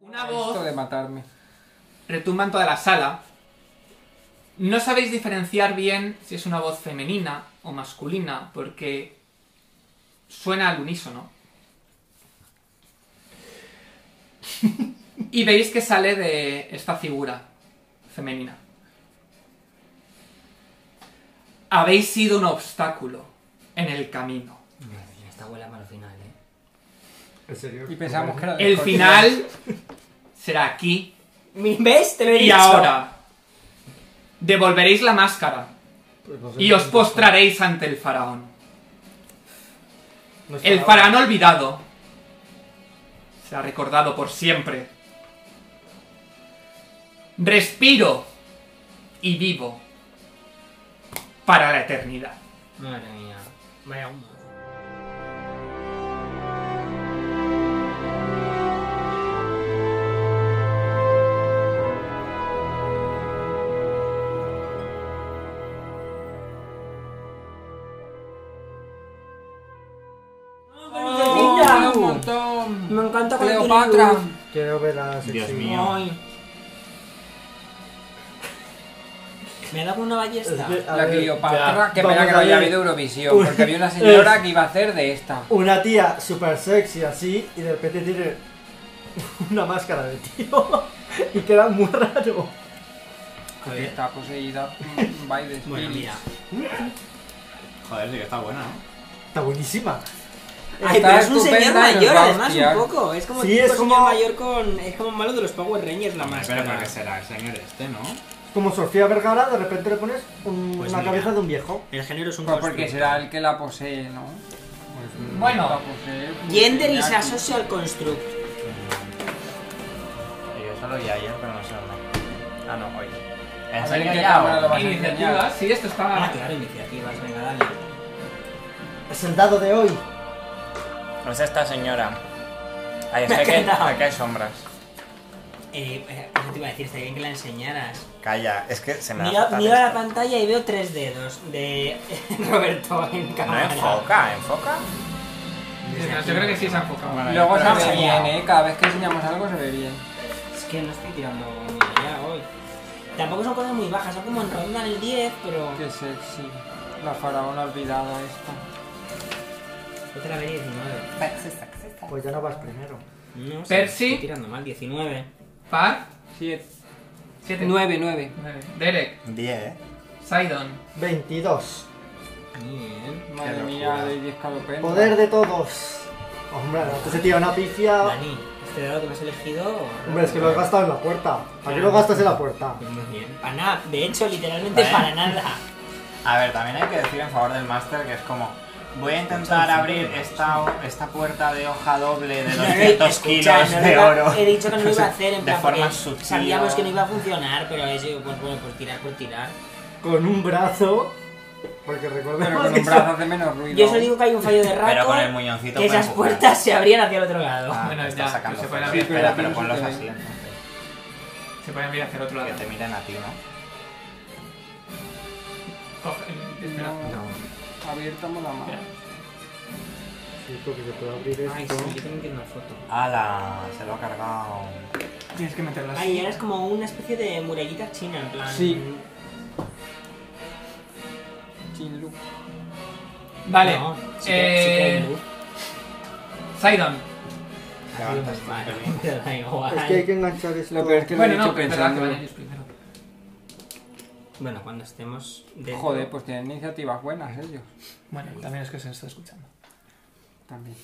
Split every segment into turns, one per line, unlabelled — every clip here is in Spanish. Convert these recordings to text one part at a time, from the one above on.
una voz
Esto de matarme.
retumba en toda la sala. No sabéis diferenciar bien si es una voz femenina o masculina porque suena al unísono. Y veis que sale de esta figura femenina. Habéis sido un obstáculo en el camino.
Esta abuela malo final, eh.
¿En serio?
Y pensamos que era de
El
Scorpio.
final será aquí
Mi- ¿Ves? Te lo he
Y
dicho.
ahora devolveréis la máscara
Pues no sé
y
qué
os
pasa.
postraréis ante el faraón.
No es
El
faraón.
faraón olvidado será recordado por siempre. Respiro y vivo para la eternidad.
Madre mía. Vaya humo.
¡Ay,
¡Niña!
un montón!
Me encanta con el
Cleopatra.
tururú.
Quiero ver a Sexy.
Dios mío.
Ay. Me ha dado con una
Es
ballesta.
que, a
La
ver,
Cleopatra,
ya,
que pena
vamos
que
a
no haya
ver.
habido Eurovisión, porque había una señora que iba a hacer de esta.
Una tía super sexy así y de repente tiene una máscara de tío y queda muy raro.
Porque está poseída Mm, by the
Bueno,
spirit.
mira.
Joder, sí que está buena, ¿no?
Está buenísima.
Ay,
Está
pero es un señor
estupenda y nos
mayor,
va a
además, un
hostiar.
poco. Es como
Sí,
tipo
es como-
señor mayor con. Es como malo de los Power Rangers la
Hombre, Pero ¿por
máscara.
qué será el señor este, no?
Como Sofía Vergara, de repente le pones un-
Pues
una
mira.
cabeza de un viejo.
El género es un
Pues porque
constructo.
será el que la posee, ¿no?
Bueno.
La posee, pues,
Gender is
tenía
a
aquí.
social construct.
Y Yo solo vi ayer, pero no sé dónde. Ah, no, hoy.
ver
¿En serio
en qué
ya?
cámara lo
o-
vas a
Iniciativa,
enseñar.
sí, esto
Ah,
está.
claro, iniciativas, venga, dale.
Es el dado de hoy.
Pues esta señora. Ahí
Me ha
sé que
encantado.
aquí hay sombras.
Eh, eh, eso te iba a decir, estaría bien que la enseñaras.
Calla, es que se me
Mira,
fatal
miro a la
esto.
pantalla y veo tres dedos de Roberto en
No
cámara.
enfoca, enfoca.
Yo creo que sí se ha enfocado.
Luego
Pero
se ve
enseñado.
bien, ¿eh? Cada vez que enseñamos algo se ve bien.
Es que no estoy tirando ni allá hoy. Tampoco son cosas muy bajas, son como en ronda el 10, pero.
Qué sexy. La faraona olvidada esta.
Yo te la vería 19.
Pues ya no vas primero.
No, sé,
Percy.
Estoy tirando mal, 19.
Par,
Siete.
7, 9.
Nueve, nueve.
Derek,
10.
Sidon,
22.
Bien.
Madre
locura.
mía, de 10 calopendras.
Poder de todos. Hombre, no, ese tío una pifia.
Dani, este dado que me has elegido.
Hombre, es que lo has gastado en la puerta. ¿Para qué lo gastas en la puerta?
Pues Muy bien. Para nada, de hecho, literalmente
Vale.
para nada.
A ver, también hay que decir en favor del máster que es como. Voy a intentar abrir esta, esta puerta de hoja doble de 200
Escucha,
kilos
no lo
de
iba-
oro.
He dicho que no lo iba a hacer en
De
plan,
forma
porque
sutil.
Sabíamos que no iba a funcionar, pero es digo, pues bueno, por tirar, por tirar.
Con un brazo. Porque
Pero
recordemos
con
que
un brazo hace menos ruido.
Yo solo digo que hay un fallo de rato.
Pero con el muñoncito
que
para
esas
empujar.
puertas se abrían hacia el otro lado.
Ah,
Bueno,
te
ya,
está sacando.
que se pueden
fotos.
abrir,
Espera,
pero
pero ponlos
no se
así.
ven.
entonces.
se pueden ir hacia el otro
Que
lado.
te miren a ti, ¿no?
Coge- espera.
No. Abierta mola más.
Espera.
Sí, porque se puede abrir
Ay,
esto.
sí, yo tengo que ir a una foto.
¡Hala! Se lo ha cargado.
Tienes que meterlas.
Ay, ahora es como una especie de murallita china, en plan.
Sí. Sin luz.
Vale.
No, sí que- sí que hay
eh,
luz.
Sidon.
Así que pues, vale, me da igual.
Es que hay que enganchar esto.
Lo peor es que
Bueno,
lo he
no,
dicho
pero es verdad que
pensando.
van ellos primero.
Bueno, cuando estemos dentro-
Joder, pues tienen iniciativas buenas ellos.
Bueno, también es que se está escuchando.
También.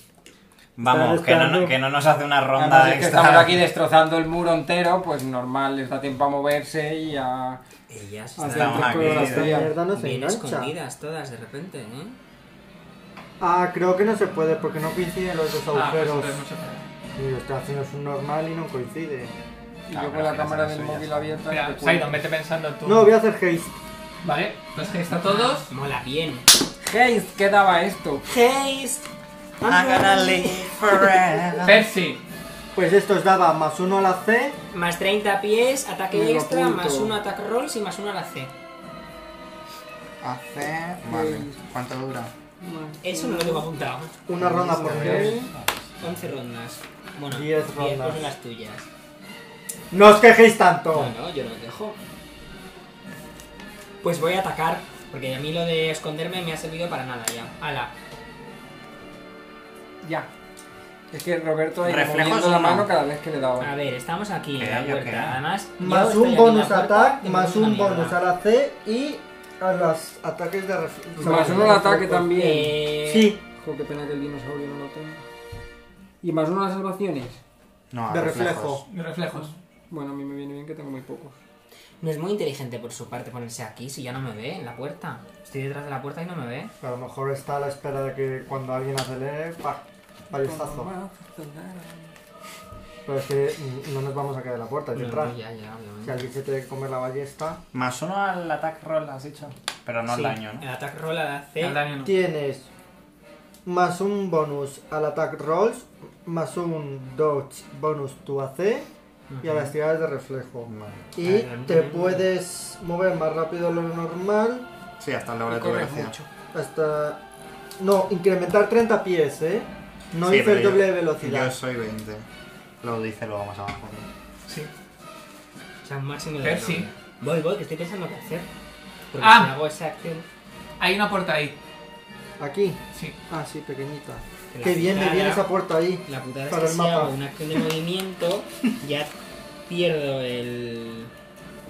Vamos, que no,
esperando.
que no nos hace una ronda
Además, es que
extra.
estamos aquí destrozando el muro entero, pues normal, les da tiempo a moverse y a...
Ellas
a hacer
están
Estamos aquí,
Esta
coreografía.
mierda Ah, no se
bien
engancha.
escondidas todas de repente, ¿eh?
Ah, creo que no se puede porque no coinciden los
Ah,
dos
pues
agujeros.
entonces no se puede.
Y lo está haciendo es un normal y no coincide.
Y yo
Ah,
con
pero
la
que
cámara
las
del
suyas.
móvil abierta... no
Espera,
te cuento.
Sidon, vete pensando tú.
No, voy a hacer haste.
Vale, pues ahí está todos.
Mola bien.
Hey, ¿Qué daba esto?
Haste.
I'm gonna live forever.
Percy,
Pues esto os daba más uno a la C.
Más 30 pies, ataque
Me lo
extra,
apunto.
más 1 attack rolls y más 1 a la C.
Hace. Vale. ¿Cuánto dura?
Eso no lo tengo apuntado.
Una ronda por
Sí.
nivel.
11 rondas. Bueno,
10
diez
rondas.
con las tuyas.
No os quejéis tanto.
No, no, yo los dejo. Pues voy a atacar, porque a mí lo de esconderme me ha servido para nada ya. Ala.
Ya. Es que Roberto ahí
Reflejos Ah,
moviendo la
uno.
mano cada vez que le daba.
A ver, estamos aquí en la
Ok, ok.
puerta. Además,
Más
yo estoy
un
aquí en la
bonus
puerta,
attack,
que
más
me
un
gusta
bonus
mierda.
a la C y a los ataques de ref-
Más uno al ataque también.
Eh,
Sí,
Ojo, qué pena que el dinosaurio no lo tenga. Y más uno a las salvaciones.
No,
de
reflejos.
reflejo.
De reflejos.
Bueno, a mí me viene bien que tengo muy pocos.
No es muy inteligente por su parte ponerse aquí si ya no me ve en la puerta. Estoy detrás de la puerta y no me ve.
A lo mejor está a la espera de que cuando alguien acelere, pa, balistazo.
pues,
Pero es que mm, no nos vamos a quedar en la puerta, hay
No,
Pues detrás.
no, ya, ya, obviamente.
Si alguien se tiene que comer la ballesta,
Más uno al attack roll, has dicho. Pero no al
Sí,
daño, ¿no?
El ataque rola la C.
El daño no.
tienes más un bonus al attack rolls, más un dodge bonus tu AC y a las tiradas de reflejo. Y
Vale,
te
vale.
puedes mover más rápido de lo normal
Sí, hasta el doble
Y
de tu
corre
velocidad.
mucho.
hasta... No, incrementar 30 pies, ¿eh? No
Sí,
hice
pero
el
yo-
doble de velocidad.
Yo soy 20. Lo dice luego más abajo.
Sí.
O sea, un máximo de
Eh,
Fer,
doble.
sí.
Voy, voy, que estoy pensando qué hacer. Porque
Ah.
si hago esa acción.
Hay una puerta ahí.
Aquí.
Sí.
Ah, sí, pequeñita.
que la
Qué bien me
putada-
viene esa puerta ahí.
La putada es
para
que
el
si
mapa.
hago una acción de movimiento, ya pierdo el.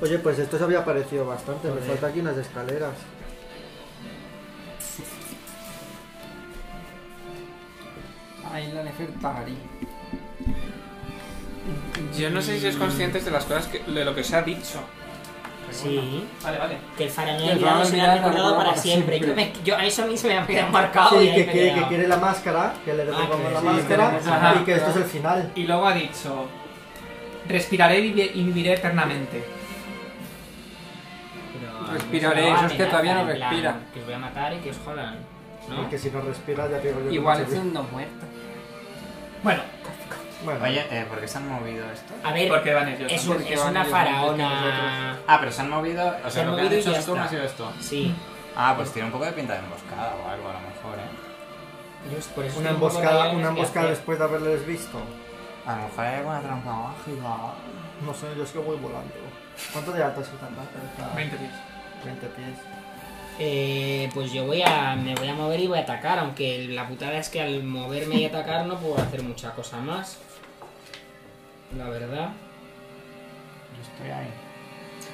Oye, pues esto se había parecido bastante. Me
Joder.
falta aquí unas escaleras.
Ahí la Nefertari.
Yo no sé si sois conscientes de las cosas que, de lo que os ha dicho. Pero
Sí.
bueno. Vale, vale.
Que el
El
faranoide no se me
faranoide
ha recordado para
para
siempre. Yo,
siempre.
me- yo- eso a mí se me ha quedado marcado.
Sí,
y ahí
que
me he
quiere, que
quedado.
quiere la máscara, que le devolvamos
que
la
Ah, sí,
máscara
que le devolvamos
y que esto es el final.
Y luego ha dicho: Respiraré y vivi- y viviré eternamente.
Pero,
Respiraré,
no se
eso
lo
es que todavía no
amenazan, en plan,
respira.
Que os voy a matar y que os jodan. ¿No?
Porque si no respira ya tengo yo. que
Igual
no
es
sé.
un no muerto.
Bueno,
Bueno,
Oye, eh, ¿por qué se han movido esto?
A ver,
porque van ellos.
Eh, es,
también.
un-
porque
es
van
una
ellos,
faraona.
Ah, pero se han movido. O
Se
sea,
han
lo que han
movido y
hecho
ya
este turno
está.
ha sido esto.
Sí.
Ah, pues tiene un poco de pinta de emboscada o algo, a lo mejor, ¿eh?
Yo es- por eso
una
estoy un poco
emboscada,
rayado en
una
el que
emboscada
hacer.
después de haberles visto.
A lo mejor hay alguna trampa mágica.
No sé, yo es que voy volando. ¿Cuánto de alto es esta máscara?
20 pies.
20 pies.
Eh, pues yo voy a, me voy a mover y voy a atacar, aunque la putada es que al moverme y atacar no puedo hacer mucha cosa más. La verdad.
Yo estoy ahí.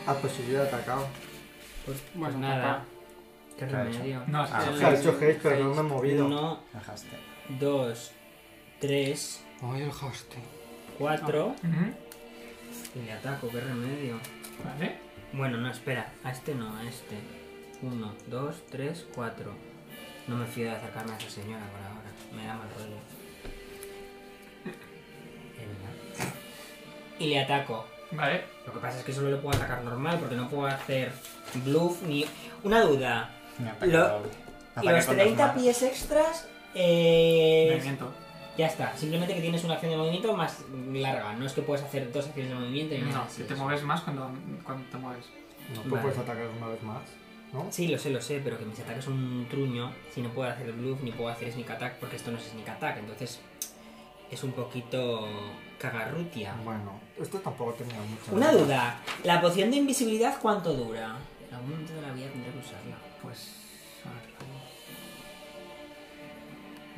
Ah, pues si yo he atacado.
Pues,
Bueno,
pues nada.
ataca.
Qué
Claro.
remedio.
No, es que-
Ah.
O sea, he hecho haste, pero no me he movido.
Uno,
Dejaste.
dos, tres,
Ay, el hoste.
cuatro.
Ujú.
Y le ataco, qué remedio.
Vale.
Bueno, no, espera. A este no, a este. Uno, dos, tres, cuatro. No me fío de acercarme a esa señora por ahora. Me da mal rollo. Es verdad. Y le ataco.
Vale.
Lo que pasa es que solo le puedo atacar normal porque no puedo hacer bluff ni... Una duda.
Me
Lo-
atacado.
Los 30 pies extras... Eh...
Movimiento.
Ya está. Simplemente que tienes una acción de movimiento más larga. No es que puedes hacer dos acciones de movimiento y
No, que te mueves más cuando, cuando te mueves.
No, tú
Vale.
puedes atacar una vez más, ¿no?
Sí, lo sé, lo sé, pero que mis ataques son un truño. Si no puedo hacer bluff ni puedo hacer sneak attack, porque esto no es sneak attack, entonces es un poquito cagarrutia.
Bueno, esto tampoco tenía mucho.
Una duda, ¿la poción de invisibilidad cuánto dura? En algún momento de la vida tendré que usarla.
Pues. A ver.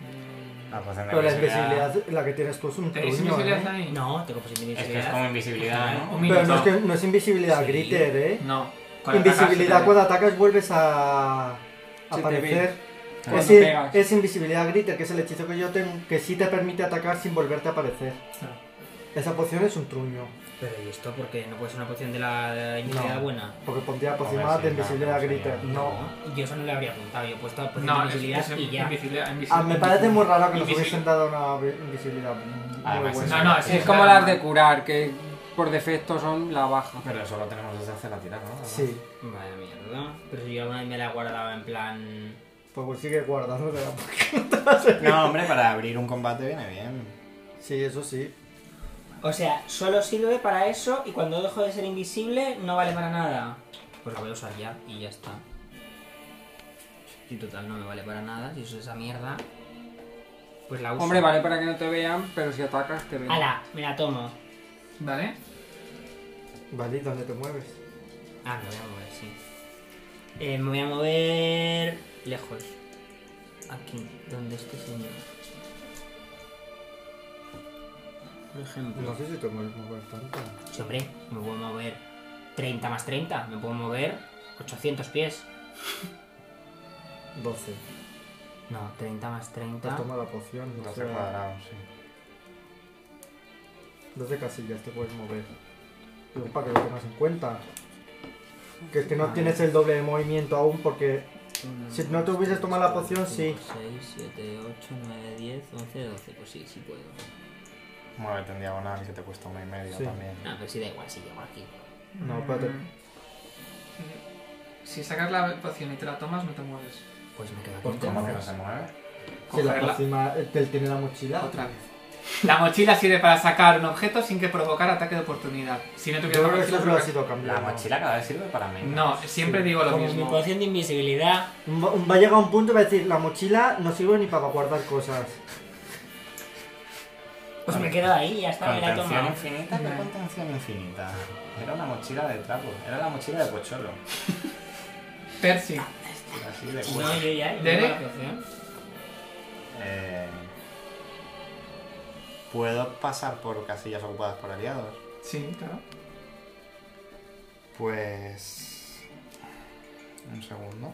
Mm.
Ah, pues en
Pero la invisibilidad, la que tienes tú es un
¿Tenéis
truño,
invisibilidad
¿eh?
ahí?
No, tengo poción de
Es que es
invisibilidad.
como invisibilidad, ¿no?
Un
Pero no
minuto.
es, que, no es invisibilidad,
Sí.
Gritter, ¿eh?
No. Cuando atacas,
Invisibilidad
se te-
cuando atacas vuelves a a
Se te
aparecer.
Cuando
Es, in-
pegas.
es invisibilidad gritter, que es el hechizo que yo tengo, que sí te permite atacar sin volverte a aparecer.
Claro.
Esa poción es un truño,
Pero ¿y esto porque no puede ser una poción de la, de la invisibilidad
No.
buena?
porque pondría
Hombre,
aproximada
sí,
de
claro,
invisibilidad
sería-
gritter. No.
Yo eso no le habría apuntado, yo he puesto
pues
poción de
No, es,
invisibilidad
es
y ya.
invisibilidad-
Ah, me parece muy raro que nos
Invisible.
hubiesen dado una vi- invisibilidad Mm, muy
Además,
No,
buena.
no, es,
Es como las de curar, que por defecto son la baja.
Pero eso lo tenemos desde hace la tirada, ¿no?
Sí,
Vaya mierda. Pero si yo alguna vez me la guardaba en plan...
pues sigue guardando.
No, hombre, para abrir un combate viene bien.
Sí, eso sí.
O sea, solo sirve para eso y cuando dejo de ser invisible no vale para nada. Pues la voy a usar ya y ya está. Y total no me vale para nada, si uso esa mierda, pues la uso.
Hombre, vale para que no te vean, pero si atacas te ven.
¡Hala! Me la tomo.
Vale.
Vale, ¿y dónde te mueves?
Ah, me voy a mover, sí. Eh, me voy a mover lejos. Aquí, donde este señor. Por ejemplo.
No sé si te mueves mover tanto.
Sí, hombre, me puedo mover 30 más 30. Me puedo mover 800 pies.
12.
No, 30 más
Te
30.
Pues toma la poción.
12
12,
cuadrados, sí.
12 casillas te puedes mover. Digo, para que lo tengas en cuenta. Que es que no
Vale.
tienes el doble de movimiento aún porque Si no te hubieses tomado la poción, sí.
6, 7, 8, 9, 10, 11, 12. Pues sí, sí puedo.
Muévete en diagonal que te cuesta una y media
Sí.
también.
No, pero sí da igual si llego aquí.
No, espérate.
Mm. Si sacas la poción y te la tomas, no te mueves.
Pues me quedo aquí.
Pues
¿Cómo que
entonces.
no se mueve?
si la
Cogerla.
próxima, eh, que él tiene la mochila.
Otra vez. La mochila sirve para sacar un objeto sin que provocar ataque de oportunidad. Si no
Yo
tuvieras
creo
la
que
mochila,
eso lo ha
provoca-
sido
La
cambiado.
mochila cada vez sirve para menos.
No, siempre digo lo
Como mi
mismo.
poción de invisibilidad.
Va va a llegar un punto y va a decir, la mochila no sirve ni para guardar cosas.
Pues me quedo ahí, ya está, me la he
Contención
tomado.
infinita, ¿qué
No.
contención infinita? Era una mochila de trapo, era la mochila de pocholo.
Percy.
Así de
No,
cuero.
yo ya. yo
¿Derek?
la poción.
Eh, ¿Puedo pasar por casillas ocupadas por aliados?
Sí, claro.
Pues... Un segundo.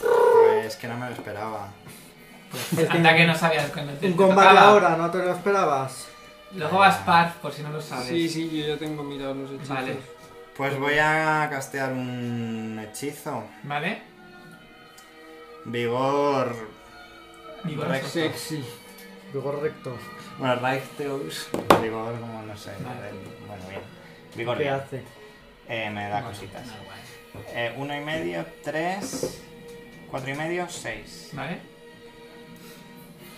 Pues que no me lo esperaba.
Anda que no sabías cuando te
Un
te
combate
tocaba.
ahora, no te lo esperabas.
Luego vas par, por si no lo sabes.
Sí, sí, yo ya tengo mirados los hechizos.
Vale.
Pues voy a castear un hechizo.
¿Vale?
Vigor...
Y bueno,
Rex.
eso.
Sexy.
Luego recto.
Bueno, Raichteus. Vigor como no sé.
Vale.
el- Bueno, bien. Vigor
¿Qué
bien.
hace?
Eh, me da cositas. Eh, uno y medio, tres... Cuatro y medio, seis.
¿Vale?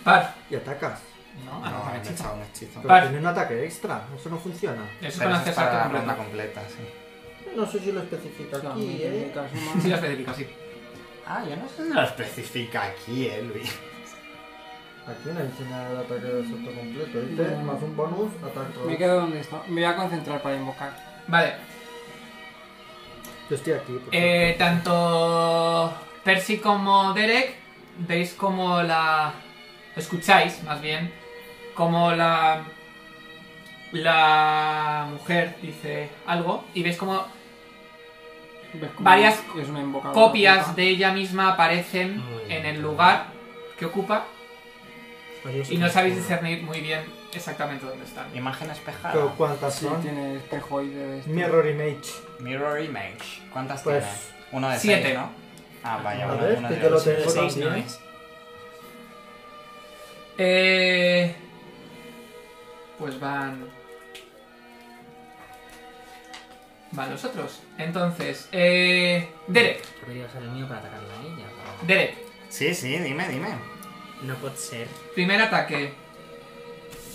Par.
Y atacas.
No,
No,
ah, no,
me he
chicha.
echado un hechizo.
Pero
Vale.
tiene un ataque extra, eso no funciona.
Eso
Pero
con
eso es para la
acceso
ronda
completo.
completa, sí.
No sé si lo especifica aquí,
en mi
eh.
caso, más.
Sí, lo especifico, sí.
Ah, yo no sé si lo especifica aquí, eh, Luis.
Aquí no enseña el ataque de asalto completo, ¿viste? Más un bonus, ataque.
Me quedo donde está. Me voy a concentrar para invocar.
Vale.
Yo estoy aquí. por
Eh, tanto Percy como Derek veis como la... escucháis más bien como la... la mujer dice algo y veis como
¿Ves cómo
Varias
es una invocadora
copias
puta?
de ella misma aparecen
Muy bien.
en el lugar que ocupa
Pues yo sí
y no
me
sabéis
curo.
discernir muy bien exactamente dónde están.
Imagen
cierto.
espejada.
Pero ¿cuántas
Sí,
son?
tiene espejoide de este.
Mirror Image.
Mirror image. ¿Cuántas
Pues,
tienes? Uno de
siete.
seis, ¿no? Ah, vaya,
A
uno,
ver,
uno
que
de
yo lo
ocho.
tengo
Pues Seis, ¿no
también.
es?
Eh, pues van. Van los otros. Entonces, eh, Derek,
Podría usar el mío para atacarla a ella. pero-
Derek,
Sí, sí, dime, dime.
No puede ser.
primer ataque.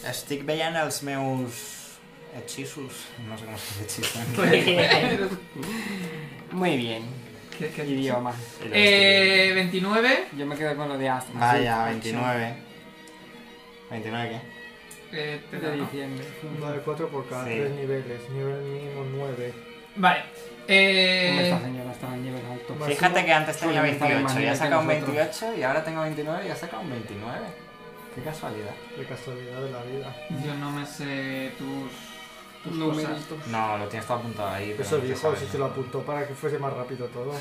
Estic veient els meus hechizos. No sé cómo se dice hechizo.
Pues,
Muy bien.
¿Qué- qué-
Idioma.
Eh, 29,
Yo me quedo con lo de Astra.
Vaya,
sí,
29. ¿29 qué?
eh, te
8
da,
De
no.
diciembre.
No, de 4 por cada
Sí.
3 niveles. Nivel mínimo 9.
Vale.
Hombre, esta
Eh,
señora está en nivel alto.
Más-
Fíjate que antes tenía
Suele estar en
28, ya
manía
he
que
sacado un
nosotros.
28 y ahora tengo 29 y ya he sacado un 29. Qué casualidad.
De casualidad de la vida.
yo no me sé tus, tus cosas.
Numeritos.
No, lo tienes todo apuntado ahí. pero
Eso
no te
dijo,
sabes,
si
¿no?
se lo apuntó para que fuese más rápido todo.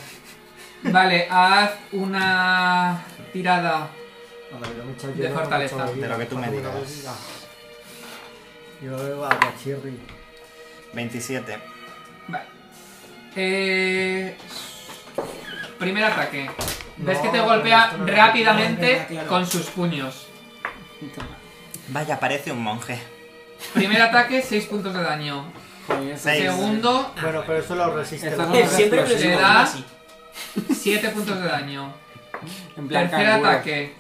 Vale, haz una tirada. De
De
fortaleza.
De lo que tú me digas.
Yo veo a Guachirri.
27.
Vale. Eh, primer ataque. Ves que te
No,
golpea
esto no-
rápidamente
no, no, claro.
con sus puños.
Vaya, parece un monje.
Primer ataque, 6 puntos de daño.
Pues
Seis.
Segundo,
Bueno, pero eso lo resiste.
Esta
la-
no-
Siempre lo
Le
digo
da-
así.
7 puntos de daño.
En plan
Tercer
canguro.
ataque.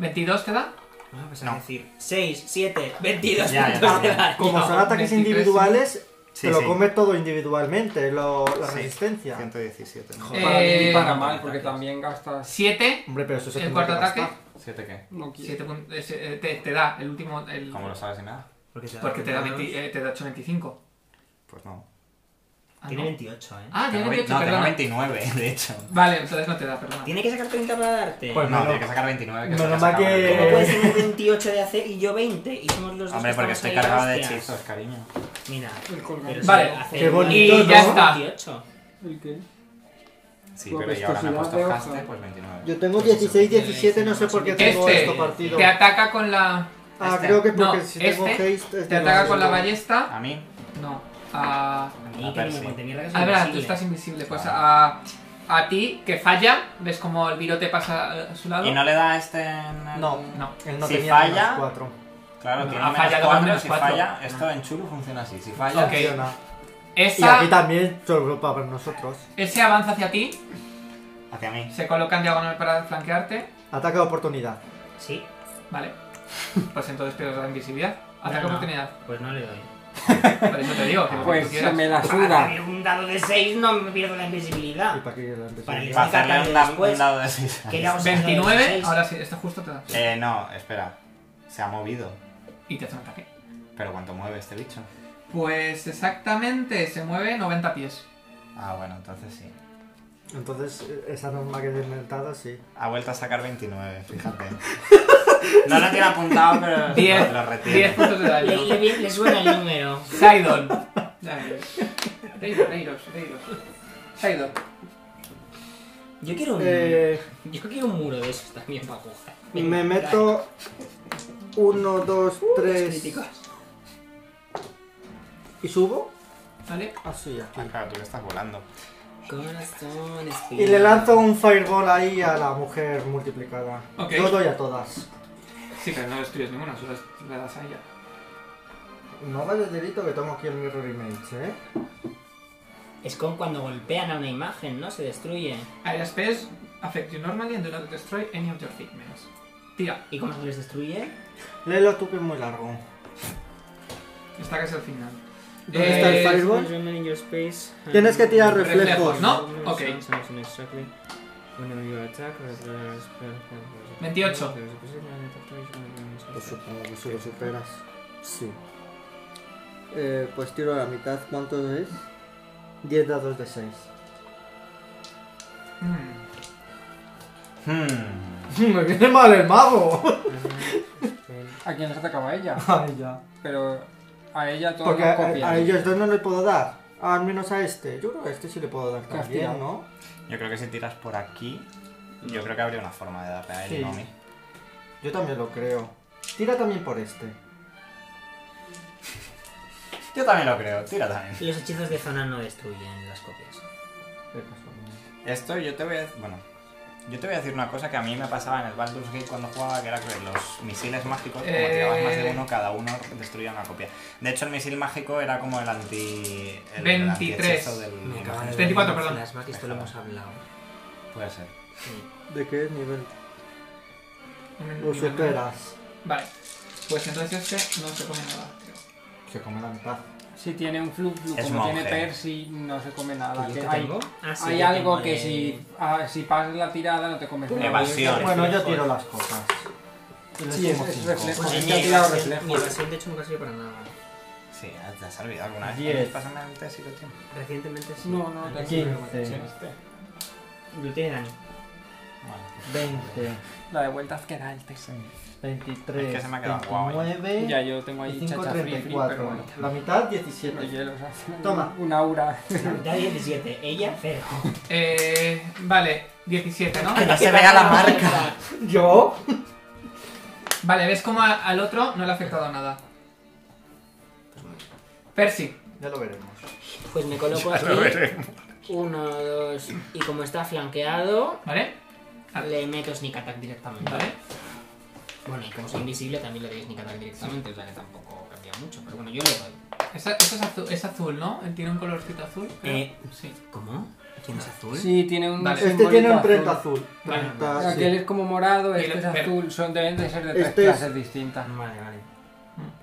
¿22 te da?
Vamos
No.
a decir 6, 7, 22
Ya, ya,
puntos
ya.
de daño.
Como son ataques
23,
individuales,
Sí,
te lo
sí.
comes todo individualmente, lo- la
Sí,
resistencia.
117. ¿no?
Eh,
Para bien y para mal, porque también gastas.
7,
Hombre, pero eso se
el
tendrá
cuarto
que gastar.
ataque.
¿Siete qué?
No quiero.
siete pun- eh, se- eh, te, te da el último. el-
¿Cómo lo sabes y nada?
Porque te da,
porque te da,
22.
20 eh, te da 8, 25.
Pues no.
Ah,
Tiene
no.
28, eh.
Ah, tiene
Tengo ve-
28,
no, tengo
perdona.
29, de hecho.
Vale, entonces no te da, perdona.
Tiene que sacar 30 para darte.
Pues
No,
menos-
tiene que sacar 29. Que es lo
menos
que
mal
sacaba
que-
el
¿Cómo
otro.
puedes tener 28 de AC y yo 20? Y somos los dos.
Hombre,
que estamos
porque estoy
ahí,
cargado de
hostias.
hechizos, cariño.
Mira.
El colgante.
pero
Vale,
si hace
qué
el
bonito,
y
¿no?
ya está. 28.
¿El qué?
Sí,
Tu
Pues
pero y ahora me ha
apestosidad
puesto
de
haste,
hoja.
pues 29.
Yo tengo 16, 17, no sé por qué tengo
Este,
esto partido.
Te ataca con la.
Ah,
este.
creo que porque
No,
si tengo
este
haste es
Te ataca con la
demasiado.
ballesta.
A mí,
No. A.
A mí,
A
que
ver,
ni me
Ah, sí.
cuente mierda que soy
A ver, tú
invisible.
estás invisible. Pues a. A ti, que falla, ves como el viro te pasa a su lado.
¿Y no le da este en el-
No,
No.
Él no
Si
tenía menos
falla,
cuatro.
Claro,
No,
tiene
ha
menos
fallado
cuatro,
menos
si
cuatro.
falla, esto en chulo funciona así. Si falla,
Ok.
Funciona. Y
Esa,
aquí también, solo para nosotros.
Ese avanza hacia ti,
hacia mí.
se coloca en diagonal para flanquearte.
Ataque de oportunidad.
Sí.
Vale. Pues entonces pierdes la invisibilidad. Ataque
No, no.
oportunidad.
Pues no le doy.
Por eso te digo, que lo que
Pues
tú
se
quieras.
me la
Para
suda.
abrir un dado de 6 no me pierdo la
Y
invisibilidad.
para que la empecé.
Vale.
Va a
Sí,
hacerle
cargan
un, da-
después.
un dado de 6.
Que ya os he dado de
29,
seis.
ahora sí, este justo te da.
Eh, no, espera. Se ha movido.
Y te hace un ataque.
Pero ¿cuánto mueve este bicho?
Pues exactamente, se mueve 90 pies.
Ah, bueno, entonces sí.
Entonces, eh, esa norma que he desmentado, sí.
Ha vuelto a sacar 29, fíjate. No lo tiene apuntado, pero
10,
lo, lo retiene.
10 puntos de
Le,
daño.
le- le suena el número.
Sidon. Ya veréis. Reiros, reiros, reiros. Sidon.
Yo quiero
Mm.
un,
Eh,
yo quiero un muro de esos también para jugar.
me meto 1,
Uh,
2, 3
Críticos.
y subo.
¿Vale?
Así, aquí.
Ah, claro, tú que estás volando.
Corazón,
Y le lanzo un fireball ahí a la mujer multiplicada.
Ok.
Yo doy a todas.
Sí, pero no destruyes ninguna, solo le das a ella.
No vayas delito que tengo aquí el mirror image, ¿eh?
Es como cuando golpean a una imagen, ¿no? Se destruye.
Area spells affect you normally and do not destroy any of your figments. Tira,
¿Y cómo se les destruye?
Léelo tú que es muy largo.
esta que es el final.
¿Dónde está el
Eh,
fireball? Tienes que tirar reflejos.
Reflejos, ¿no? Ok. 28.
Pues supongo que si lo superas. Sí. Eh, pues tiro a la mitad. ¿Cuánto es? 10 dados de 6.
Mm.
Hmm.
¡Me viene mal el mago!
¿A quién les atacaba ella?
Ay, ya.
Pero a ella todos
Porque
nos
a,
copian.
a ellos dos no le puedo dar. Al menos a este. Yo creo que a este sí le puedo dar
¿Qué has
también,
tirado?
¿no?
Yo creo que si tiras por aquí, yo creo que habría una forma de darle a él y
Sí.
no a mí.
Yo también lo creo. Tira también por este.
Yo también lo creo, tira también.
Los hechizos de zona no destruyen las copias.
Esto yo te voy a... Bueno, yo te voy a decir una cosa que a mí me pasaba en el Baldur's Gate cuando jugaba, que era que los misiles mágicos, como tirabas más de
Eh.
uno, cada uno destruía una copia. De hecho, el misil mágico era como el anti... El
23.
antihechizo del...
Me acaba de
24,
venir un
perdón.
flash, que esto lo hemos hablado.
Puede ser.
Sí.
¿De qué nivel?
Mm,
Lo
nivel
superas.
nueve. Vale. Pues entonces este no se come nada, creo.
Se come la mitad.
Si tiene un flu, flu,
Es
como tiene
monje.
Percy, no se come nada.
¿Que yo
que
te
hay
tengo? Ah, sí,
hay
yo
algo
tengo
que
el-
si, ah, si pasas la tirada no te comes nada.
Evasión.
Bueno, yo tiro las cosas.
Sí, es- es reflejo.
Pues
Pues
mi
ya he tirado
evasión,
reflejo.
mi evasión, de hecho, nunca sirve para nada.
Sí, ¿te has olvidado alguna vez?
Diez.
Pásame el test y lo tienes.
Recientemente sí.
No, no,
Antes
tengo.
sí, pero bueno, sí. Lo tiene Dani.
Vale.
20,
La de vueltas que da el texto.
23,
Es que se me ha quedado guau, ¿eh?
29,
Ya yo tengo ahí
y 5,
chacha fría, fría, pero
34.
bueno.
La mitad,
Los
17.
hielos hacen
Toma.
un aura.
Da 17, ella 0.
Eh, vale, 17, ¿no?
Que no se vea la marca.
¿Yo?
Vale, ves como a- al otro no le ha afectado nada. Percy,
Ya lo veremos.
Pues me coloco aquí. Uno, dos. Y como está flanqueado,
¿vale? Ah.
le meto sneak attack directamente.
Vale.
Bueno, y como soy invisible, también le doy sneak attack directamente. O sea que tampoco cambia mucho. Pero bueno, yo le doy.
Esa- eso es azul, es azul, ¿no? Eh, Tiene un colorcito azul. creo.
Eh.
Sí.
¿Cómo? ¿Quién es azul?
Sí, tiene un
Vale.
Este
simbolito
tiene un prenda azul.
Vale.
Prenda, sí.
Aquel es como
Y
morado, este
el
es
verde.
azul. Son, deben de ser de tres
Este es-
clases distintas.
Ah, Vale, vale.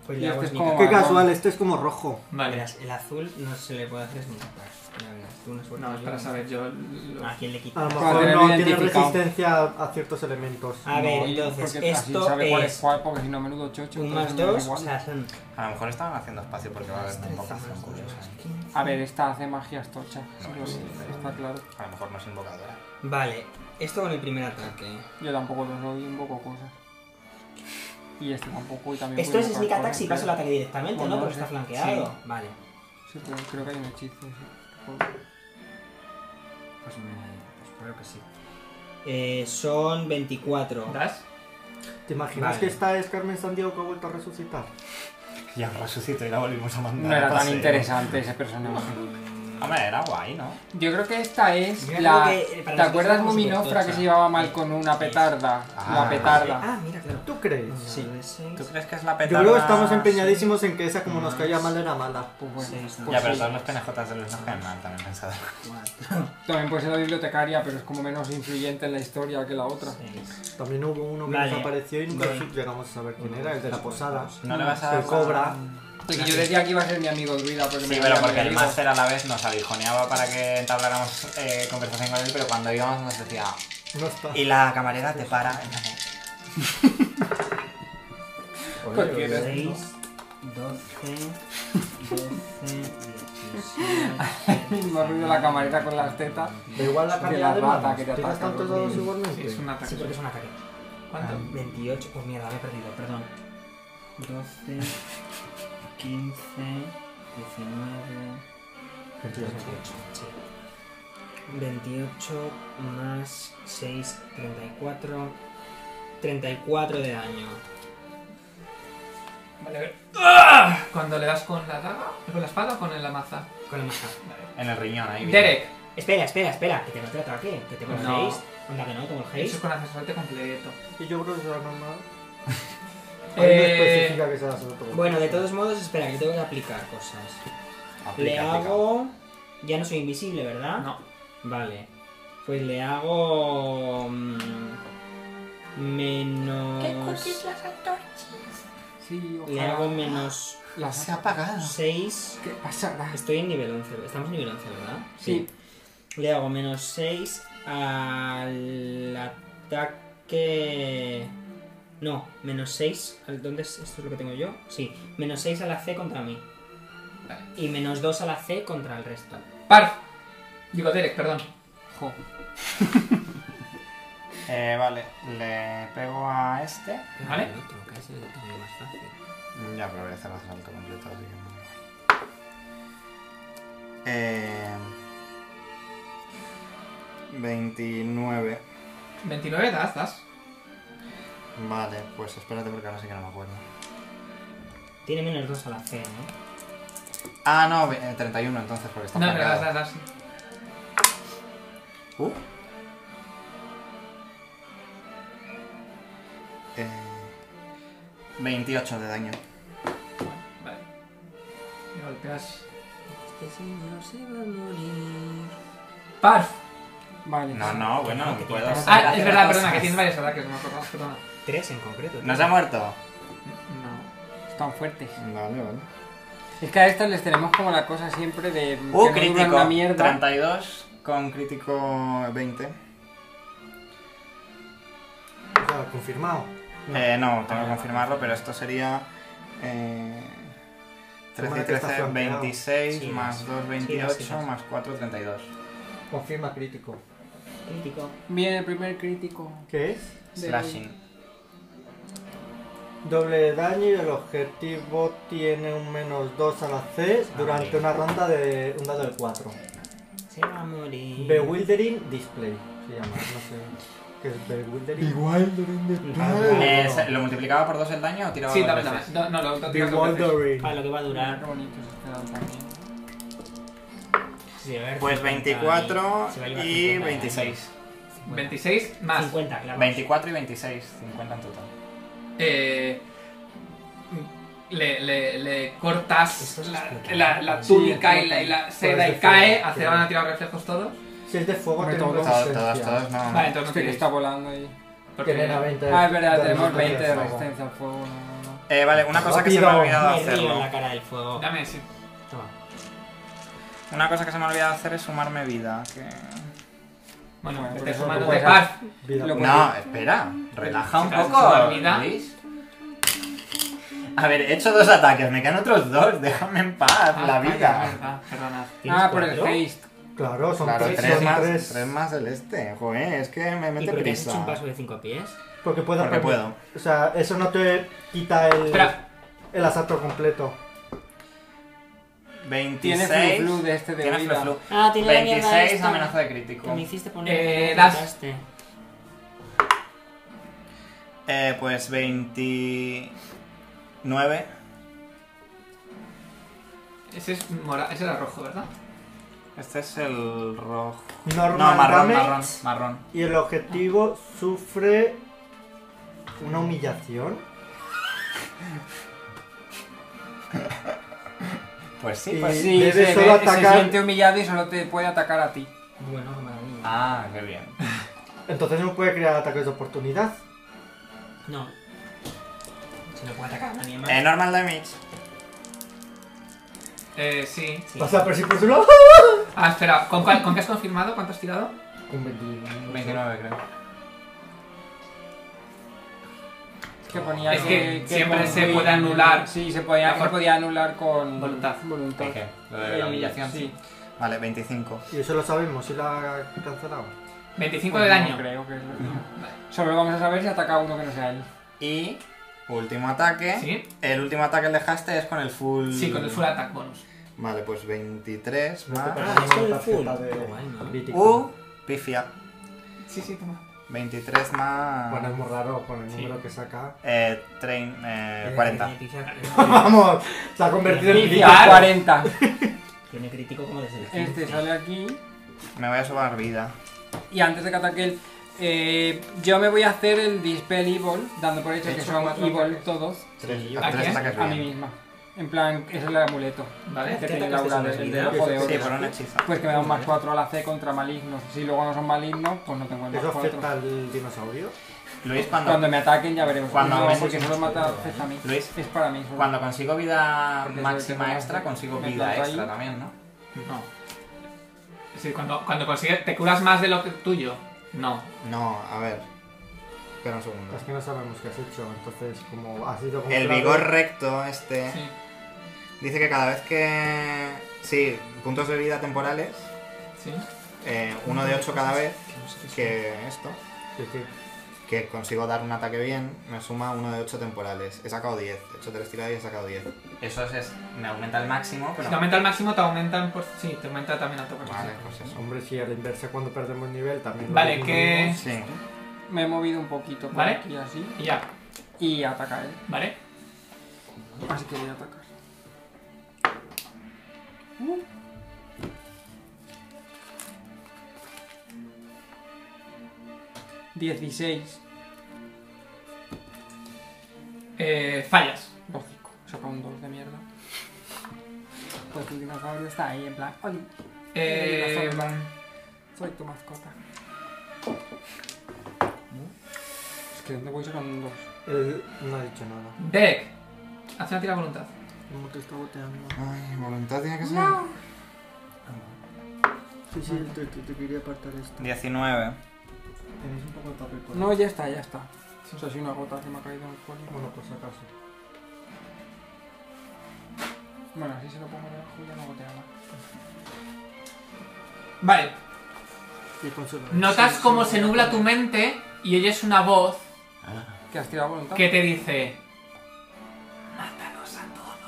Pues
Y
le hago
este es
sneak
como-
Qué
attack.
Vale.
casual, este es como rojo.
Vale.
Verás, el azul no se le puede hacer sneak attack. Ya verás, tú una suerte
No, es
yo,
para
no.
saber yo. lo-
¿A quién le quita?
A lo
Para
mejor
tenerlo
no tiene
identificado.
resistencia a ciertos elementos.
A ver,
y-
entonces,
porque así
esto
sabe cuál es
es
cuál, porque si no, menudo chocho.
Un
entonces
más
no es
dos, o
igual.
sea, son
A lo mejor estaban haciendo espacio porque va a haber una
tres más
invocación ¿eh?
dos
curiosa.
más quince.
A ver, esta hace magias tochas,
No,
eso
sí,
lo-
pero-
está claro.
A lo mejor no es invocadora.
Vale, esto con el primer ataque.
Yo tampoco los doy, invoco cosas. Y este tampoco, y también
Esto
puedo
es
invocar
sneak attack
cosas,
si paso el
claro.
ataque directamente,
Bueno,
¿no?
no
Porque
sé.
está flanqueado. Vale.
Sí, pero creo que hay un hechizo, sí. Por-
Pues me... Pues creo que sí. Eh, son 24.
¿Das?
¿Te imaginas
Vale.
que esta es Carmen Sandiego que ha vuelto a resucitar?
Ya resucitó y la volvimos a mandar.
No
a
era tan
paseo.
interesante ese personaje.
Hombre, era guay, ¿no?
Yo creo que esta es
Yo
la...
creo que,
¿Te
eh, para nosotros
acuerdas
es como
Muminofra que
supertocha?
se llevaba mal con una petarda?
Ah,
la petarda.
Ah, mira, claro.
¿Tú crees?
Sí.
Sí.
¿Tú crees que es la
Yo
petarda?
creo que estamos empeñadísimos en que esa como nos caía mal era mala.
Pues bueno,
Seis,
pues
Ya, pero
sí.
todos los penejotas de los no caen mal, también pensado.
También puede ser la bibliotecaria, pero es como menos influyente en la historia que la otra.
Seis.
También hubo uno que
Vale. Pues
desapareció y nunca
Bien.
llegamos a saber quién era, el de la posada.
No le vas a
El cobra.
O sea, que yo decía que iba a ser mi amigo druida, porque
Sí,
me
pero
había
porque el
leído.
máster a la vez nos aguijoneaba para que entabláramos eh, conversación con él, pero cuando íbamos nos decía. "Ah".
No está.
Y la camarera te para.
Porque eres-
6, 12, 12, 17.
Mismo ruido la camarera con las tetas.
Da igual la
Que
calidad
la
de
rata
manos.
que te
¿Tienes
ataca,
tantos
Rodrigo.
dados igualmente?
Sí, es un ataque.
Sí, porque es un ataque.
¿Cuánto?
Ah, 28. Pues mierda, me he perdido, perdón. 12, 15, 19. 28. Sí. 28 más 6, 34. 34 de daño.
Vale, a ver. ¡Ah! Cuando le das con la daga, con la espada o con la maza.
Con la maza.
En el riñón ahí. bien.
Derek,
Espera, espera, espera. Que te no te ataque. Que te
No.
volvéis. Onda que no, te
eso
volvéis.
es con asesorarte completo.
Y yo creo que será normal. Ahí no
Eh,
especifica que sea otro.
Bueno, de todos modos, espera, que tengo que aplicar cosas.
Aplica,
Le
aplica.
hago. Ya no soy invisible, ¿verdad?
no,
Vale. Pues le hago. mm, Menos.
Sí, ojalá.
Le hago menos
La
Se ha apagado.
6.
¿Qué pasará?
Estoy en nivel 11. Estamos en nivel 11, ¿verdad?
Sí.
Le hago menos 6 al ataque. No, menos 6. ¿Dónde es esto es lo que tengo yo? Sí, menos 6 a la C contra mí.
Vale.
Y menos 2 a la C contra el resto.
Parf. Digo, Derek, perdón.
Jo.
Eh, vale, le pego a este.
¿Vale?
El otro, que es el otro, que es más fácil.
Ya, pero voy a hacer el salto completo, así que no. Eh, 29.
29 das, das.
Vale, pues espérate porque ahora sí que no me acuerdo.
Tiene menos 2 a la C, ¿no?
Ah, no, ve- eh, 31 entonces porque está
No, pero das,
flanqueado.
das, das.
Uh. Eh, 28 de daño.
Vale. Le golpeas.
Este señor se va a morir.
Parf.
Vale.
No, no, bueno,
que
puedo.
tienes-
Ah,
hacer
es verdad,
cosas.
perdona, que tienes varios ataques, no me acuerdo, perdona.
Tres en concreto.
¿No se ha muerto?
No.
Están fuertes.
Vale, vale.
Es que a estas les tenemos como la cosa siempre de.
Uh,
que no duran
crítico.
una mierda.
32 con crítico 20.
O sea, confirmado.
Eh, no, tengo que
vale.
confirmarlo, pero esto sería. Eh, 13
Toma
y
que está
13,
flanqueado.
26,
Sí,
más
sí.
2,
Sí,
28,
sí, sí.
más 4, 32.
Confirma crítico.
Crítico.
Viene el primer crítico.
¿Qué es?
de-
Slashing.
Doble de daño y el objetivo tiene un menos 2 a la C durante
bien.
una ronda de un dado de 4.
Se va a morir.
Bewildering Display se llama, no sé. ¿Qué es Bewildering?
Bewildering de-
Ah,
Eh,
bueno.
¿Lo multiplicaba por 2 el daño o tiraba
Sí,
dos
dame, dame.
veces?
No, no, lo lo-
Bewildering.
Para lo que va a
Mira, Qué
durar.
bonito es este dado también.
Sí, a ver,
Pues
50
24
se va a llevar
y
50 de
26.
daño.
26 más.
50, claro.
24 y 26, 50 en total.
Eh, le, le, le cortas
Esto es
la,
explotable.
la, la
Sí,
túnica y, la,
explota.
y la
Por
seda
el
y cae.
fuego,
Hacia
sí.
van a tirar reflejos todos.
Si es de fuego,
Hombre,
tenemos
todos,
Todos,
resistencia.
todos, todos, no.
Vale, entonces no
Este que
tiréis.
está volando ahí.
Porque-
Tener a 20
Ah, es verdad,
de
tenemos
resistencia
20 de
al fuego.
resistencia al fuego. no, no, no.
Eh, vale, una cosa que se me ha
Rápido.
olvidado
Me río en
hacerlo.
la cara del fuego.
Dame ese.
Toma.
Una cosa que se me ha olvidado hacer es sumarme vida. Que...
Bueno,
Bueno, por
te
eso
suman
no
los de
puedes-
Parf.
Vida.
Lo-
No, espera, relaja un
¿Te vas a
poco,
sumar vida?
Luis. A ver, he hecho dos ataques, me quedan otros dos, déjame en paz,
Ah,
la
vaya,
vida.
verdad, Perdonad.
¿Tienes
Ah, por el
cuatro?
haste.
Claro, son
Claro,
tres,
tres
son
más,
tres.
tres más el este, joder, es que me
¿Y
mete
por qué has hecho un
prisa.
paso de 5 pies?
Porque puedo
Porque puedo.
O sea, eso no te quita el,
Espera.
el asalto completo.
26.
Tiene flu de este de
Tienes
vida.
flu.
Ah, tiene la mierda
26
esta.
amenaza de
Que
crítico.
me hiciste poner. este.
Eh,
me
das.
mataste.
Eh, pues 29.
Ese es mora... Ese era rojo, ¿verdad?
Este es el rojo.
Normal
no, marrón,
damage.
marrón, marrón.
Y el objetivo sufre una humillación.
Pues sí,
Y-
pues sí.
Sí,
Debe
se,
solo
ve- se
atacar-
siente humillado y solo te puede atacar a ti.
Bueno, qué maravilla.
Ah, qué bien.
Entonces no puede crear ataques de oportunidad.
No. Se lo puede atacar a nadie más.
Eh, normal damage.
Eh, sí.
Sí.
Pasa por si por su lado.
Ah, espera. ¿Con, cuál- con qué has confirmado? ¿Cuánto has tirado?
Con 21.
29, creo.
Es que ponía
Es que siempre
con-
se puede anular.
Sí, se podía,
Mejor-
se podía anular con
Voluntad.
voluntad.
Dije, lo de la
El-
humillación, sí.
sí.
Vale, 25.
Y eso lo sabemos, si la ha cancelado.
25 de
Pues no
daño.
creo que es lo que- Solo vamos a saber si ataca uno que no sea él.
Y último ataque.
¿Sí?
El último ataque que dejaste es con el full.
Sí, con el full attack bonus.
Vale, pues 23
No te
más.
Ah,
pasa
es con el
ninguna
full.
tarjeta de
Qué guay, ¿no?
crítico.
Uh, pifia.
Sí, sí, toma.
23 más.
Ah. Bueno, es muy raro con el
Sí.
número que saca.
Eh, trein- eh,
Eh,
40.
tiene crítica-
Vamos, se ha convertido en
Sí,
Y
líder.
a 40.
Tiene crítico como desde el 15.
Este sale aquí.
Me voy a sumar vida.
Y antes de que ataque él, eh, yo me voy a hacer el Dispel Evil, dando por hecho
He
que
hecho
son
cuatro
Evil
ataques.
todos,
Tres,
¿A
tres
quién?
ataques
¿eh? a mí
bien.
misma. En plan, ese es el amuleto.
Vale.
Que
¿Qué
tiene
ataques
la
te
aura
sumas,
del
Miguel?
del ojo de
Sí,
oro.
por un hechizo.
Pues que me da un más 4 a la C contra malignos. Si luego no son malignos, pues no tengo el más
¿Eso
4.
afecta al dinosaurio?
Luis, cuando,
Cuando me ataquen ya veremos.
Cuando
no,
me-
porque solo mata afecta a mí.
Luis.
Es para mí. solo.
cuando consigo vida
Porque
máxima
soy el
extra,
que más-
consigo
me
vida
planto
extra
ahí.
también, ¿no?
No. Sí, cuando, cuando consigues. ¿Te curas más de lo que tuyo? No.
No, a ver. Espera un segundo.
Pues,
Es que no sabemos qué has hecho, entonces como ha sido como
El
claro,
vigor recto,
¿Eh?
este.
Sí.
Dice que cada vez que. Sí, puntos de vida temporales.
Sí.
eh, uno de 8 cada vez. Que esto.
que- que-
Que consigo dar un ataque bien. Me suma uno de 8 temporales. He sacado 10. He hecho 3 tiradas y he sacado 10. Eso es, es- Me aumenta el máximo,
Si
pero.
te aumenta el máximo, te aumentan por. Sí, te aumenta también a tope.
Vale, pues eso.
Hombre, si a la inversa cuando perdemos nivel también... lo
Vale, que.
disminuimos.
Sí.
Me he movido un poquito por
Vale.
aquí así.
Y ya,
Y ataca él.
¿vale?
Así que voy a atacar. Uh. Dieciséis.
Eh, fallas.
Lógico. Saca un 2 de mierda. Pues tu dinosaurio está ahí en plan. Oli,
Eh,
soy tu mascota. Es que ¿dónde voy sacando un 2?
El- No ha dicho nada.
Derek, haz una tira de voluntad.
No te está boteando.
Ay, voluntad tiene que ser.
Sí, sí, te, quería apartar esto.
19.
Tenéis un poco de papel por
No, ya está, ya está. O sea, si una gota que me ha caído en el cuello.
Bueno, por si acaso.
Bueno, así se lo pongo debajo y ya no gotea más.
Vale,
Y consuelo.
notas cómo se nubla tu mente y oyes una voz
¿Que has tirado voluntad?
que te dice: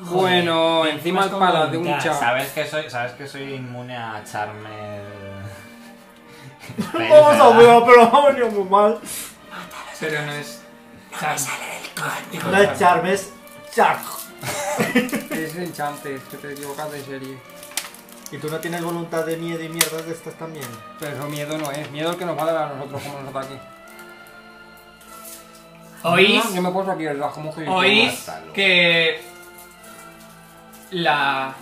Bueno,
Joder,
encima el
con
pala de un
voluntad.
chavo.
Sabes que soy, sabes que soy inmune a Charmel.
Vamos a ver, pero ha venido muy mal.
Pero no es. Charm.
No es Charmes, Char.
Es enchante, que te equivocas de serie.
Y tú no tienes voluntad de miedo y mierdas de estas también.
Pero eso miedo no es, miedo el que nos va a dar a nosotros como nos ataque.
¿Oís?
No, Yo me he puesto aquí debajo, mujer.
Oís
Mátalo.
que la,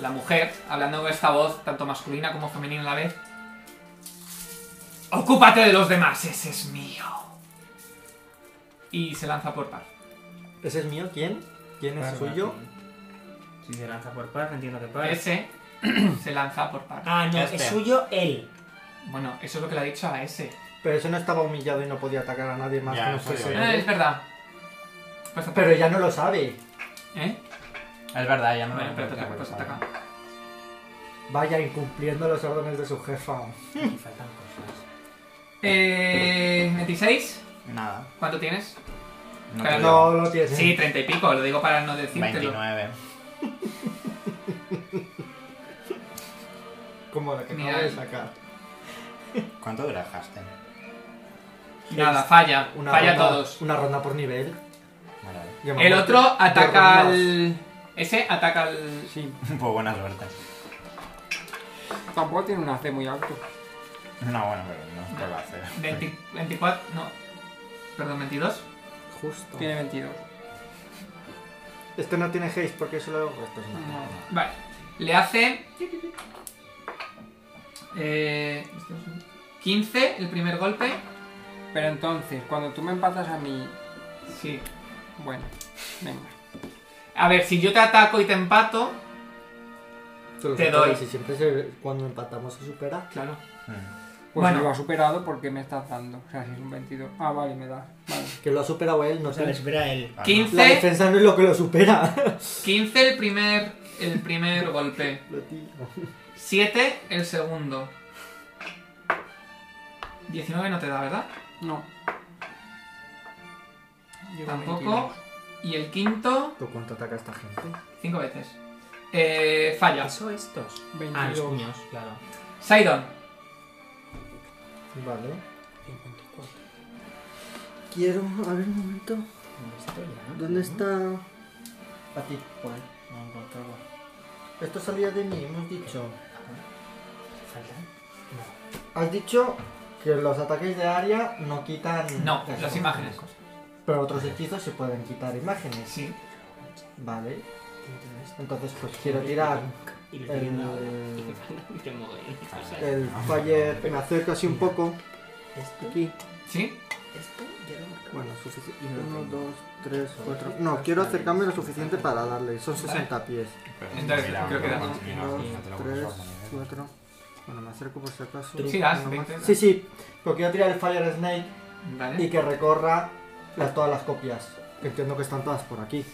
la mujer, hablando con esta voz, tanto masculina como femenina a la vez, ocúpate de los demás, ese es mío. Y se lanza por par.
¿Ese es mío? ¿Quién? ¿Quién es suyo?
Si se lanza por par, entiendo que
Pues.
par.
Ese se lanza por par.
Ah, no,
Este.
es suyo él.
Bueno, eso es lo que le ha dicho a ese.
Pero ese no estaba humillado y no podía atacar a nadie más
Ya,
que no
eso digo
fuese
yo.
Ah,
él.
es verdad. Pues ataca.
Pero ya no lo sabe.
¿Eh?
Es verdad, ya no
Bueno, pero
no
ataca, pues
acuerdo.
ataca.
Vaya, incumpliendo las órdenes de su jefa.
Aquí faltan cosas.
Eh. 26.
Nada.
¿Cuánto tienes?
No
Claro,
te digo.
No lo tiene.
Sí, 30 y pico, lo digo para no decírtelo.
29.
Como la que
Mira.
acabo de sacar.
¿Cuánto durajaste?
Nada, falla. falla
ronda,
todos.
Una ronda por nivel.
Vale.
Yo me
El
acuerdo
otro
de
ataca
rondas.
al. Ese ataca al.
Sí,
Pues buena suerte.
tampoco tiene un AC muy alto.
No, bueno, pero no te va a hacer.
20 24. No. Perdón, 22.
Justo.
Tiene 22.
Este no tiene haste porque solo. Esto es una-
Vale. Le hace. Eh, esto es un- 15 el primer golpe.
Pero entonces, cuando tú me empatas a mí.
Sí.
Bueno, venga.
A ver, si yo te ataco y te empato.
Te, lo
Te
supera,
doy.
Si siempre se- cuando empatamos se supera.
Claro.
Ah,
Pues
Bueno.
lo ha superado porque me estás dando. O sea, si es un 22. Ah, vale, me da. Vale.
Que lo ha superado él, no
O sea, le
sé.
supera a él.
La
15,
defensa no es lo que lo supera.
15 el primer, el primer golpe.
Lo tiro.
7 el segundo. 19 no te da, ¿verdad?
No. Llevo
Tampoco. Ah,
22.
Y el quinto,
¿Tú cuánto ataca esta gente?
5 veces. Eh, falla.
¿Eso estos? Ah, los
22.
puños, claro.
Sidon.
Vale.
54.
Quiero. A ver un momento.
Esto ya.
¿Dónde está? Aquí.
No encontraba.
Esto salía de mí, hemos dicho.
¿Falta? No.
Has dicho que los ataques de área no quitan.
No,
eso.
las imágenes.
Pero otros hechizos se pueden quitar imágenes.
Sí.
Vale. Entonces, pues quiero tirar
Y lo estoy viendo ahora. Y me
el.
falta- y tengo ahí. O sea,
El fire. Me acerco así un poco. Aquí.
¿Sí?
Esto ya lo he marcado.
Bueno, suficiente. 1, 2, 3, 4. No, quiero acercarme lo suficiente para darle. Son 60 pies.
Entonces, creo que da.
no,
1,
no, no te lo
2,
puedo
3,
guardar, ¿eh?
4. Bueno, me acerco por si acaso.
Sí, das,
Uno más.
20.
Sí, sí. Pero quiero tirar el Fire Snake y
Vale.
que recorra las- todas las copias. Que entiendo que están todas por aquí.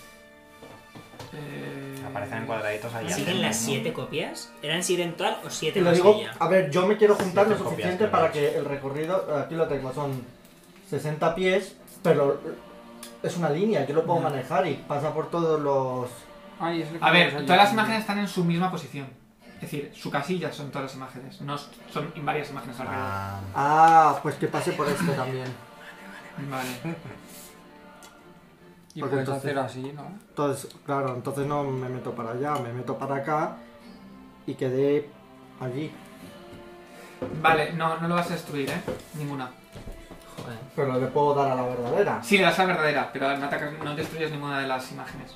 Eh,
Aparecen en cuadraditos allá.
¿Siguen las 7 copias? ¿Eran 7 en total o 7
Y lo
más
digo,
ella?
a ver, yo me quiero juntar lo
Siete copias,
suficiente
¿no?
para que el recorrido. Aquí lo tengo, son 60 pies, pero es una línea, yo lo puedo manejar y pasa por todos los.
Ay, es el que
A
me
ver,
salió.
todas las imágenes están en su misma posición. Es decir, su casilla son todas las imágenes, no s- son en varias imágenes alrededor.
Ah,
Ah, pues que pase por este también.
Vale.
Y
Porque
puedes
entonces-
hacer así, ¿no?
Entonces, claro, entonces no me meto para allá, me meto para acá y quedé allí.
Vale, no, no lo vas a destruir, ¿eh? Ninguna.
Joder.
Pero le puedo dar a la verdadera.
Sí, le das la verdadera, pero no, atacas- no destruyes ninguna de las imágenes.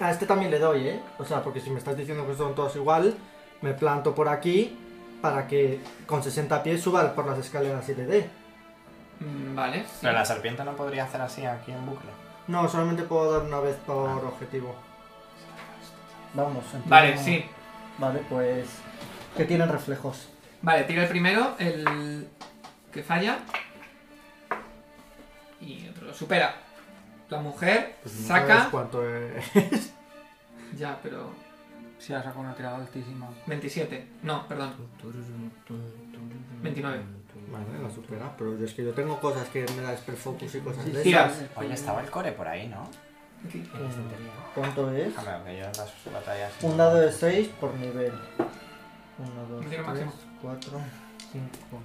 A este también le doy, ¿eh? O sea, porque si me estás diciendo que son todos igual, me planto por aquí para que con 60 pies suba por las escaleras y le dé.
Mm, Vale. sí.
Pero la serpiente no podría hacer así aquí en bucle.
No, solamente puedo dar una vez por objetivo. Ah. Vamos. entiendo.
Vale, sí.
Vale, pues... Que tienen reflejos.
Vale, tira el primero, el que falla. Y otro lo supera. Pues La mujer saca.
Pues cuánto es?
Ya, pero.
Si has sacado una tirada altísima.
27. No, perdón. 29.
Vale, la supera, pero es que yo tengo cosas que me da Esperfocus y cosas de
Tira.
esas.
Oye, estaba el core por ahí, ¿no?
Aquí.
Mm.
¿Cuánto es?
Ah,
A ver, que yo en las batallas.
Un dado de 6 por nivel. 1, 2,
Nivel
3,
máximo.
4, 5,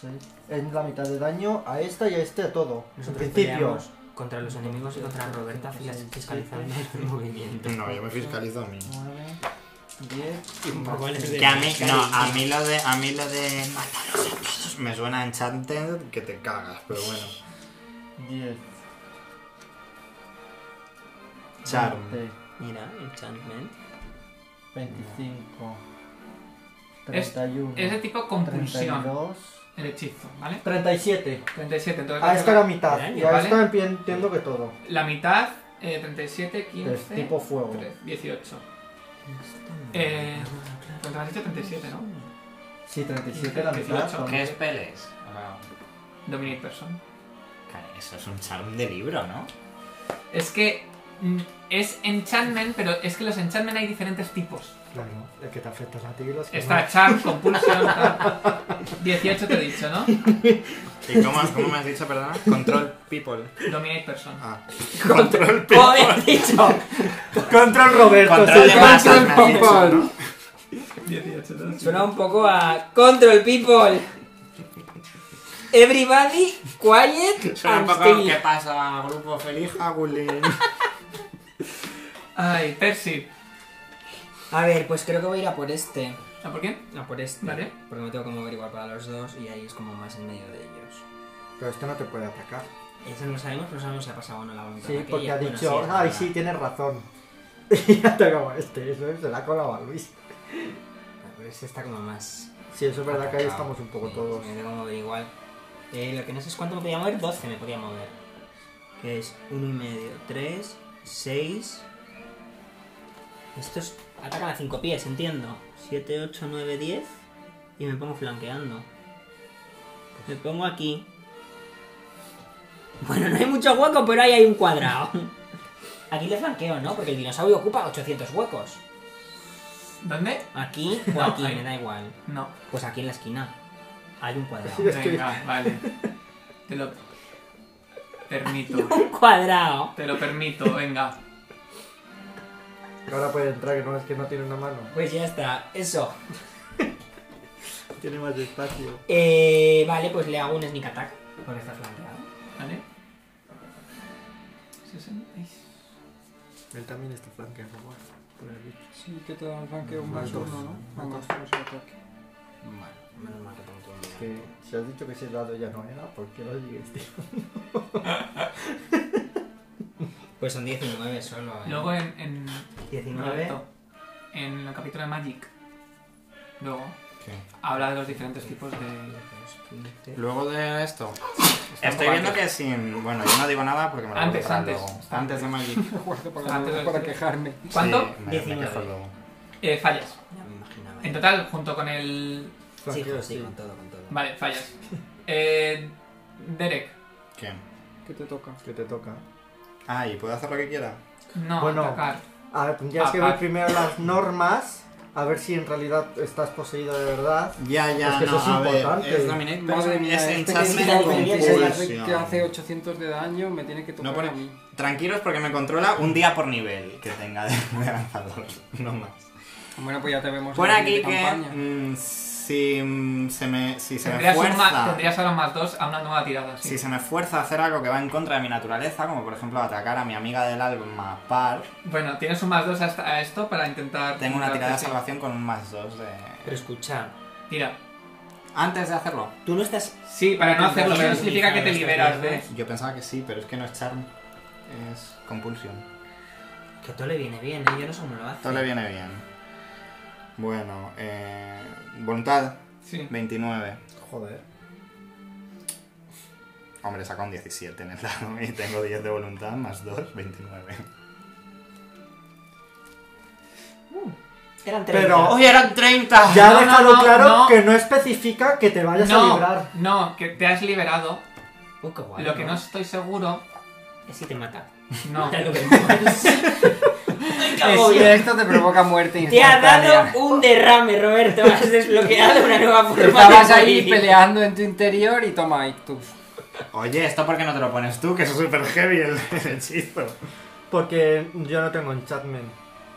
6. Es la mitad de daño a esta y a este a todo. En
Nosotros
principio.
peleamos contra los enemigos y contra Roberta filas- fiscalizando el movimiento.
No, yo me fiscalizo a mí.
9, 10.
Y un poco el de-
Que a mí, no, a mí lo de, a mí lo de matarlos a todos me suena a enchanted que te cagas, pero bueno.
10.
Charm.
Mira, enchantment.
25.
Es-
31.
Es de tipo compulsión.
32.
El hechizo, ¿vale?
37.
37. Entonces,
A Ah, esta la mitad.
Daño,
Y a
¿vale?
esta empie- entiendo que todo.
la mitad Eh, 37, 15.
Es tipo fuego.
3, 18. Eh, ¿Cuánto me has dicho? 37, ¿no?
Sí, 37 la mitad.
18.
son-
Tres peles.
Dominate Person.
Cara, Eso es un charm de libro, ¿no?
Es que mm, es enchantment, pero es que los enchantment hay diferentes tipos.
Claro, el que te afectas a ti y los que
Está charm, compulsion, tal. 18 te he dicho, ¿no?
¿Y cómo, cómo me has dicho, perdona? Control people. Ah.
Dominate Person.
Control
¡Joder, dicho!
Control Roberto.
Control de masas, me has
Control
dicho,
people.
¿no?
18, Ah, ¿no?
Suena un poco a Control People. Everybody quiet
Suena un
and
poco ¿Qué
still.
pasa, grupo feliz? Agulín.
Ay, Percy.
A ver, pues creo que voy a ir a por este.
¿A por quién?
A por este.
Vale.
Porque me tengo como averiguar para los dos y ahí es como más en medio de ellos.
Pero este no te puede atacar.
Eso no lo sabemos, pero sabemos si ha pasado o no la voluntad.
Sí,
de
porque
aquella.
ha
Bueno,
dicho,
es
ay,
verdad.
sí, tienes razón. Y ha atacado a este, eso se la ha colado a Luis.
Pero este está como más.
Sí, eso es verdad que ahí
atacado.
estamos un poco
Ah, Sí,
todos.
Me tengo como averiguar. Eh, lo que no sé es cuánto me podía mover, 12 me podía mover. Que es 1 y medio, 3, 6. Estos atacan a 5 pies, entiendo. 7, 8, 9, 10. Y me pongo flanqueando. Me pongo aquí. Bueno, no hay mucho hueco, pero ahí hay un cuadrado. Aquí le flanqueo, ¿no? Porque el dinosaurio ocupa 800 huecos.
¿Dónde?
Aquí o aquí, me da igual.
No.
Pues aquí en la esquina. Hay un cuadrado.
Es que-
Venga, vale. Te lo permito.
Un cuadrado.
Te lo permito, venga.
que Ahora puede entrar, que no es que no tiene una mano.
Pues ya está, eso.
Tiene más espacio.
Eh, vale, pues le hago un sneak attack. Porque está flanqueado.
¿Vale? 66.
Él también está flanqueando, bueno, por el bicho.
Sí, que te dan ranqueo un más
Más dos.
uno, ¿no?
Más
Venga,
dos.
pues ataque.
Bueno, menos mal que tengo todo
Es
el
que si has dicho que ese lado ya no era, ¿por qué lo sigues, tío?
Pues son 19 solo. eh.
Luego en, en
19.
Roberto, en el capítulo de Magic, luego
¿Qué?
habla de los diferentes tipos de.
Luego de esto. Estoy viendo que sin. Bueno, yo no digo nada porque me lo
Antes,
voy a
antes.
luego. Antes de Magic.
Me guardo para,
Antes de-
para quejarme.
¿Cuánto?
Sí, me- me,
Diecinueve.
quejo luego.
Eh, fallas.
Ya me imaginaba.
En total, junto con el.
Sí,
Flanqueo,
sí, sí, con todo, con todo.
Vale, fallas. Eh, Derek.
¿Qué?
Que te toca.
Que te toca.
Ah, ¿y puedo hacer lo que quiera?
No,
Bueno.
atacar.
A ver, tendrías pues que ver
Aparte-
primero las normas, a ver si en realidad estás poseído de verdad.
Ya, ya,
Es que eso
no,
es
a ver,
importante.
es Dominate
Madre
Person,
mía,
es
este
Enchantment
que-
con
que-
Pulsion.
que hace 800 de daño me tiene que tocar
No pone-
a mí.
Tranquilos porque me controla un día por nivel que tenga de, de lanzador, no más.
Bueno, pues ya te vemos
Pon
en la
aquí
siguiente
que
campaña.
mm, si mm, se me, si se me
Tendrías, un ma-
fuerza...
tendrías ahora más dos a una nueva tirada. Sí.
Si se me fuerza a hacer algo que va en contra de mi naturaleza, como por ejemplo atacar a mi amiga del alma par,
Bueno, tienes un más dos hasta- a esto para intentar.
tengo una tirada de
sí.
salvación con un más 2 de...
Pero escucha,
Tira.
Antes de hacerlo.
tú no estás.
Sí, para no hacerlo, pero no significa que te liberas de.
Yo pensaba que sí, pero es que no es charm, es compulsión.
Que todo le viene bien, ¿eh? Yo no sé cómo lo hace.
Todo le viene bien. Bueno, eh, voluntad
Sí.
29.
Joder.
Hombre, saco un 17 en el lado y tengo 10 de voluntad más 2, 29.
Eran 30.
Pero
¡Oye, eran 30!
ya ha
No, no,
dejado
no,
claro
no.
que no especifica que te vayas a librar.
No, no, que te has liberado.
Uh, qué guay,
Lo que no estoy seguro.
Es si te mata.
No.
Lo que no es. Ay, qué
Es
agobio.
que esto te provoca muerte
Te has
instantánea.
dado un derrame, Roberto. Has desbloqueado una nueva forma
Estabas
de
ahí
morir.
peleando en tu interior y toma ictus.
Oye, ¿esto por qué no te lo pones tú? Que eso es súper heavy el, el hechizo.
Porque yo no tengo enchantment.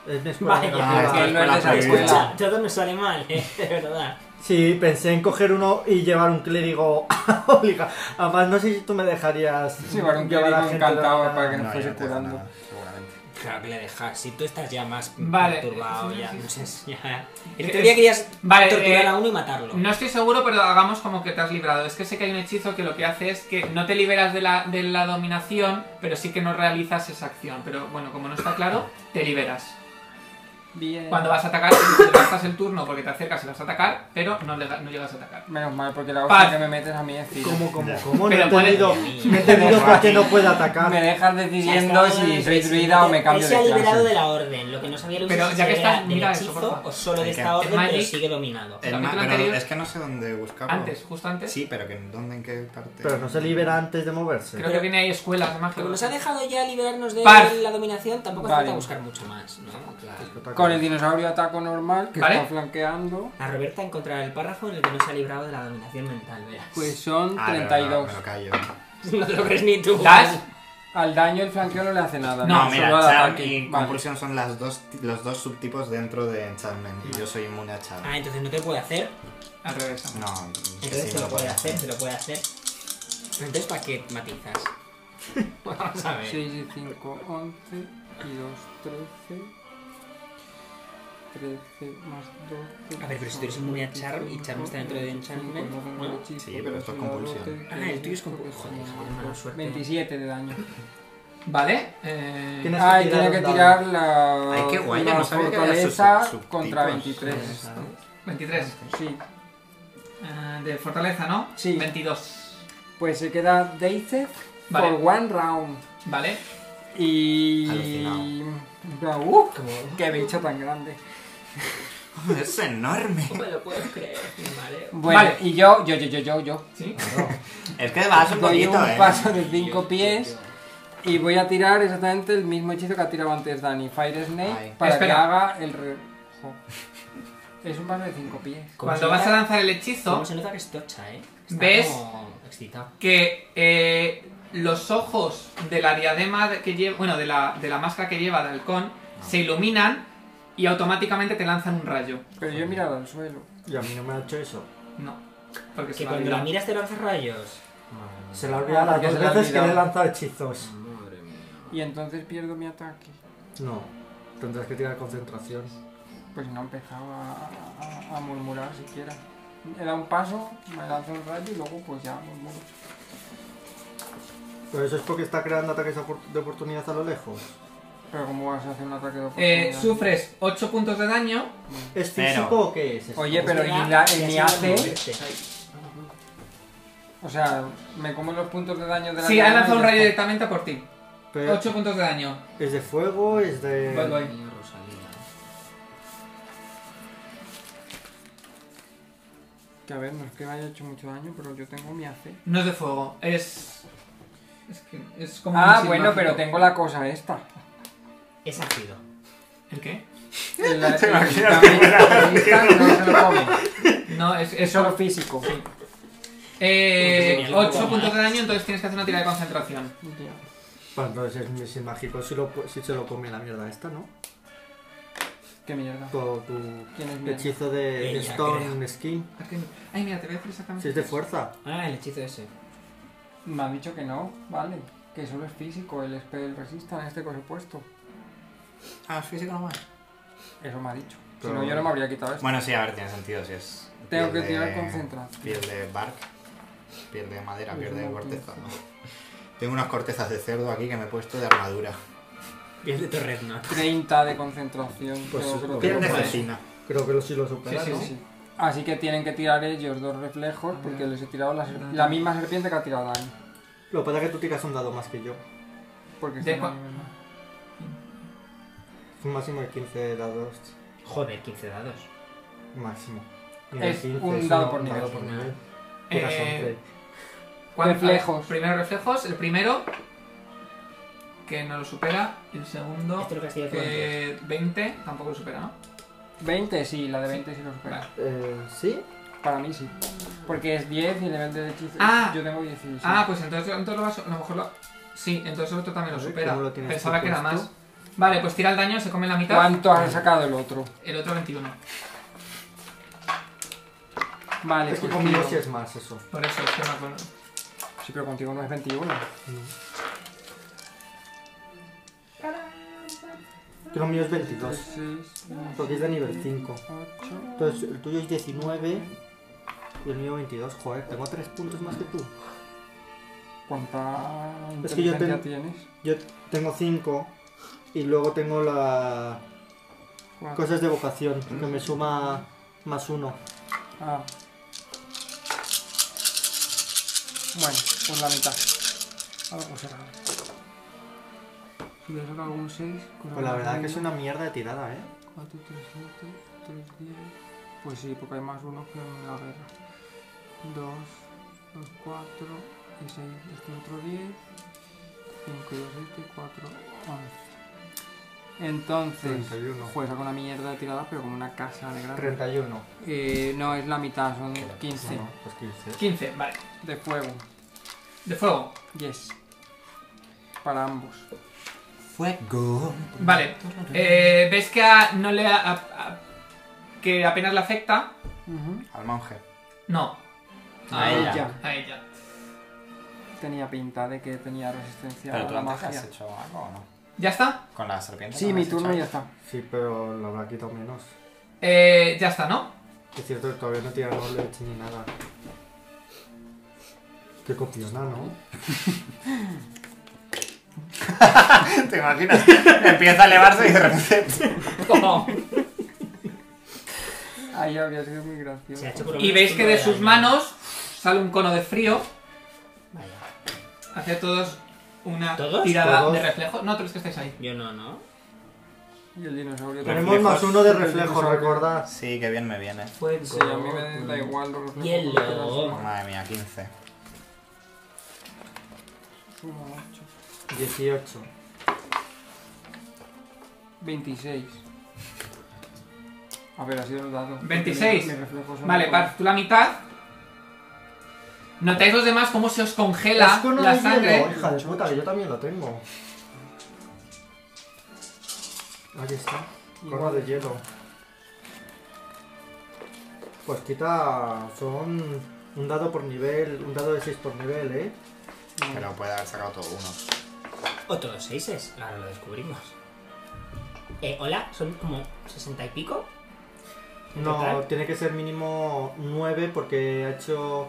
Es mi escuela
Vaya,
negativa.
es que
que no eres
escuela prohibida.
escuela.
Escucha, todo nos sale mal, ¿eh? De verdad.
Sí, pensé en coger uno y llevar un clérigo obliga. Además, no sé si tú me dejarías
Llevar un
a
clérigo
gente
encantado
loca.
para que no
yo
fuese
te hago
curando.
nada, seguramente.
Claro que le dejas, si tú estás ya más
Vale.
perturbado,
Sí,
ya,
sí,
no
sí.
sé, ya... En
Es-
teoría querías
Vale,
torturar
eh,
a uno y matarlo.
No estoy seguro, pero hagamos como que te has librado. Es que sé que hay un hechizo que lo que hace es que no te liberas de la, de la dominación, pero sí que no realizas esa acción. Pero bueno, como no está claro, te liberas.
Bien.
Cuando vas a atacar, te gastas el turno porque te acercas y vas a atacar, pero no, le- no llegas a atacar.
Menos mal, porque la
Paz.
hostia que me metes a mí es decir,
Como, como,
Ya.
como, no he
Pero pone-
entendido, no he entendido por qué no puede
Me
atacar.
dejas decidiendo si soy druida o me cambio de
Él se ha liberado de
clase.
la orden. Lo que no sabía Luis
Pero ya
es si
que
era
estás,
del
mira eso,
hechizo
por favor.
o solo de
Es que
esta orden, pero
Magic-
sigue dominado.
El
El ma-
capítulo
pero
anterior-
es que no sé dónde buscarlo.
Antes, justo antes.
Sí, pero que, ¿dónde? ¿En qué parte?
Pero no se libera antes de moverse.
Creo que viene ahí escuelas más
Como nos ha dejado ya liberarnos de
Par.
la dominación, tampoco hace
Vale.
falta buscar mucho más, ¿no? pues,
Con
Claro.
el dinosaurio ataco normal, que
Vale.
está flanqueando.
A Roberta encontrará el párrafo en el que no se ha librado de la dominación mental, verás.
Pues son
Ah, pero no,
32.
me lo callo.
no te lo crees ni tú.
¿Das?
Al daño el flanqueo no le hace nada.
No, mira,
solo al
Charm
ataque.
y
Vale.
Compulsión son las dos, los dos subtipos dentro de Enchantment. Y yo soy inmune a Charm.
Ah, entonces no te puede hacer.
Al revés.
No, que
Entonces
sí
te
me
lo puede
puedes
hacer, te lo puede hacer. Entonces, ¿para qué matizas? Vamos a ver.
6 y 5, 11 y 2, 13. 13 más 12.
A ver, pero si tú eres inmune a Charm y Charm está dentro de Enchantment, ¿no?
Sí, pero esto es compulsión.
Ah, el tuyo es como- joder, joder, mala suerte.
27 de daño.
Vale. eh,
Tienes que
Ah, y
tirar
tiene
un
que
dado.
tirar la,
Ay, qué guay, yo
la
no sabía que había
fortaleza
sub- subtipos.
contra 23.
23.
Sí,
Eh, de fortaleza, ¿no?
Sí.
22.
pues se queda Dazed
Vale.
por one round.
Vale.
Y.
Alucinado.
En plan, ¡uh!
Como-
¡Qué bicho tan grande!
Es enorme.
No me lo puedo creer, me mareo.
Bueno,
Vale.
y yo, yo, yo, yo, yo, yo.
Sí.
Es que vas un
Doy
poquito,
un
eh.
paso de 5 pies y voy a tirar exactamente el mismo hechizo que ha tirado antes Dani, Fire Snake,
Ay.
para que
Espera.
haga el re... jo. Es un paso de 5 pies.
¿Cómo
Cuando
se
vas a
nota-
lanzar el
¿Cómo
hechizo,
se nota que es tocha, eh? Está
¿Ves?
como excitado.
que eh, los ojos de la diadema de- que lleva, bueno, de la, de la máscara que lleva de halcón, se iluminan y automáticamente te lanzan un rayo.
Pero yo he mirado al suelo.
Y a mí no me ha hecho eso.
No, porque se
Que
lo ha
cuando la
olvidado.
miras te lanzas rayos.
Se le ha olvidado las
porque
dos
se le ha
veces que le he
olvidado.
lanzado hechizos.
Y entonces pierdo mi ataque.
No, tendrás que tirar concentración.
Pues no he empezado a, a- a murmurar siquiera. He dado un paso, me lanzo un rayo y luego pues ya murmuro.
Pero eso es porque está creando ataques opor- de oportunidad a lo lejos.
Pero ¿cómo vas a hacer un ataque de oportunidad?
Eh, sufres 8 puntos de daño.
¿Es
Pero-
físico o qué es? ¿Es
Oye,
como-
pero
Y
y
ya-
la,
y
en mi
así no
AC,
moverte.
o sea, me como los puntos de daño de la
Sí, ha
llama y
lanzado un
ya
rayo
está.
directamente por ti.
Pero-
8 puntos de daño.
¿Es de fuego? ¿Es de...?
Voy, voy.
Mira, Rosalía.
Que a ver, no es que me haya hecho mucho daño, pero yo tengo mi AC.
No es de fuego, es. Es que es como. un
Ah,
misil
bueno,
mágico.
pero tengo la cosa esta.
Es ácido.
¿El qué?
La- el vitamina esta no se lo come.
No, es,
Es
es
solo físico.
Eh,
Pues,
8
¿no?
puntos de daño, entonces tienes que hacer una tirada de concentración.
Pues entonces es un misil mágico. Si, lo, pu- si se lo come la mierda esta, ¿no?
Qué mierda.
Todo tu
¿Quién es mierda?
hechizo de
Ella,
Stone
creo.
Skin.
¿A qué? Ay, mira, te voy a hacer esa
Si
camisa.
es de fuerza.
Ah, el hechizo ese.
Me ha dicho que no, vale. Que solo es físico, el spell resistan este cosa he puesto.
Ah, es físico nomás.
Eso me ha dicho. Si
Pero-
no, yo no me habría quitado esto.
Bueno, sí, a ver, tiene sentido si es.
Tengo que
piel de-
tirar concentración.
Piel de bark, piel de madera,
Uy,
piel
no
de
lo
corteza. ¿no? Tengo unas cortezas de cerdo aquí que me he puesto de armadura.
Piel de torrezno.
30 de concentración.
Pues
yo
sí,
creo que lo
pierde
Piel de
Vale.
puedo.
cecina.
Creo que lo sí lo supera,
Sí,
¿no?
sí,
Sí. Así que tienen que tirar ellos dos reflejos porque les he tirado la, ser-
Ah.
la misma serpiente que ha tirado Dani.
Lo que pasa es que tú tiras un dado más que yo.
Porque
De
están
cua-
a nivel-
Un máximo de 15 dados.
Joder, 15 dados.
Máximo.
Es un dado por nivel.
por nivel. Tiras
Eh,
11.
¿cuál-
Reflejos.
Primero reflejos, el primero. Que no lo supera. y El segundo.
Esto
Este
lo que has tirado
Eh,
tú
Que
antes.
20 tampoco lo supera, ¿no?
20, sí, la de 20 sí lo supera.
Vale.
Eh, ¿Sí?
Para mí sí. Porque es 10 y el nivel de hechizo.
Ah.
Yo tengo 16.
Ah, pues entonces, entonces lo vas. A lo mejor lo. Sí, entonces el otro también lo
A ver,
supera.
¿cómo lo tienes
Pensaba
tú
que era
puesto?
más. Vale, pues tira el daño, se come la mitad.
¿Cuánto has sacado el otro?
El otro 21.
Vale,
Es que
pues
conmigo
tiro.
sí es más eso.
Por eso, es que me acuerdo.
Sí, pero contigo no es 21.
Que lo mío es 22.
6,
Porque es de nivel 5.
8.
Entonces el tuyo es 19 y el mío 22. Joder, tengo 3 puntos más que tú.
¿Cuánta
Es que yo
inteligencia tienes?
Yo tengo 5 y luego tengo la...
Cuatro.
Cosas de vocación, que me suma más uno.
Ah. Bueno, pues la mitad. Algo será. Si le saco algún 6,
Pues la verdad que es una mierda de tirada, ¿eh?
4, 3, 7, 3, 10. Pues sí, porque hay más uno que en la guerra. 2, 2, 4 y 6. Este otro 10. 5, 2, 7, 4, 11. Entonces,
31.
joder, saco una mierda de tirada, pero como una casa de grande.
31.
Eh, no, es la mitad, son 15
Bueno, pues 15.
15, vale.
de fuego.
De fuego.
Yes. Para ambos.
Fuego.
Vale. Eh, ¿Ves que a- no le... a- a- a- que apenas le afecta?
Al monje.
No.
A ella.
Ya.
A ella.
Tenía pinta de que tenía resistencia
Pero
a
tú
la
antes has
magia.
hecho algo o no?
¿Ya está?
Con la serpiente.
Sí,
no
mi
has hecho
turno
algo.
ya está.
Sí, pero lo habrá quitado menos.
Eh, ya está, ¿no?
Es cierto que todavía no tira knowledge ni nada. Qué copiona, ¿no?
¿Te imaginas? Empieza a elevarse y de repente.
Ahí habría sido muy gracioso.
Se ha hecho por lo
Y
menos
veis
uno
que de sus
daño.
manos sale un cono de frío.
Vaya.
Hacia todos una
¿Todos?
tirada
¿Todos?
de reflejo. No, todos los que estáis ahí.
Yo no, ¿no?
Y el dinosaurio también.
Tenemos más uno de
Reflejos.
reflejo, recordad.
Sí, que bien me viene.
Fuego.
Sí, a mí me da igual los reflejos.
Hielo.
porque no suman-
Madre mía, 15.
suman ocho.
18.
26. A ver, ha sido el dado.
26.
Mis reflejos son
Vale,
muy
Parf, tú la mitad. Notáis los demás cómo se os congela
Es con
la
de
sangre.
hielo, hija de puta, que yo también lo tengo. Aquí está. Cono de hielo. Pues quita. Son un dado por nivel, un dado de 6 por nivel, ¿eh?
Pero puede haber sacado todo uno.
Otros seises, ahora lo descubrimos. Eh, hola, son como 60 y pico. ¿En
No,
total?
tiene que ser mínimo 9 porque ha hecho.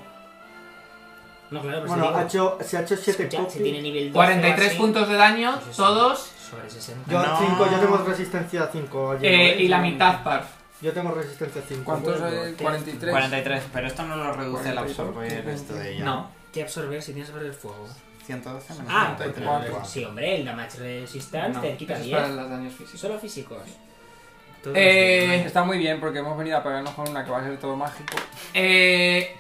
No, claro, pero
Bueno,
si digo,
ha hecho, se ha hecho 7
ya, si tiene
copies.
nivel 12 o
43
así,
puntos de daño,
Pues eso.
todos.
Sobre 60.
Yo
No.
5, yo tengo resistencia 5 al hielo,
eh,
¿eh?
y la mitad, Parf.
Yo tengo resistencia 5.
¿Cuántos hay? 43.
43, pero esto no lo reduce el
44,
absorber esto de ella.
No.
¿Qué absorber si tienes sobre el fuego?
112 menos
Ah,
43.
porque-
guau.
Sí, hombre, el damage resistance
No,
Este,
te quita
eso es
10.
para los daños físicos.
Solo eh? físicos. Todos
Eh,
los demás.
Está muy bien porque hemos venido a pegarnos con una que va a ser todo mágico.
Eh,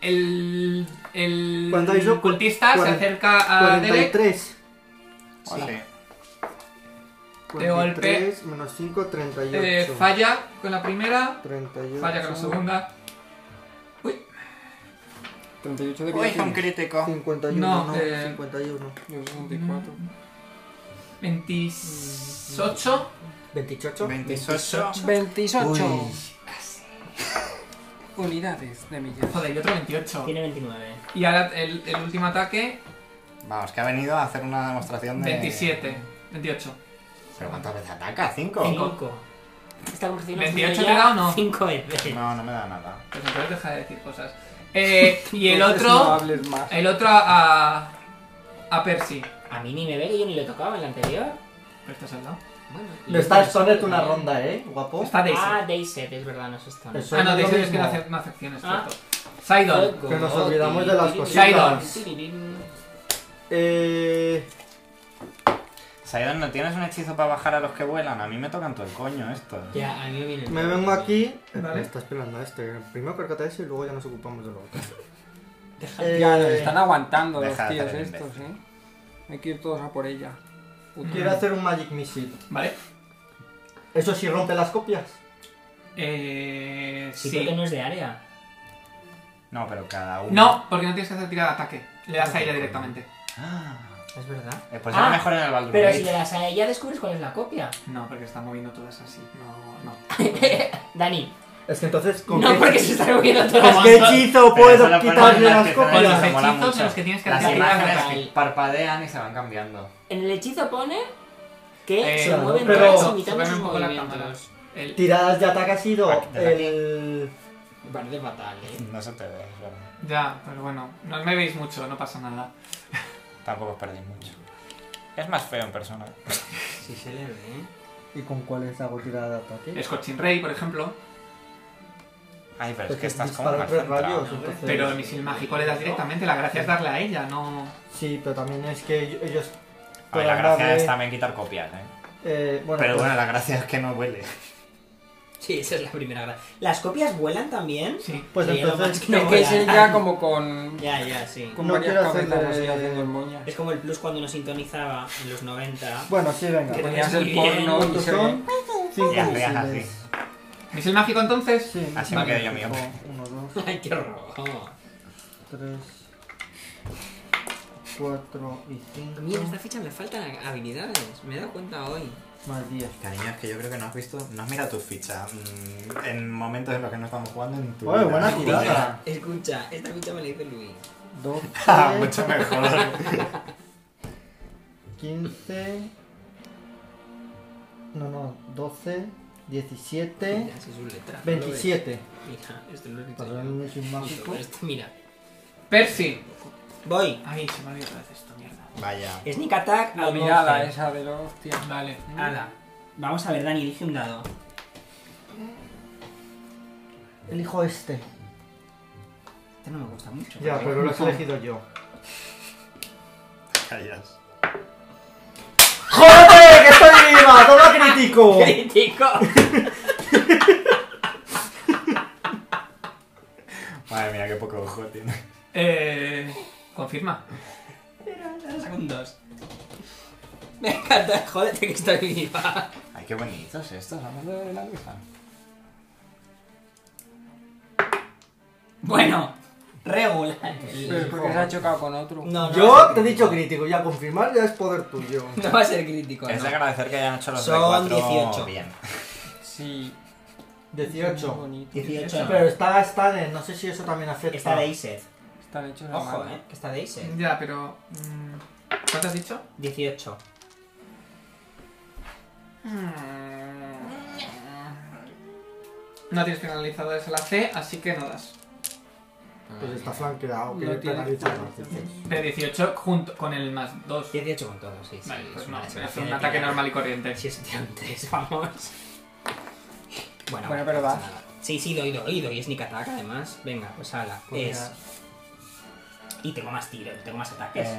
el el
¿Cuánto hizo?
cultista se
Cuaren-
Ah,
acerca a Derek,
43.
Hola.
Pues Sí.
De golpe.
43 menos 5, 38.
eh, falla con la primera,
38.
falla con la segunda.
38 de
Uy,
vida.
un
tiene.
crítico.
51,
No,
no,
eh,
51.
Yo 64.
28.
28.
28.
28 unidades de millas.
Joder, y otro 28.
Tiene 29.
Y ahora el, el último ataque,
Vamos, que ha venido a hacer una demostración de.
27. 28.
¿Pero cuántas veces ataca?
Oh.
¿5?
5. Esta conversación ha
28
sido
te
ya
da o no?
Cinco veces.
No, no me da nada.
Pues entonces deja de decir cosas. Eh, y el
Entonces No
otro,
hables más.
el otro a, a Percy.
A mí ni me ve que yo ni le tocaba en la anterior.
Pero estás al lado.
Bueno,
No está el Sonet una ronda, ¿eh? Guapo.
Está Daisy.
Ah, Dayset, es verdad, no es esta.
Eso
ah, no,
es lo
Daisy es que no
mismo.
hace, no hace acciones,
Ah.
cierto. Sidon.
Que nos olvidamos de las
cositas.
Eh.
Saidon, ¿no tienes un hechizo para bajar a los que vuelan? A mí me tocan todo el coño esto.
Ya, a mí me viene.
Me vengo aquí.
Vale.
Me está esperando a este. Primero percata ese y luego ya nos ocupamos de lo otro.
Deja-
Eh,
Ya, nos están aguantando
Deja
los
de
tíos
hacer el
estos, ¿eh? Hay que ir todos a por ella. Puta.
Quiero hacer un Magic Missile.
Vale.
Eso sí rompe las copias.
Eh,
Sí,
sí.
porque no es de área.
No, pero cada uno.
No, porque no tienes que hacer tirada de ataque. Le das a ella directamente.
Es verdad.
Eh, Pues era
Ah,
mejor en el Baldur's
Pero
Gate.
si le das a ella, descubres cuál es la copia.
No, porque está moviendo todas así. No, no.
Dani.
Es que entonces. ¿con
No,
qué-
porque se está moviendo todas
¿Con
las
qué
cosas.
hechizo
Pero eso
puedo
lo ponen
quitarle
en
las
que traen,
Con
copias?
los
eso mola
hechizos
mucho.
en los que tienes que
Las
hacer
imágenes
tirada.
que parpadean y se van cambiando.
En el hechizo pone que
Eh,
se
claro,
mueven
pero-
todas
se
imitando
mueven
sus
un poco la cámara.
movimientos.
El-
Tiradas de ataque ha sido
Ataque de ataque.
el.
Me parece fatal, eh.
No se te ve, es verdad.
Ya, pero bueno, no me veis mucho, no pasa nada.
Tampoco os perdéis mucho. Es más feo en persona.
Si se le ve.
¿Y con cuáles hago tirada de ataque?
El Scorching Ray, por ejemplo.
Ay, pero es
Porque
que estás como
dispara
más
tres radios,
centrado.
entonces-
Pero el misil mágico le das directamente. La gracia es darle a ella, no.
Sí, pero también es que ellos- ellos...
A ver, la
pueden
gracia
darle,
es también quitar copias, ¿eh?
eh, bueno,
Pero
pues,
bueno, la gracia es que no huele.
Sí, esa es la primera gran. ¿Las copias vuelan también?
Sí.
pues
Sí, lo más
entonces...
que-
Es que es ir ya como con,
Ya, ya, sí.
con
No
varias
quiero
cabezas
hacerle-
así haciendo el moña.
Es como el plus cuando nos sintonizaba en los 90.
Bueno, sí, venga.
Que-
Ponías
Muy
el
bien,
porno y
¿Cuántos
se
son? Cinco
Ya, veas así.
misiles.
¿Misil mágico entonces?
Sí,
Así me
Vale,
quedo yo mío.
Uno, dos,
¡Ay, qué rojo!
tres, cuatro y cinco.
Mira, esta ficha me faltan habilidades. Me he dado cuenta hoy.
Más diez.
Cariño, es que yo creo que no has visto, no has mirado tus fichas mm, en momentos en los que no estamos jugando en tu.
Oye,
vida.
buena tirada.
Escucha, esta ficha me la hizo Luis.
Doce,
Ah, Mucho mejor.
quince... No, no, doce, diecisiete,
Mira, si sus letras. ¿no lo ves?
veintisiete.
Mira, esto lo he hecho
Para
yo.
ver un misil
Mira,
mágico.
con esto, Mira.
Percy.
Voy.
Ay, se me olvidó otra vez esto, mierda.
Vaya.
Sneak attack
La
al
mirada
11.
esa de los hostias.
Vale.
Ala. Vamos a ver, Dani, elige un dado.
Elijo este.
Este no me gusta mucho.
Ya,
porque-
pero lo he elegido yo.
Callas.
¡Joder, que estoy viva! ¡No lo critico!
¡Crítico!
Madre mía, qué poco ojo tiene.
Eh. Confirma.
Pero ahora saco un 2. Me encanta, jódete que estoy viva.
Ay, qué bonitos estos, vamos de la luz.
Bueno, regular.
Pero porque se ha chocado con otro.
No, no va a
Yo
ser
te he dicho
crítico.
crítico, ya confirmar ya es poder tuyo.
No va a ser crítico.
Es de
no.
agradecer que hayan hecho los
Son
de cuatro
18.
bien.
Sí. Es muy
18.
bonito.
18.
Pero está Staden, no sé si eso también afecta.
Está de Iseth.
Están hechos a
Ojo,
mano.
eh. que Está de Iseth.
Ya, pero. mm, ¿Cuánto has dicho?
18.
No tienes penalizadores a la C, así que no das.
Pues está flanqueado, que
No
yo te
tiene
analizo
flanco.
las veces.
De 18 junto con el más 2.
18 con todo, sí. sí.
Vale, pues no,
nada, se me
es
hace
un
de
ataque
tirar.
normal y corriente.
Si es un 3, vamos. Bueno,
Bueno, pero
no pasa
va.
nada. Sí, sí, doy, doy, doy sneak attack además. Venga, pues ala.
Pues
es. Y tengo más tiro, tengo más ataques.
Eh,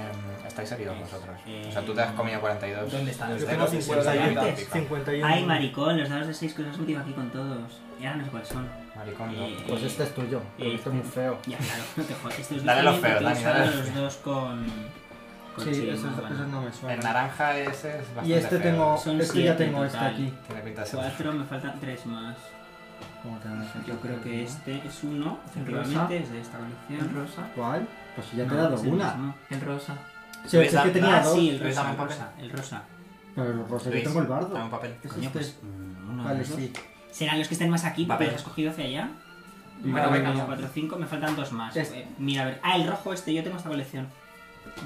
estáis heridos vosotros.
Eh,
O sea, tú te has comido 42.
¿Dónde están los
Yo
Yo
dedos?
tengo
tengo
¿Los
51.
antes?
51.
Ay, maricón, los dados de 6 cosas últimas aquí con todos. Y ahora no sé cuáles son.
Maricón,
Eh,
no.
Pues este es tuyo, porque este es muy feo.
Ya, claro, no te jodas. Estos dos
Dale los
también,
feos,
porque
Dani, dale
usaron
los
los dos con. con
Sí,
chile,
esos
más, bueno.
esos no me
El
suenan.
naranja ese es bastante
Y este
feo.
tengo,
Son
este ya
siete
tengo
en
este
total.
aquí.
Tiene pinta de ser-
Cuatro, me faltan tres más.
¿Cómo te llamas aquí?
Yo creo que este es uno,
El
efectivamente, es de esta
El
colección.
rosa.
¿Cuál? Pues ya te he
No,
dado
es el
una.
mismo.
El rosa.
Sí, es que
Luisa,
tenía
Ah,
dos.
sí, el
Luis,
rosa, el
dame un papel.
rosa, el rosa.
Pero los rosas, yo
Luis,
este tengo el
Dame un
bardo.
papel.
Es
Coño,
este.
pues mm, uno de
Vale,
los dos.
sí.
Serán los que estén más aquí, porque
Papel.
los has cogido hacia allá.
Ah,
Bueno,
Vale,
venga,
uno,
no.
cuatro, cinco, me faltan dos más.
Es-
Eh, Mira, a ver. Ah, el rojo este, yo tengo esta colección.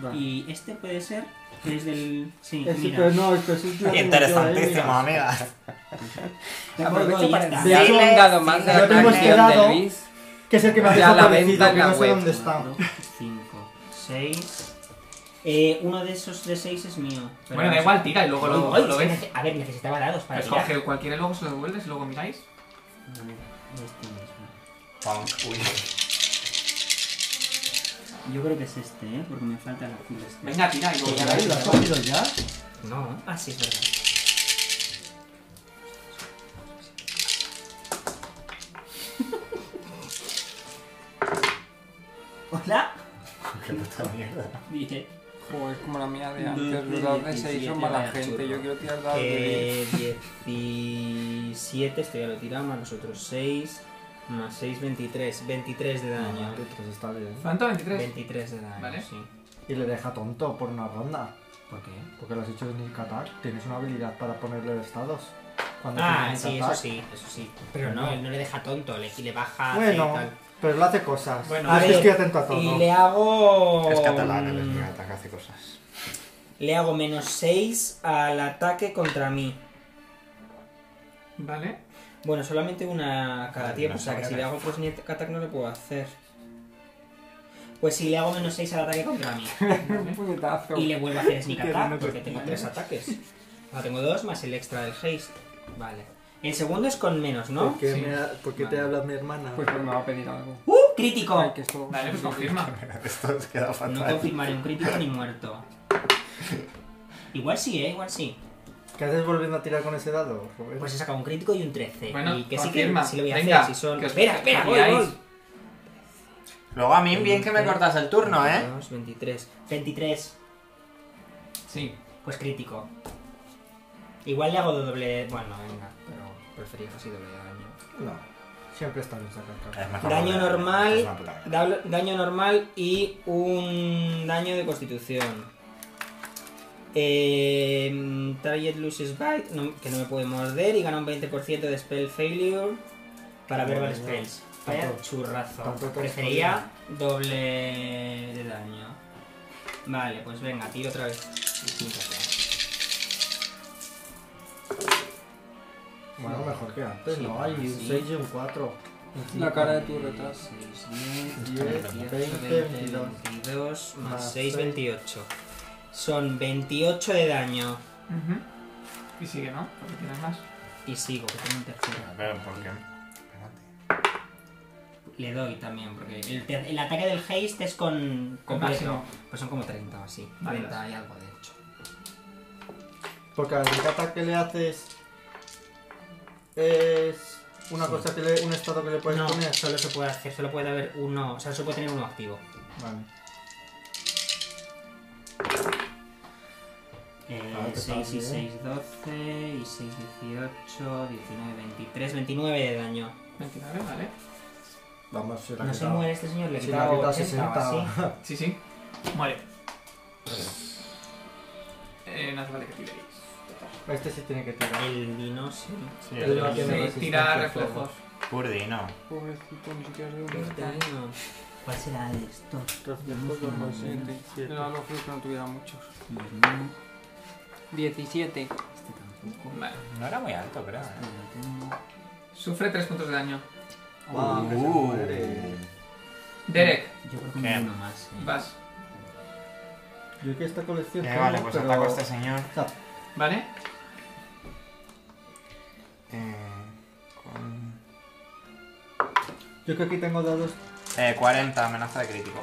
Vale.
Y este puede ser, que es del... Sí,
Ah. Este,
mira.
pero no, este es el
Interesantísimo,
eh.
amiga.
Aprovecho para
Ya está.
enseñar un dado más de
Yo
la
tengo este
colección
dado.
de Luis.
Que es el que me ha
Ya la venta
desaparecido, que
en la
no sé
web.
dónde está.
5, 6. Eh, uno de esos de 6 es mío. Pero
Bueno, da
no
igual,
sé.
tira y luego lo,
Ay,
lo
es que
ves.
nece- A ver, necesitaba dados para
Pues
tirar.
coge cualquiera y luego se lo devuelves y luego miráis.
Este mismo.
Pon- Uy.
Yo creo que es este, ¿eh? Porque me falta el azul este.
Venga, tira y luego
Ya
Caray,
miráis.
¿Lo has cogido ya?
No. Ah, sí, es verdad. Hola.
Qué puta mierda.
Dije.
Joder, es como la mía de
No,
antes.
de
Los dados de 6
17,
son mala
vaya
gente.
churro.
Yo quiero tirar dados de
Eh, 17, esto ya lo he tirado, más los otros 6. Más 6, 23. 23 de daño.
Pues está bien.
¿Cuánto? 23.
23 de daño,
Vale.
sí.
Y le deja tonto por una ronda.
¿Por qué?
Porque lo has hecho sneak attack. Tienes una habilidad para ponerle estados. Cuando
Ah,
haces
sí,
sneak
eso
attack.
sí, eso sí. Pero no, él no le deja tonto, le, le baja hace y
Bueno,
Ah, tal.
pero lo hace cosas.
Bueno,
Yo
a
es que
ver,
estoy atento a todo.
Y le
Oh.
hago... mm,
Es catalán, el esmeralda, que hace cosas.
Le hago menos 6 al ataque contra mí.
Vale.
Bueno, solamente una cada
Vale,
tiempo,
no
o sea que
sabía
si
que-
le hago plus ni attack no le puedo hacer. Pues sí, le hago menos 6 al ataque contra mí.
Un puñetazo.
Y le vuelvo a hacer sneak
Qué
attack
bueno que
porque tengo
tienes.
3 ataques. Ah, tengo dos más el extra del haste. Vale. El segundo es con menos, ¿no?
¿Por qué,
Sí.
me ha- por qué te habla mi hermana?
Pues pues me va a pedir algo.
¡Uh! ¡Crítico!
Ay, que esto-
Vale, pues confirma.
Esto os queda
No
fatal.
confirmaré un crítico ni muerto. Igual sí, ¿eh? Igual sí.
¿Qué haces volviendo a tirar con ese dado, Rubén?
Pues he sacado un crítico y un 13.
Bueno,
y que sí que
confirma.
sí lo voy a
Venga,
hacer. Si son...
que os-
Espera, espera, voy,
liáis.
voy.
Luego a mí, bien que me cortas el turno, ¿eh?
22, 23. 23.
Sí.
Pues crítico. Igual le hago doble... Bueno, venga. Pero preferiría así doble de daño.
No. Siempre estamos acá.
Es mejor
Daño
volver.
normal.
Es una puta mierda.
Dabl- Daño normal y un daño de constitución. Eh, target loses bite, no- que no me puede morder, y gana un 20% de spell failure para
Madre
verbal
mía.
spells. Vaya
Tanto-
churrazo.
tanto te has
Prefería doble de daño. Vale, pues venga, tiro otra vez.
Bueno, mejor que antes,
Sí,
¿no? Hay
sí.
un 6 y un 4.
La cara de tu retraso.
6, 10,
Diez,
10,
veinte,
20,
veintidós.
22, más
Más
6,
seis.
28. Son 28 de daño.
Ujú. Y sigue, ¿no? Porque tienes más.
Y sigo, que tengo un tercero.
A ver, ¿por qué? Espérate.
Le doy también, porque el, ter- el ataque del haste es con... completo.
máximo.
Pues son como 30 o así.
Vale.
30 y algo, de hecho.
Porque a cada ataque le haces. Es. Una cosa que le. Un estado que le puedes
no,
poner.
Pues solo se puede hacer, solo puede haber uno... O sea, solo puede tener uno activo.
Vale.
Eh,
Ah, te
6 y
pases,
6, 12, y 6, 18, 19, 23, 29 de daño.
29, ¿vale?
Vamos, si la
No se
quitaba.
muere este señor, le he
Si la
quitado
quita
80 o
60.
así.
Sí, sí. Muere. Eh, no hace falta que tiréis.
Este sí tiene que tirar.
El vino, sí.
Sí,
Él no
el-
tiene
Sí,
resistencia
tira
al
reflejos.
fuego.
Purdy, no.
Pobrecito, ni siquiera sé dónde está.
Daño. ¿Cuál será el esto?
Reflejos de más siete. Era lo feo que no tuviera muchos. 17.
Este tampoco.
Vale.
No era muy alto, creo. ¿eh?
Este lo tengo.
Sufre 3 puntos de daño.
Ah, que se
Uh.
muere.
Derek,
Yo creo que
¿Qué?
me uno más. eh.
vas.
Yo que esta colección.
Eh,
tengo,
vale, pues
pero-
ataco a este señor.
¿Vale?
Eh, con...
Yo que aquí tengo dados.
eh, 40, amenaza de crítico.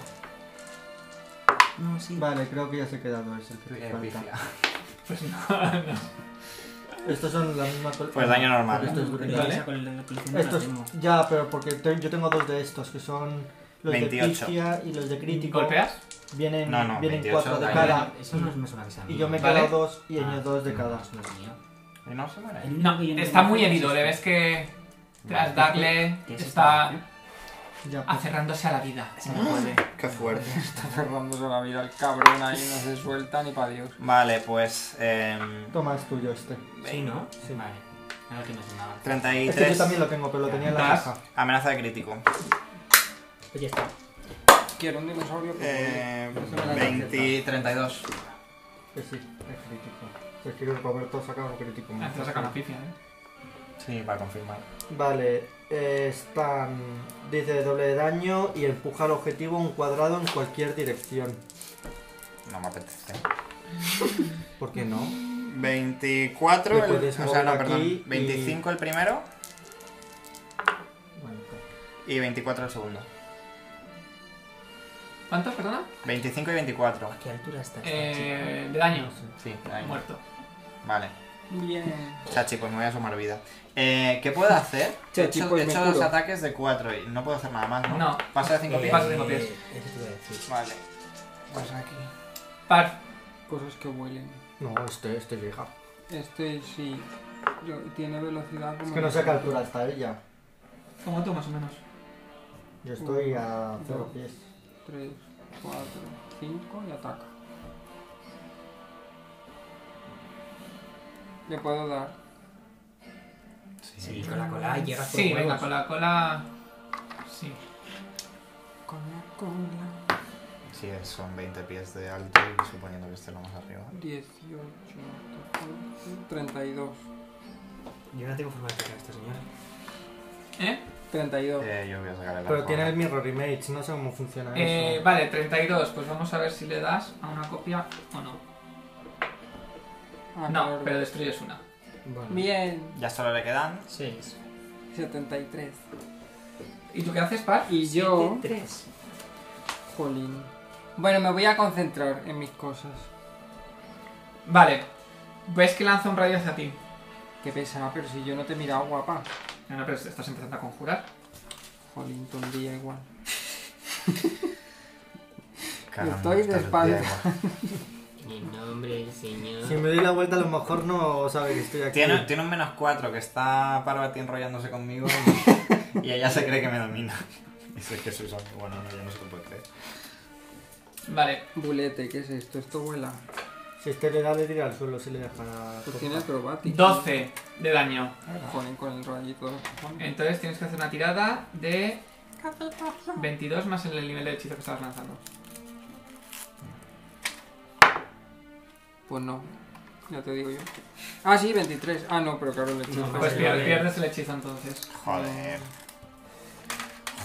No, sí.
Vale, creo que ya se ha quedado ese.
Eh, pifia.
Pues no, no.
Estos son la misma colección.
Pues daño normal.
Porque estos-
Porque
Vale.
esa con la colección no la
Estos,
tengo.
ya, pero porque te- yo tengo dos de estos, que son los
28.
de Pistia y los de Crítico.
¿Golpeas?
Vienen,
No, no,
vienen
28
cuatro de
daño.
cada.
Eso no es- me suena que sea
Y
mío.
yo me he
Vale.
quedado dos y añado
Ah,
dos de cada.
eso no es mío.
Y no se muere.
El único
No,
que yo no
está
me
muy
acuerdo
herido.
es
Le ves
este.
que tras darle
¿Qué es esto?
está
Ya, pues,
aferrándose a la vida. Se no puede.
Qué fuerte.
Está cerrándose la vida el cabrón ahí, no se suelta ni para Dios.
Vale, pues. em,
toma, es tuyo este.
Sí, ¿no?
Sí.
Vale. Ahora que no es nada.
Este yo
33.
también lo tengo, pero lo tenía en la
Vas.
caja.
Amenaza de crítico.
Pues ya está.
Quiero un dinosaurio que vuele.
Eh, 20, 32.
Que sí, es crítico. Es que Roberto saca un crítico.
Ah, Te saca una pifia, ¿eh?
Sí, para confirmar.
Vale, eh, están. Dice doble de daño y empuja al objetivo un cuadrado en cualquier dirección.
No me apetece.
¿Por qué no?
24,
Le
el-
puedes
o sea, no,
mover
perdón.
aquí y-
25 el primero
Bueno, pues.
y 24 el segundo.
¿Cuánto, perdona?
25 y 24.
¿A qué altura está esta chica?
Eh, de daño.
Sí, ahí.
Muerto.
Vale.
Bien.
Chachi, pues me voy a sumar vida. Eh, ¿Qué puedo hacer? he
Chachi,
hecho,
pues
he
me
hecho dos
curo.
ataques de 4 y no puedo hacer nada más, ¿no?
No.
Paso de 5
Eh,
pies.
Paso de cinco pies.
Eso te iba a decir.
Vale. Pues aquí.
Par.
Cosas que huelen.
No, este, este llega.
Este sí. Yo- tiene velocidad como.
Es que no sé qué altura está ella.
Como tú, más o menos.
Yo estoy a cero
Dos.
pies.
3, 4, 5 y ataca. Le puedo dar.
Sí, con la cola Ah, llegas por
Sí,
huevos.
venga, con la cola. Sí.
Con la cola.
Sí, son 20 pies de alto y suponiendo que esté lo más arriba.
18, 14, 32.
Yo no tengo forma de tocar a esta señora.
¿Eh?
32.
Eh, yo voy a sacar el
Pero
arco.
tiene el mirror image, no sé cómo funciona
Eh,
eso.
vale, 32. Pues vamos a ver si le das a una copia o no. No,
Ah, claro.
pero destruyes una.
Bueno,
Bien,
Ya solo le quedan
6.
73.
¿Y tú qué haces, Par?
Y yo,
3.
jolín. Bueno, me voy a concentrar en mis cosas.
Vale. Ves que lanza un rayo hacia ti.
Qué pesada, pero si yo no te miraba guapa.
No, no, pero estás empezando a conjurar.
Jolín, todo el día igual.
Caramba,
Estoy de
está
espalda.
retirado.
En nombre del Señor.
Si me doy la vuelta, a lo mejor no sabe que estoy aquí.
Tiene, tiene un menos 4 que está Parvati enrollándose conmigo y ella se cree que me domina. Dice que soy zombie. Bueno, no, yo no sé qué puede creer.
Vale.
Bulete, ¿qué es esto? Esto vuela.
Si este le da, le tira al suelo, si le deja.
Pues tiene acrobático.
12 de daño.
Jolín, con el rayito.
Entonces tienes que hacer una tirada de 22 más el nivel de hechizo que estabas lanzando.
Pues no. Ya te digo yo. Ah, sí, 23. Ah, no, pero claro, le
No,
Pues
Vale,
pier-
vale.
pierdes el hechizo entonces.
Joder.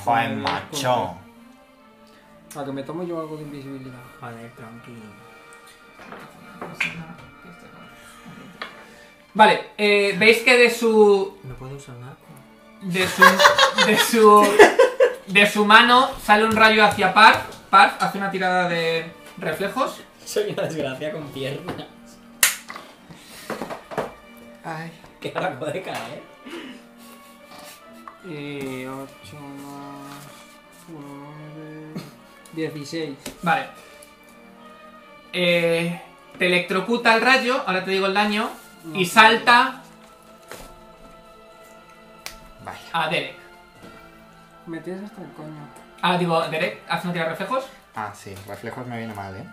Joder, macho.
A que me tomo yo algo de invisibilidad.
Joder, tranquilo.
este Vale, eh, veis que de su
No puedo usar nada.
de su, de su, de su mano sale un rayo hacia Par. Par hace una tirada de reflejos.
Soy una desgracia con piernas.
Ay.
Que ahora acabo de caer.
Y 8 más 9. 16.
Vale. Eh, te electrocuta el rayo, ahora te digo el daño, y salta
Vaya.
a Derek.
Me tienes hasta el coño.
Ah, digo, Derek, hace una tirada de reflejos.
Ah, sí, reflejos me viene mal, ¿eh?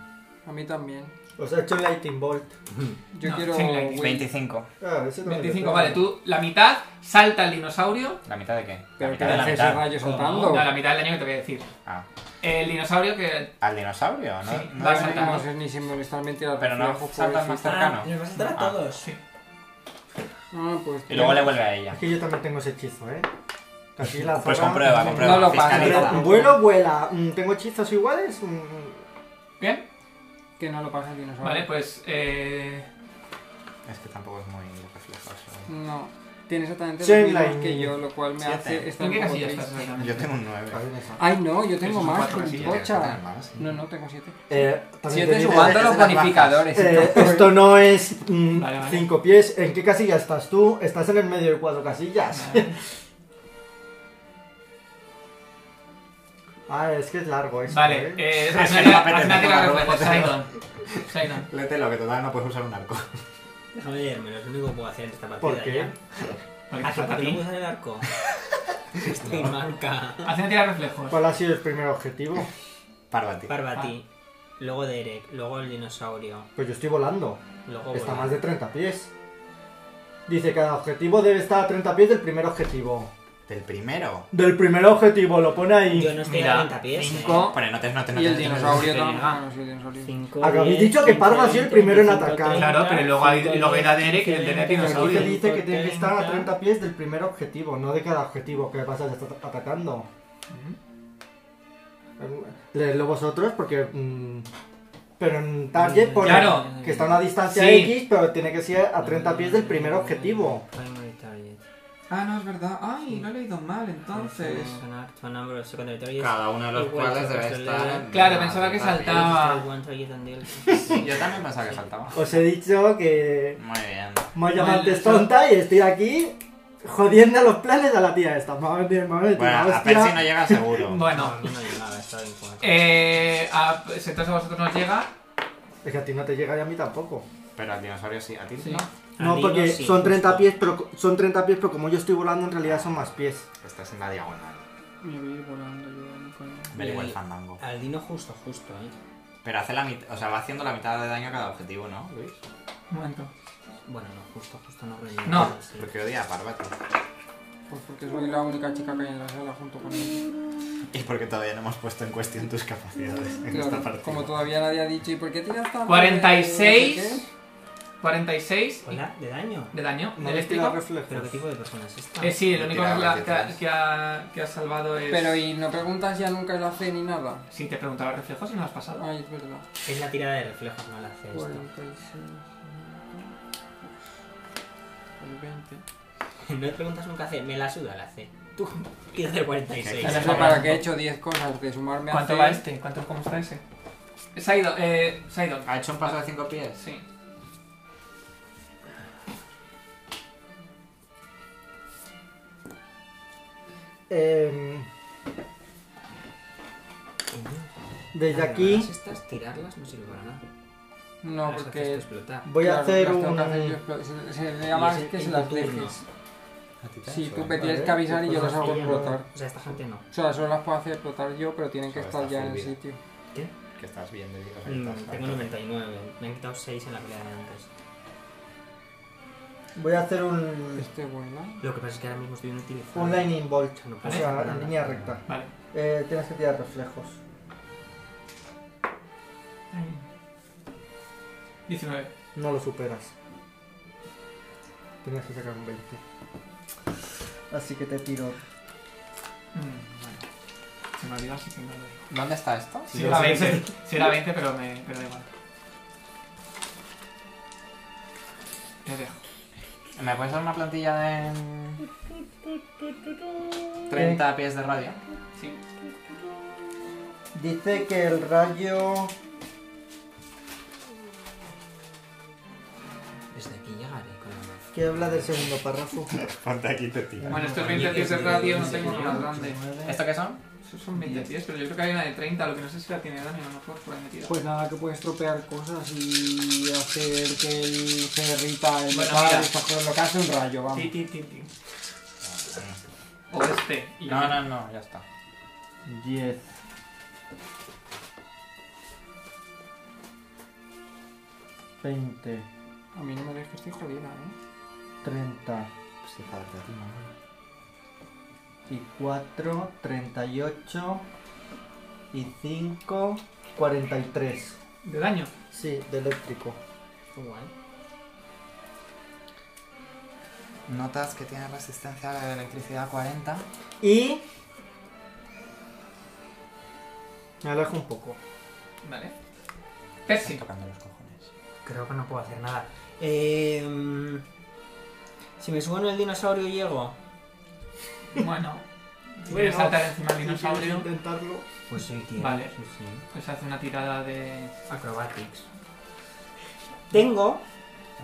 A mí también.
Os Pues ha hecho un Lightning Bolt.
Yo
No,
quiero.
sí, like
Will.
25.
Ah, ese también
25,
le
vale,
pega.
tú la mitad, salta el dinosaurio.
¿La mitad de qué? La
Pero que
mitad de la
hace ese
mitad.
No,
rayo saltando.
la mitad del daño que te voy a decir.
Ah,
El dinosaurio que.
¿Al dinosaurio? No,
Sí,
no
va
es el-
saltando.
No sé ni si pues, me están metiendo
Pero no saltas más cercano.
Nos vas a estar a
Ah.
todos.
Ah, pues.
Y luego le vuelve a ella.
Es que yo también tengo ese hechizo, ¿eh. Casi la
Pues
zorra-
comprueba, comprueba.
No lo pases.
fiscaliza.
comprueba.
Bueno, vuela. Mm, ¿Tengo hechizos iguales? Mm,
¿Bien?
Que no lo pasa el dinosaurio.
Vale, pues. Eh,
Es que tampoco es muy reflejoso.
No. Tiene exactamente los
Chain
mismos
line.
que yo, lo cual me
Siete.
hace estar
¿En
un
qué
poco
casilla estás
triste.
exactamente?
Yo tengo un 9.
también esa.
Ay, no, yo tengo
Esos son
más,
cuatro casillas, tienes que
cocha.
tener más, sí.
No, no, tengo siete.
Eh, también
Siete
te digo-
sumando los
esas bajas.
bonificadores.
Eh, esto no es mm,
Vale, vale.
cinco pies. ¿En qué casilla estás tú? Estás en el medio de cuatro casillas. ah, es que es largo esto.
Vale,
¿eh?
eh,
Sí,
haz
sí,
una tirada-
me apetece,
haz una tirada de
me
reflejos,
apetece.
Sidon. Sidon.
Léetelo, que total no puedes usar un arco.
Déjame leerme, es lo único que puedo hacer en esta partida.
¿Por qué?
ya. Ah, que ¿Por qué no
Haz
puedo usar el arco? Estoy manca.
una tirada de reflejos.
¿Cuál ha sido el primer objetivo?
Parvati.
Parvati, Ah. luego Derek, luego el dinosaurio,
Pues yo estoy volando.
luego
Está
Bola.
más de 30 pies. Dice cada objetivo debe estar a 30 pies del primer objetivo.
Del primero.
Del primer objetivo, lo pone
Yo
ahí.
no estoy ¿eh?
Mira,
a 30 pies.
cinco.
Pero no te, no te, no
Y
te-
el
no te-
dinosaurio
no,
también.
no,
Ah, no, sí, el dinosaurio.
5,
Acabéis dicho que Parva ha sido el primero en atacar.
Claro, pero luego hay- luego era Derek y el Derek
Pero aquí
dinosaurio.
te dice que tiene que estar a 30 pies del primer objetivo, no de cada objetivo que pasa está atacando. Leedlo vosotros porque... mm, pero en
Mm,
Target pone
Claro.
que está a una distancia
Sí.
X, pero tiene que ser a 30 pies del primer objetivo.
Ah, no, es verdad. Ay, lo he leído mal, entonces.
Cada uno de los
pues,
cuales debe estar.
Claro, pensaba que saltaba.
Yo también pensaba que saltaba.
Os he dicho que...
Muy bien.
Me
Bueno,
llamaste
eso-
tonta y estoy aquí jodiendo los planes a la tía esta. Madre mía, madre mía,
Bueno, a
hostia.
Percy no llega seguro.
Bueno, eh, a- pues entonces a vosotros nos llega.
Es que a ti no te llega y a mí tampoco.
Pero al dinosaurio sí, a ti
Sí.
no.
No, porque son 30 pies, pero co- son 30 pies, pero como yo estoy volando en realidad son más pies.
Estás en la diagonal.
Me voy a ir volando yo, mi coño.
Me da igual
Y-
fandango.
Al dino justo, justo, eh.
Pero hace la mitad. O sea, va haciendo la mitad de daño a cada objetivo, ¿no, Luis?
Un momento.
Bueno, no, justo, justo no relleno.
No.
sí.
Porque odia a Parvati.
Pues porque soy la única chica que hay en la sala junto con él.
Y porque todavía no hemos puesto en cuestión tus capacidades en esta
Claro,
partida.
como todavía nadie ha dicho, ¿y por qué tiras tanto?
46. 46
Hola, de daño.
de daño
No me tira
eléctrico.
¿Pero qué
reflejos.
tipo de persona es esta?
Eh, sí, el único que,
Tirada
la-
de
que ha-
tres.
que ha, que ha salvado es.
Pero y no preguntas ya nunca la fe ni nada.
Si te preguntaba reflejos y no lo has pasado.
Ay, es verdad.
Es la tirada de reflejos, no la hace esto.
46. el 20.
No le preguntas nunca C, me la suda la C. Tú quieres hacer 46.
Eso es para que he hecho 10 cosas de sumarme a
¿Cuánto
C.
va este? ¿Cuánto, ¿Cómo está ese? Se ha ido, eh, se ha ido.
¿Ha hecho un paso de 5 pies?
Sí.
Em,
Ah,
desde aquí
Estas tirarlas no sirve para nada.
No,
Las haces tú
porque.
explotar.
voy a
claro,
hacer
las tengo
un...
que hacer yo, pero se- se le llama
Y es
que
en
se
tu
las
turno.
dejes.
A ti te
Sí, tú
suena.
me tienes
Vale,
que avisar y yo
pues
las hago
así ya no.
explotar. Mm,
O sea, esta gente no.
O sea, solo las puedo hacer explotar yo, pero tienen que
Solo
estar
está
ya en el
fluida.
sitio.
Que estás viendo y o sea, que
Mm,
estás-
tengo 99. Me han quitado 6 en la pelea de antes.
Voy a hacer un,
Este vuela.
Lo que pasa es que ahora mismo estoy inutilizado.
un lightning bolt.
No
O
parece
sea,
nada.
en línea recta.
Vale.
Eh, tienes que tirar reflejos.
Mm. 19.
No lo superas. Tenías que sacar un 20. Así que te tiro.
Mm, vale. Se me ha olvidado si tengo lo digo.
¿Dónde está esto?
Si era 20, si era 20 pero, me, pero da igual. Te dejo.
¿Me puedes dar una plantilla de.
Eh.
30 pies de radio?
Sí.
Eh, Dice que el rayo.
Desde aquí llegaré con la mano.
que habla del segundo párrafo.
Ponte aquí te tira.
Bueno, estos 20 pies de radio no tengo una grande.
¿Esto qué son?
Esos son 20 pies, pero yo creo que hay una de 30, lo que no sé si la tiene Dani, a lo mejor por ahí metida.
Pues nada, que puedes tropear cosas y hacer que el, se derrita el
Bueno,
metal,
mira.
estas cosas, lo que hace un rayo, vamos.
Ti, ti, ti, ti. O este. Y
No, no, no, ya está.
10. Veinte,
A mí no me dejes que estoy jodida, ¿eh?
treinta
Pues hija de ti,
y cuatro, treinta y ocho y cinco, cuarenta y tres.
¿De daño?
Sí, de eléctrico.
Qué guay.
Notas que tiene resistencia a la electricidad 40.
Y. Me alejo un poco.
Vale.
Estás
Percy.
tocando los cojones.
Creo que no puedo hacer nada. Eh, mm, si me subo en el dinosaurio llego.
Bueno. Si quieres saltar encima del dinosaurio,
intentarlo.
Pues sí, tío.
Vale.
Sí, sí.
pues hace una tirada de...
Acrobatics. Tengo.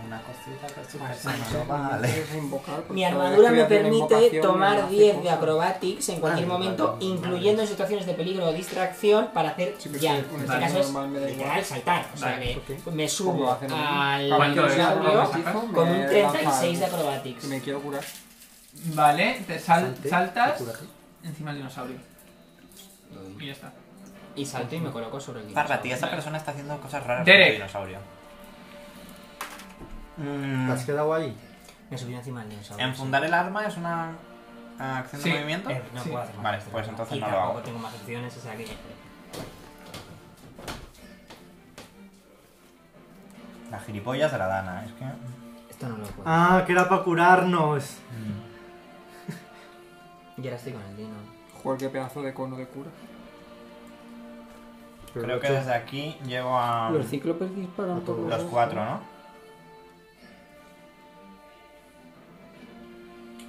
Una cosita que es
No,
Vale.
puedes invocar, pues, porque
Mi
cada vez
armadura
que
me
hace una
permite
invocación,
tomar
hace
10 de
cosas.
acrobatics en cualquier
Ah,
momento,
vale, vale.
incluyendo en situaciones de peligro o distracción, para hacer
Sí, pero
jump.
sí,
En este
vale.
caso
normal, me da
es
igual.
literal saltar. O sea,
Vale,
me,
ok.
me
Como
subo
hacen en-
al
Cada vez que
¿Cuánto es?
salgo,
¿Cuánto
dinosaurio
sacas?
me
con un
lanza
36 de
algo.
acrobatics.
Y me quiero curar.
Vale, te sal-
Salte,
saltas
te cura.
encima del dinosaurio. Y ya está.
Y salto y me coloco sobre el
Parra, tío,
dinosaurio.
esa persona está haciendo cosas raras
Derek.
con el dinosaurio. Mm,
¿Te has quedado ahí?
Me subí encima del dinosaurio.
enfundar el arma es una ah, acción
Sí.
de movimiento.
Eh, no
Sí.
puedo hacer más.
Vale, pues entonces
Y
no lo
tampoco
hago.
tengo más opciones, o sea que...
La gilipollas de la dana, es que.
Esto no lo puedo.
Ah, que era para curarnos.
mm,
Y ahora estoy con el dino.
Joder, qué pedazo de cono de cura.
Creo que desde aquí llego a.
Los cíclopes disparan por
Los cuatro, ¿no?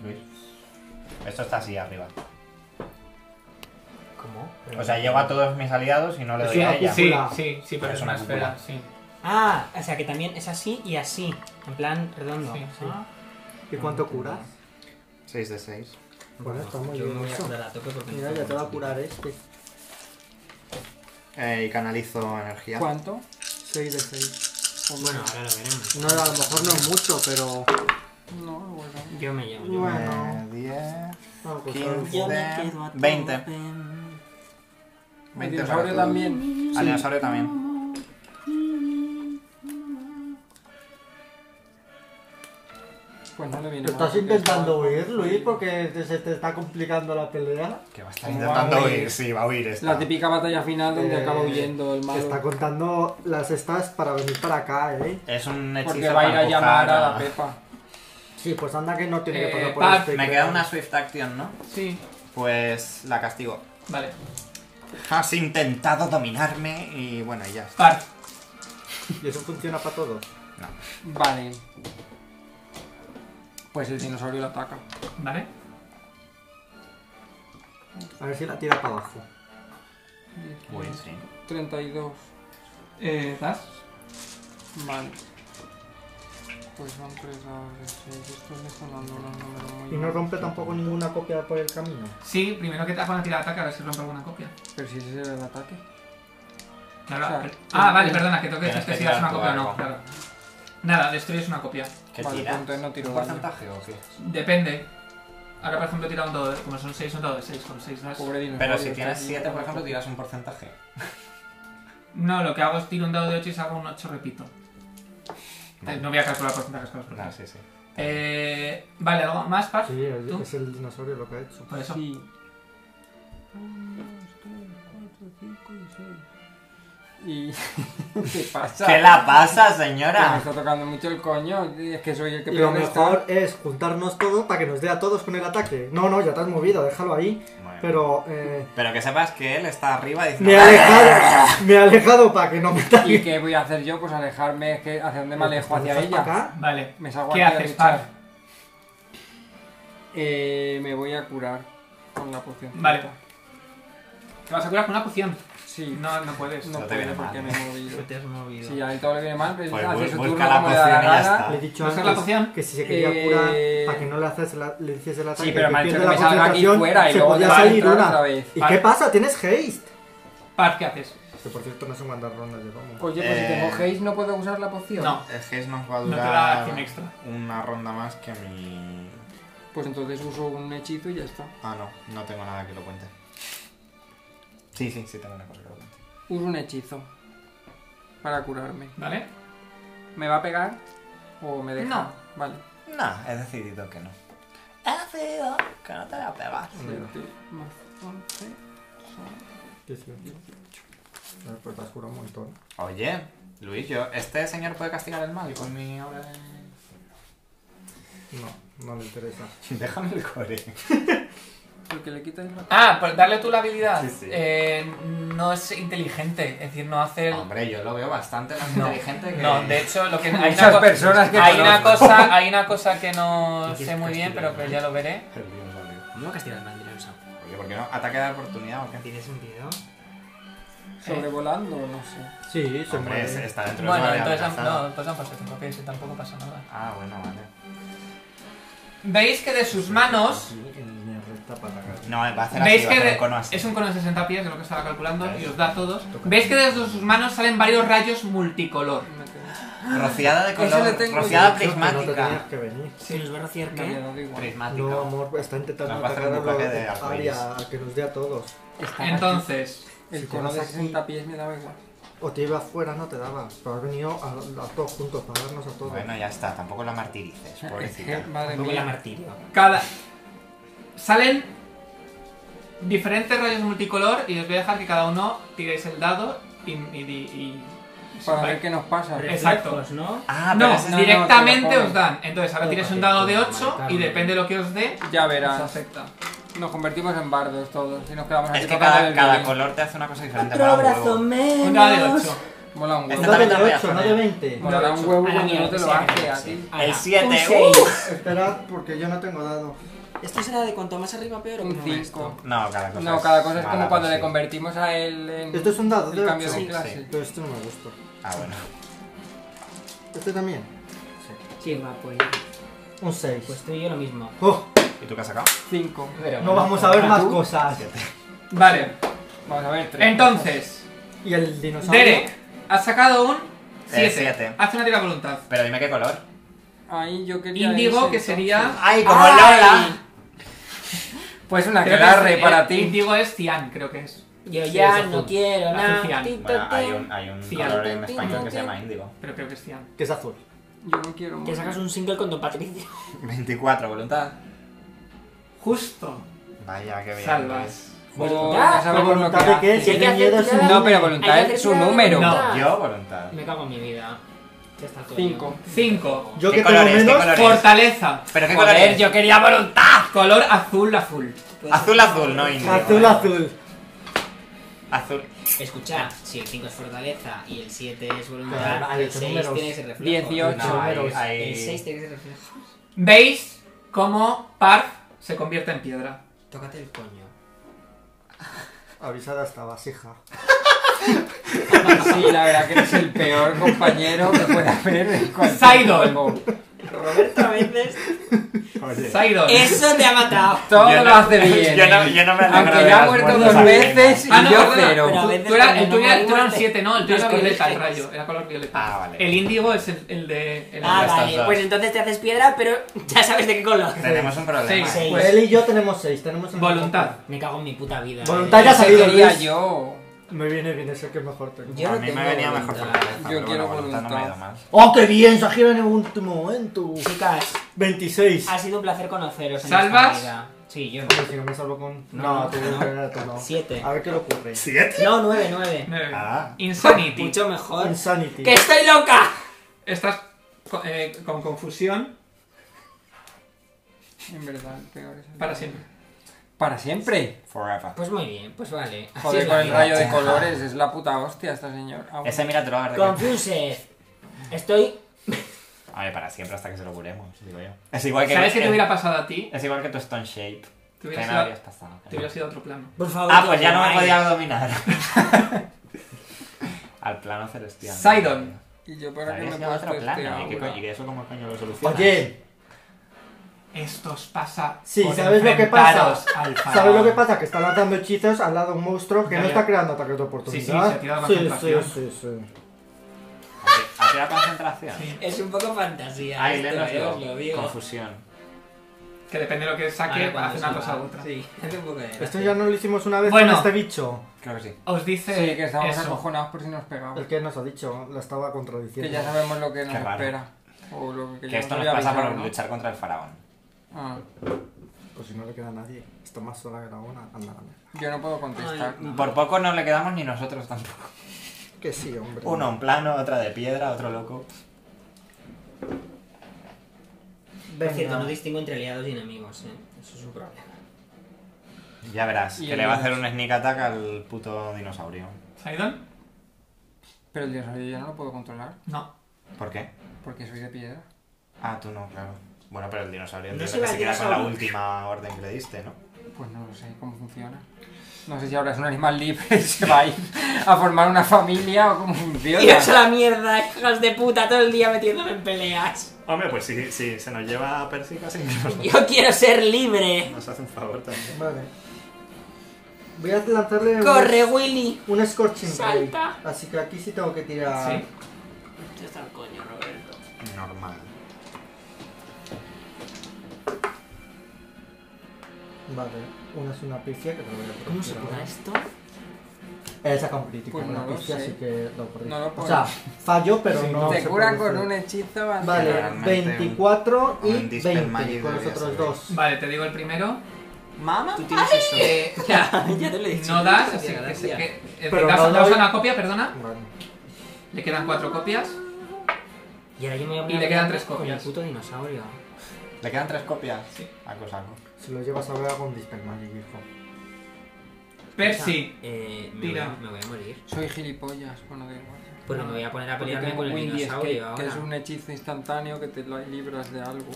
Luis. Esto está así arriba.
¿Cómo?
O sea, llevo a todos mis aliados y no le doy a ella.
Sí,
cúpula.
sí, sí, pero
Es
es una
una
esfera,
cúpula.
sí.
Ah, o sea que también es así y así. En plan redondo.
Sí, sí.
Ah,
¿Y cuánto curas?
6 de 6.
Bueno, está muy
yo
bien
me voy a
eso.
curar a tope porque
Mira,
me
ya te va a
mucho.
curar este.
Eh, y canalizo energía.
¿Cuánto?
6 de 6.
Bueno, ahora lo veremos.
No, a lo mejor no es mucho, pero.
No, bueno.
Yo me llevo. Yo
Bueno.
me...
Eh, 10,
algo,
Pues
¿sabes?
15, 20. 20 para
dinosaurio
todos.
también.
Al dinosaurio también.
Pues no le viene mal,
Estás
porque
intentando
estaba-
huir, Luis, porque te- se te está complicando la pelea.
Que va a estar
¿Cómo
intentando
va a huir?
huir, sí, va a huir esta.
La típica batalla final donde
Eh,
acaba huyendo el
Te está
malo.
contando las estas para venir para acá, ¿eh?
Es un hechizo
Porque va a ir a
para
llamar a la
empujar
Pepa.
Sí, pues anda que no tiene que
Eh,
pasar por
Pat,
este.
Me
creo.
queda una swift action, ¿no?
Sí,
Pues la castigo.
vale.
Has intentado dominarme y bueno, y ya está.
Par.
Y eso funciona para todos.
Vale. Pues el dinosaurio lo ataca.
¿Vale?
A ver si la tira para abajo.
Uy,
Pues.
Mm.
sí.
32.
Eh, ¿Das?
Vale. Pues son 3 dados de 6. Estos me están dando unos números muy.
Y no
bajos.
rompe tampoco ninguna copia por el camino.
Sí, primero que te haga una tirada de ataque a ver si rompe alguna copia.
Pero si ese era el ataque.
Claro,
O sea,
per- ah,
eh,
vale,
eh,
perdona, que tengo que
tienes
decirte
que
si das
tirar
una
tú
copia o no,
algo.
claro. Nada, destruyes una copia.
¿Qué
vale,
tira?
entonces no tiro daño.
¿Porcentaje o qué?
Depende. Ahora, por ejemplo, he tirado un dado de... Como son 6, un dado de 6. Con 6 das...
Pobre dinosaurio.
Pero si
está
tienes
aquí.
7, por ejemplo, tiras un porcentaje.
No, lo que hago es tiro un dado de 8 y salgo un 8, repito. Eh, No voy a calcular porcentajes con los
No,
porcentajes.
Ah, sí, sí.
Eh, vale, ¿algo más, Paz?
Sí, el-
¿Tú?
es el dinosaurio lo que ha hecho.
Por eso.
Sí. 1, 2, 3, 4, 5 y 6. Y. ¿Qué pasa?
¿Qué la pasa,
Que me
señora?
está tocando mucho el coño. Es que soy el que
Y lo
peor está.
mejor es juntarnos todos para que nos dé a todos con el ataque. No, no, ya te has movido, déjalo ahí.
Bueno.
Pero eh,
Pero que sepas que él está arriba diciendo.
me he alejado, me he alejado para que no me
¿Y
tague.
qué voy a hacer yo? Pues alejarme. es que ¿Hacia dónde me alejo? ¿Hacia
¿Estás para
ella?
acá?
Vale.
Me salgo
¿Qué
aquí a
haces,
luchar.
Paz?
Eh, me voy a curar con la poción.
Vale. Te vas a curar con una poción.
Sí, no,
No, no puedes.
no
te
puedo
viene
porque
mal,
me he movido.
te has movido.
Sí, a él todo le viene mal, pero
Pues
hace su
bu- busca
turno
la
como le da la
poción y ya
gana.
está.
Le he dicho
¿Vas a hacer la
antes
poción?
que si se quería
Eh,
curar, para que no le, haces la- le hiciese el ataque,
pero me ha dicho
pierde
que me salga aquí
concentración,
fuera y
se
luego ya
podía
va a
salir
entrar
una.
otra vez.
¿Y
Vale.
qué pasa? ¿Tienes haste?
Paz, ¿qué haces?
Que por cierto no sé cuántas rondas llevamos.
Oye, pues si
Eh,
tengo haste no puedo usar la poción.
No.
El Haze nos va a
No te
durar.
da acción extra.
Una ronda más que mi.
Pues entonces uso un hechizo y ya está.
Ah, no, no tengo nada que lo cuente. Sí, sí, sí, tengo una cosa que lo cuente.
Uso un hechizo para curarme.
¿Vale?
¿Me va a pegar o me deja?
No.
Vale.
No, he decidido que no. He decidido que no te voy a pegar.
Siete más once son-
18. A ver, Pues te has curado un montón.
Oye, Luis, yo. ¿Este señor puede castigar el mal con mi obra de.?
No, no le interesa.
Déjame el core.
Porque le quitas la...
Ah, por darle tú la habilidad.
Sí, sí.
Eh, no es inteligente. Es decir, no hace el...
Hombre, yo lo veo bastante más
No.
inteligente que.
No, de hecho, lo que hay
Muchas
co-
personas que
hay una
conozco.
cosa, hay una cosa que no
Y que
sé
es
muy bien,
castigo,
pero que ya lo veré.
El dinosaurio.
¿Cómo castigar al mal dinosaurio?
Oye, ¿por qué no? ¿Ataque de oportunidad o qué?
¿Tiene sentido?
Sobrevolando, no sé.
Sí, se
Hombre, es-
muere.
está dentro de
Bueno,
su área
entonces han-
amenazada.
no, entonces han pasado 5 pies y tampoco pasa nada.
Ah, bueno, vale.
Veis que de sus manos,
En línea recta para atacar.
No, va a hacer así,
veis
va a
que
hacer
de-
un cono así.
es un cono de 60 pies de lo que estaba calculando y os da a todos.
Toca.
Veis que de sus manos salen varios rayos multicolor.
Me quedo-
Rociada de
Ese le
color,
tengo
rociada
yo.
Creo que No te tenías
prismática.
que venir.
Sí, nos va a rociar
No, me
qué.
da igual.
Prismática.
No, amor, está intentando
Nos va a hacer
atacar a
un bucaque de
la
arcoíris.
área, al que nos dé a todos.
Está
Entonces,
El
Si te
cono
vas
de
aquí-
60 pies me daba igual.
O te iba afuera, no te daba. Pero has venido a, a todos juntos para darnos a todos.
Bueno, ya está, tampoco la martirices, pobrecita.
Je, Madre mía.
Tampoco la Pues martirio.
cada. Salen diferentes rayos multicolor y os voy a dejar que cada uno tiréis el dado y. y- y- y-
Para ver qué nos pasa.
Exacto.
Reflejos, ¿no?
Ah, pero
No,
ese-
no,
directamente
te lo
os dan. Entonces, ahora tiréis un
Tócate,
dado de
toma,
8 y
Carmen.
eh.
depende de lo que os dé,
Ya
os
verás.
afecta.
Nos convertimos en bardos todos y nos quedamos aquí
es que
tocando
cada,
el
cada
violín.
color te hace una cosa diferente.
Otro
mola un
brazo
huevo.
menos.
Un dado de 8.
Mola un
Este
No
huevo.
de
también te voy a
8, no
poner.
de 20.
Molará un huevo
A la
cuando
mierda
no te
que
lo
sea,
hace a
sí.
ti.
Ala,
El siete,
un
uh.
seis.
Esperad, porque yo no tengo dado.
Esto será de cuanto más arriba peor o
Un
cómo va esto?
5.
No, cada cosa
No, cada cosa es
mala, pues
como cuando
sí.
le convertimos a él en
Esto Este es un dado de
el cambio
8.
de
Sí,
clase.
Pero esto no me gusta.
Ah, bueno.
Este también.
Qué guapo. ¿eh?
Un 6.
Pues tú y yo lo mismo.
Oh,
¿Y tú qué has sacado?
5.
no vamos a ver más
¿Tú?
cosas.
Vale,
Vamos a ver, 3.
entonces,
Y el dinosaurio.
Derek ha sacado un
Eh,
7.
siete.
Hace una tira de voluntad.
Pero dime qué color.
Ahí yo quería.
Índigo,
ese,
que sería.
¡Ay,
como Lola! Pues una
creo que
clase
es- eh,
para ti.
Índigo es cian, creo que es.
Yo
Sí,
ya
es
no
azul.
quiero
Azul
nada.
cian.
Tin,
Bueno, hay
tin.
un, hay un
Sí,
color en
tin,
español
tin,
que se llama
tin.
índigo.
Pero creo que es cian.
Que es azul.
Yo no quiero
Te
morir.
sacas un single con Don Patricio.
24, voluntad.
Justo
Vaya, qué bien. Luis.
salvas.
Oh,
Ya,
ya sabemos lo que
voluntad de qué
hace.
Si es.
hay que
el
hacer
miedo es un-
tirada-
No, pero
hay que
voluntad
hacer
es su
tirada de
número.
voluntad.
pues. Yo, voluntad.
Me cago en mi vida. Ya está todo.
Cinco.
5.
Yo
¿Qué
que tengo
colores? ¿Qué
menos.
colores?
Fortaleza.
¿Pero qué color
Joder,
es?
yo quería voluntad. Color azul, azul.
Azul, azul, no índigo.
Azul, azul.
Azul.
Escucha, si el 5 es fortaleza y el 7 es
Claro,
voluntad,
hay
el
ocho
6
números.
tiene que ser reflejo.
Dieciocho.
No, hay-
El
hay-
6 tiene que ser reflejo.
¿Veis cómo Parf se convierte en piedra.
Tócate el coño.
Avisada hasta vasija.
Sí, la verdad que eres el peor compañero que pueda haber en cualquier
Sidon.
juego.
Roberto, a veces.
Oye,
Sidon.
Eso te ha matado.
Yo
Todo
no-
lo hace bien.
yo no-
eh.
yo no me alegro de
Aunque ya
las
ha muerto
muertes
dos
ajenas.
veces y
Ah, no,
yo
perdona,
cero.
pero a veces
Tú eras
cuando
el tuyo
no
era- tú eras un
muerte,
7, no, el tuyo
los
era violeta, el
colores.
rayo, era color violeta.
Ah, vale.
El índigo es el, el de. el
Ah,
Estas
vale.
dos.
Pues entonces te haces piedra, pero ya sabes de qué color.
Tenemos un problema.
Seis.
Seis.
Pues él y yo tenemos seis. Tenemos el
Voluntad.
Me cago en mi puta vida.
Voluntad
eh.
ya salido,
Quería
Luis.
yo.
Me viene bien ese que mejor tengo.
Yo
a
no
mí me
tengo
venía
voluntad.
mejor por la cabeza.
Yo
pero
quiero
bueno, voluntad no me ha ido mal.
¡Oh, qué bien! Se ha girado en el último momento.
Chicas,
26.
ha sido un placer conoceros. En
¿Salvas?
esta vida. Sí, yo no.
Pero si no me salvo con.
No,
No, tú
no.
no. tú no.
Siete.
A ver qué le ocurre.
¿Siete?
No, nueve, nueve.
Nueve.
Ah.
Insanity.
Mucho mejor.
Insanity.
¡Que estoy loca!
Estás co- eh, con confusión
En verdad, el peor es el
para
de-
siempre.
Para siempre.
Forever.
Pues muy bien, pues vale. Así
Joder,
es
con
la
el
vida.
rayo de colores. Es la puta hostia esta señora. Ah, bueno.
Ese mira te lo agarré.
Confused. Estoy.
A ver, para siempre hasta que se lo curemos, digo yo. Es igual que.
¿Sabes qué
el-
te hubiera pasado a ti?
Es igual que tu Stone Shape.
Te
Que
hubieras
no
ido-
habías pasado.
Te hubieras ido a otro plano.
Por favor.
Ah, pues ya no me
Ay.
podía dominar. Al plano celestial.
Sidon.
Y yo para que
Habías
me
ido a otro
puesto este
plano. ¿Y qué
aura.
co- y eso cómo coño lo solucionas?
Oye,
Esto os pasa.
Sí,
por
¿sabes lo que pasa?
enfrentaros al
¿sabes lo que
faraón.
pasa? Que está lanzando hechizos al lado de un monstruo que
Ya,
no
ya.
está creando ataques
Sí,
de
sí, se
oportunidad.
ha tirado la
sí, sí,
concentración.
sí, sí.
¿A qué la concentración?
Sí.
Es un poco fantasía.
Ahí
esto,
léenos
eh, os
lo-
lo digo.
Confusión.
Que depende de lo que
Ahora
saque,
cuando
hace una
se
cosa
va.
u otra.
Sí, hace un poco de.
Esto ya no lo hicimos una vez
Bueno.
con este bicho.
Creo que sí.
Os dice.
Sí, que estamos
eso.
acojonados por si nos pegamos.
El que nos ha dicho, la estaba
Que
contradiciendo.
ya sabemos lo que nos
raro.
espera. O lo que,
Que
ya
esto nos
había
pasa por
avisado, ¿no?
luchar contra el faraón.
Ah,
Pues si no le queda a nadie, está más sola que la una, anda a la mierda.
yo no puedo contestar.
Por poco no le quedamos ni nosotros tampoco.
Que sí, hombre.
Uno en plano, otra de piedra, otro loco.
Por cierto, no
Venga.
distingo entre aliados y enemigos, eh. Eso es un problema.
Ya verás,
Y
que
el
le va a hacer
dinos-
un sneak attack al puto dinosaurio.
¿Sidon?
Pero el dinosaurio ya no lo puedo controlar.
No.
¿Por qué?
Porque soy de piedra.
Ah, tú no, claro. Bueno, pero el dinosaurio
No
entiendo
se
que
va
se
el
queda con la
dinosaurio.
última orden que le diste, ¿no?
Pues no lo sé cómo funciona. No sé si ahora es un animal libre, se va a ir a formar una familia o cómo funciona.
Iros a la mierda, hijos de puta, todo el día metiéndome en peleas.
Hombre, pues sí, sí, se nos lleva a Percy casi
Yo quiero ser libre.
nos hace un favor también.
Vale. Voy a lanzarle un-
Corre, Willy.
un, Scorching Ray.
Salta.
Así que aquí sí tengo que tirar.
Sí.
Esto está el coño, Roberto.
Normal.
Vale. Una es una pifia que no voy a poder
¿Cómo se
tirar.
cura esto?
Eh, saca un crítico
Pues
con
no
la
lo
pifia,
sé.
así que lo perdí.
No lo
o
puedo.
sea, fallo, pero no.
Te
se
cura
produce.
con un hechizo
Vale,
Realmente un-
24 y
un Dispel
20
Magic
con los
debería
otros
ser.
dos.
Vale, te digo el primero.
Mamá.
Tú tienes eso.
Eh,
Ya, ya te lo he dicho.
no das,
Gracias,
así que, se-
gracias.
que- eh,
Pero
das,
no
das
doy-
una copia, perdona.
Vale.
Le quedan cuatro copias.
Y ahora yo me voy a
Y le
poner
quedan
con
tres
el
copias.
puto dinosaurio.
¿Le quedan tres copias?
Sí.
A cosaco.
Si lo llevas a ver hago un Dispel Magic, hijo.
Percy.
O sea, eh, me, voy
Tira.
a, me voy a morir.
Soy gilipollas, bueno, da igual.
Porque me voy a poner a
Porque
pelearme
tengo
con el
Windy
dinosaurio
Escape,
ahora.
que es un hechizo instantáneo que te lo libras de algo.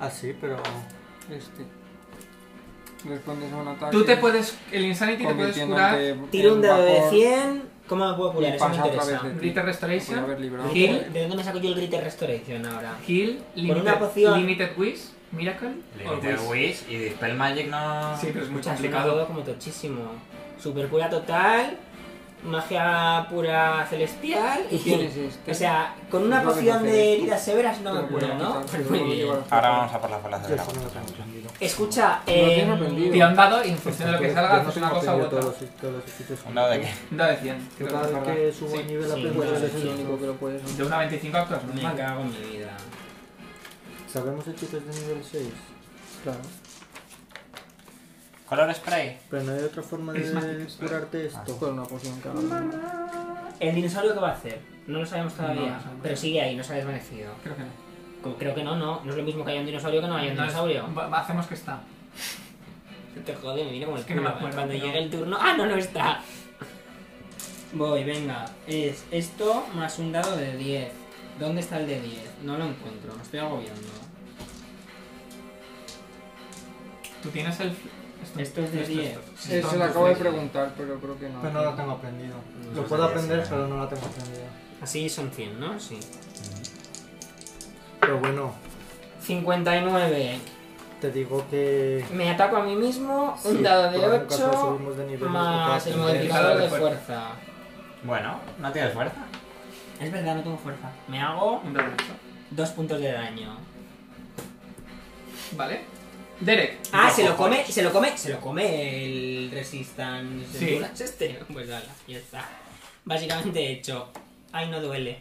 Ah, sí, pero.
Este. Respondes a un ataque.
Tú te puedes. El Insanity te puedes curar.
convirtiéndote en
Tiro un dado de
vapor
100. ¿Cómo me puedo curar?
y
Eso me
pasa otra vez
interesa.
de ti.
Glitter
Por haber
Restoration.
librado.
¿Qué?
Heal.
¿De dónde me saco yo el Greater Restoration ahora?
Heal.
una
Limited,
poción.
limited Wish. Miracle. or
Limited
Wish.
Wish y Dispel Magic no...
Sí, pero es muy
Muchas
complicado.
todo como tochísimo. Super cura total. Magia pura celestial.
¿Qué tienes este?
O sea, con una
Es lo que
poción
no sé.
de heridas severas no me
Pero
curo,
bueno,
¿no?
quizás
Pues
lo
muy
puedo
bien.
llevar.
Ahora vamos a por las balas
Yo
de
eso no lo
dragón.
tengo entendido.
Escucha,
tienes
em,
aprendido.
Tira un dado y Pues en función de lo que
Yo
salga
no
haces una
tengo
cosa u
aprendido
otra.
todos los- todos los hechizos.
¿Un dado de qué?
Un dado de 100.
Yo
creo que
cada
es
vez
verdad.
que subo
Sí,
el nivel
sí,
aprendo
bueno, pues
los
sí.
hechizos.
que lo puedes
De una 25 actúas
me
normal.
cago en mi vida.
¿Sabemos hechizos de nivel 6? Claro.
¿Color spray?
Pero no hay otra forma de
Prismáticos.
curarte esto.
Ah,
Con una poción cada uno.
¿El dinosaurio qué va a hacer? No lo sabemos
No
todavía,
lo sabemos.
pero sigue ahí, no se ha desvanecido.
Creo que no.
Co- Creo que no, no. No es lo mismo que haya un dinosaurio que no haya un
No es-
dinosaurio.
va- va- Hacemos que está.
Te jode, me viene como el
Es que no me
culo.
acuerdo,
Cuando
pero-
llegue el turno. ¡Ah, no, no está! Voy, venga. Es esto más un dado de 10. ¿Dónde está el de 10? No lo encuentro, me estoy agobiando.
Tú tienes el.
Esto es de 10.
esto-
Eso lo acabo de preguntar, pero creo que no.
Pero Pues no lo tengo aprendido. Lo
sé
puedo
si
aprender,
es,
pero no lo tengo aprendido.
Así son 100, ¿no? Sí.
Pero bueno,
59.
te digo que.
Me ataco a mí mismo. Un
Sí,
dado de
pero nunca
8
subimos de nivel,
más
nunca
el
subimos de
modificador de
nivel.
fuerza.
Bueno, no tienes fuerza.
Es verdad, no tengo fuerza. Me hago
Un dado ocho.
dos puntos de daño.
Vale. Derek.
Ah, se lo come, se lo come, se lo come el Resistance
Sí.
Endurance este. Pues vale, ya está. Básicamente hecho. Ay, no duele.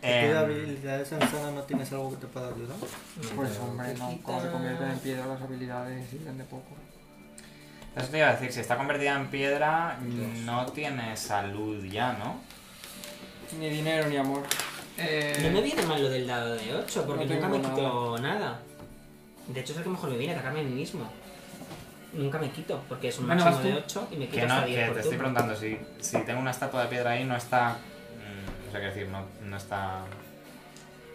¿Qué
Em,
habilidades en sana no tienes algo que te pueda ayudar?
Pues hombre, no, como se convierten en piedra las habilidades sirven de poco.
Eso te iba a decir, si está convertida en piedra, no tiene salud ya, ¿no?
Ni dinero ni amor.
No me
Eh,
viene mal lo del dado de 8, porque
No
nunca me
tengo
quito nada. De hecho, es el que mejor me viene, atacarme a mí mismo. Nunca me quito, porque es un
Bueno,
máximo
vas tú.
de 8 y me quito
Que no,
hasta
que
10
te
por
estoy
turno.
preguntando, si, si tengo una estatua de piedra ahí, no está... mm, No sé qué decir, no, no está...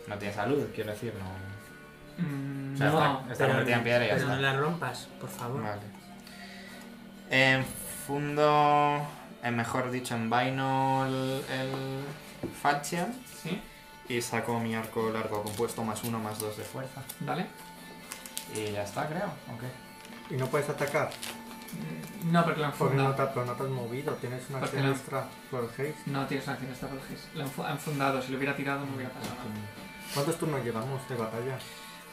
No tiene salud, quiero decir, no...
mm,
O sea,
no.
está, está convertida en piedra y ya
pero
está.
no la rompas, por favor.
Vale. Eh, fundo, eh, mejor dicho, en vaino el, el Falchion
Sí.
y saco mi arco largo compuesto más uno más dos de fuerza.
Vale.
Y ya está, creo. Ok.
Y no puedes atacar,
Mm, No, porque lo han
porque no
fundado.
te, pero no te has movido, tienes una
Porque
acción
no.
extra por el haste.
No tienes una acción esta por el Gis. Lo han fu- han fundado. Si lo hubiera tirado, no hubiera pasado nada.
¿Cuántos turnos llevamos de batalla?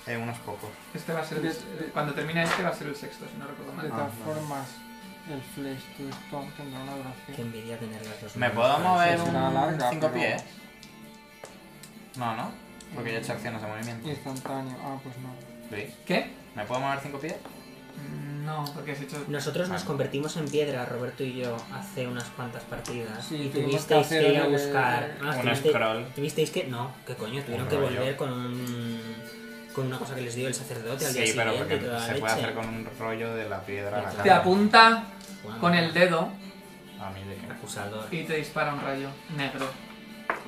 Eh, unos pocos.
Este va a ser el, eh, cuando termine este va a ser el sexto, si no recuerdo
De
mal.
todas formas, el flash to stone tendrá una
Qué
duración.
envidia tener las dos
¿Me
manos
puedo
para
mover
eso.
es una
un
larga,
5
pero-
pies? No, ¿no? Porque ya he hecho acciones de movimiento.
Instantáneo, ah, pues no.
Sí.
¿Qué?
¿Me puedo mover 5 pies?
Mm, No, porque has hecho.
Nosotros
Ah.
nos convertimos en piedra, Roberto y yo, hace unas cuantas partidas.
Sí,
y
tuvimos que
tuvisteis que,
hacer
ir a
el-
buscar. Ah,
un
tuvisteis,
scroll.
tuvisteis que. No, qué coño, tuvieron
Un
que
rollo.
volver con un. Con una cosa que les dio el sacerdote al día
Sí, pero
siguiente.
porque
y toda la
se puede
leche.
hacer con un rollo de la piedra a la
Te
Te
cara.
apunta
Bueno,
con el dedo
A mí de que
Acusador.
y te dispara un rayo negro.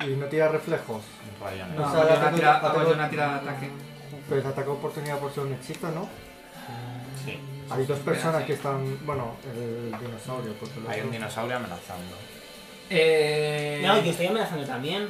Y no tira reflejos.
un rollo
No,
negro.
O
hago
sea,
yo
la
una
tengo-
tira-
la
hago
tengo-
yo una tirada de ataque.
Pues ataca oportunidad por ser un hechizo, ¿no?
Sí.
Hay dos personas
sí.
que están. Bueno, el dinosaurio, porque lo
Hay un
otro-
dinosaurio amenazando.
Eh,
No, yo estoy amenazando también.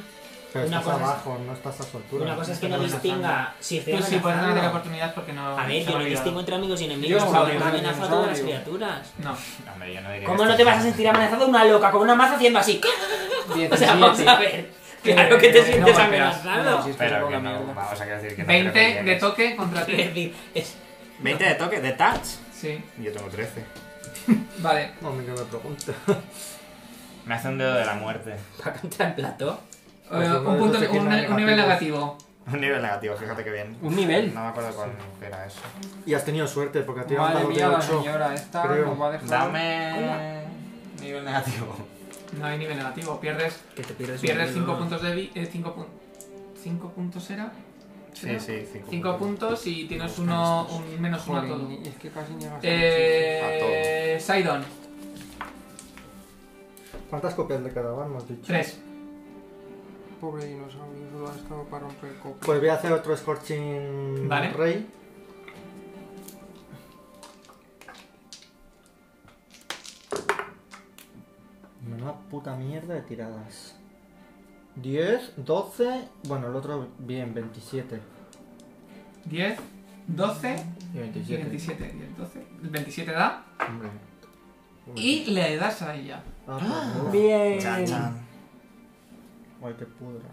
Pero
Una
estás
cosa es-
abajo, no estás a su altura.
Una cosa es que no
estoy
distinga. Si estoy
Tú Pues sí puedes tener
amenazando.
oportunidad porque no.
A ver,
se me ha
yo no
olvidado.
distingo entre amigos y enemigos.
Yo
Yo
sabría, yo
amenazo a todas las
sabría.
criaturas.
No.
Hombre, yo no diría
¿Cómo
que
no te
estoy-
vas a sentir amenazado una loca con una maza haciendo así? O sea, vamos a
17.
ver. Claro que te
Eh,
sientes
no,
amenazado.
No, si es que
Pero
supongo
que
la
no,
mierda.
vamos a decir que no creo que
20 de
llegues.
toque contra
Quiero
ti.
decir, es-
20 de toque, de touch.
Sí.
Yo tengo 13.
Vale.
No, me que me pregunta.
Me hace un dedo de la muerte.
para contra el plato.
Pues
Eh,
uno
un,
de
punto,
esos que
un,
tiene
un nivel negativo.
Un nivel negativo, fíjate que bien.
¿Un nivel?
No me acuerdo cuál era eso.
Y has tenido suerte porque ha tirado un
Madre
dado de
mía, la
8.
señora esta
creo.
nos va a dejar.
Dame. Nivel negativo.
No hay nivel negativo. Pierdes
Que te pierdes un
pierdes 5
dedo.
puntos de eh, vida. 5 puntos era.
Sí, sí, 5
5 puntos y tienes uno, un menos uno a
Joder,
todo.
ni- es que casi llegas
Eh. Sidon,
¿Cuántas copias le quedaban? Hemos dicho.
3.
a un Pobre dinosaurio, solo ha estado para romper el coco.
Pues voy a hacer otro Scorching
Vale.
Rey. Menuda puta mierda de tiradas. 10, 12, bueno, el otro bien, 27.
10, 12
Y
y
27.
27. 10, 12. El 27 da.
Hombre.
Y le das a ella.
Ah, por Dios.
Bien.
Chan, chan.
Ay, qué pudras.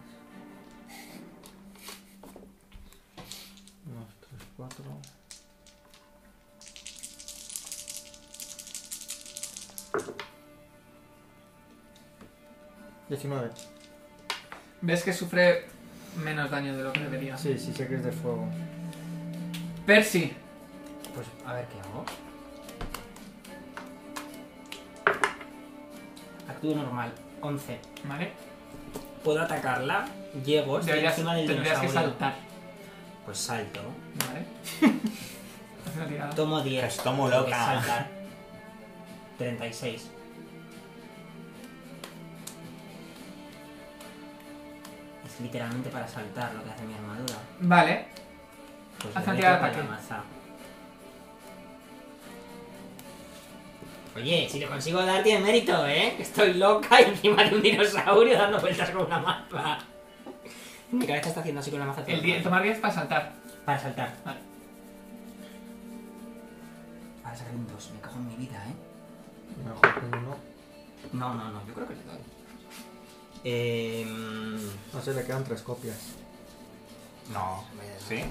1, 3, 4. Diecinueve.
Ves que sufre menos daño de lo que debería.
Sí, sí, sé que es de fuego.
Percy,
Pues a ver qué hago. Actúo normal. 11.
¿vale?
Puedo atacarla. Llego, estoy
Deberías-
encima del
tendrías que
dinosaurio.
saltar,
Pues salto.
¿vale? Haz una tirada.
Tomo 10.
Estoy muy
Tengo que
loca.
saltar. 36. Es literalmente para saltar lo que hace mi armadura.
Vale,
Pues
Haz
le
una
meto
tirada de
con la
ataque.
maza. Oye, si lo consigo dar tiene mérito, ¿eh? Que Estoy loca y encima de un dinosaurio dando vueltas con una maza. Mi cabeza está haciendo así con la maza. todo
El 10,
rato.
tomar 10 para saltar.
Para saltar.
Vale.
Ahora sacar un 2, me cago en mi vida, ¿eh?
Mejor que uno.
No, no, no, yo creo que le doy. Eh... mm,
No sé, le quedan tres copias.
No. ¿Sí?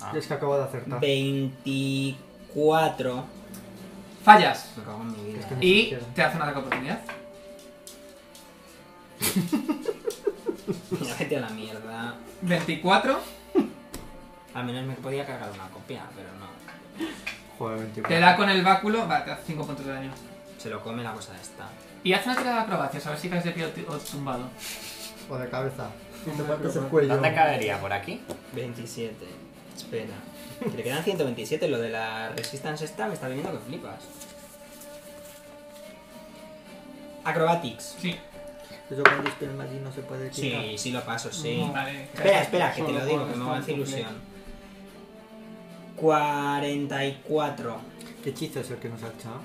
Ah.
Y es que acabo de acertar.
24.
Fallas.
Me cago en mi vida. ¿eh?
Y te hace una ataque de oportunidad.
Mira, vete a la mierda.
24.
Al menos me podía cargar una copia, pero no.
Joder, 24.
Te da con el báculo. Vale, te hace 5 puntos de daño.
Se lo come la cosa esta.
Y haz una tirada de acrobacias, a ver si caes de pie o ti- o tumbado.
O de cabeza. Y te
Hombre,
partes
pero-
el cuello.
¿Dónde caería? ¿Por aquí?
27. Espera. Que le quedan 127. Lo de la Resistance esta me está viniendo que flipas. Acrobatics.
Sí.
Yo cuando estoy en allí no se puede quitar.
Sí, sí lo paso, sí.
Vale.
Espera, espera, que te
Solo
lo digo,
puedo
que me hace
estar en
ilusión. 44.
¿Qué hechizo es el que nos ha echado?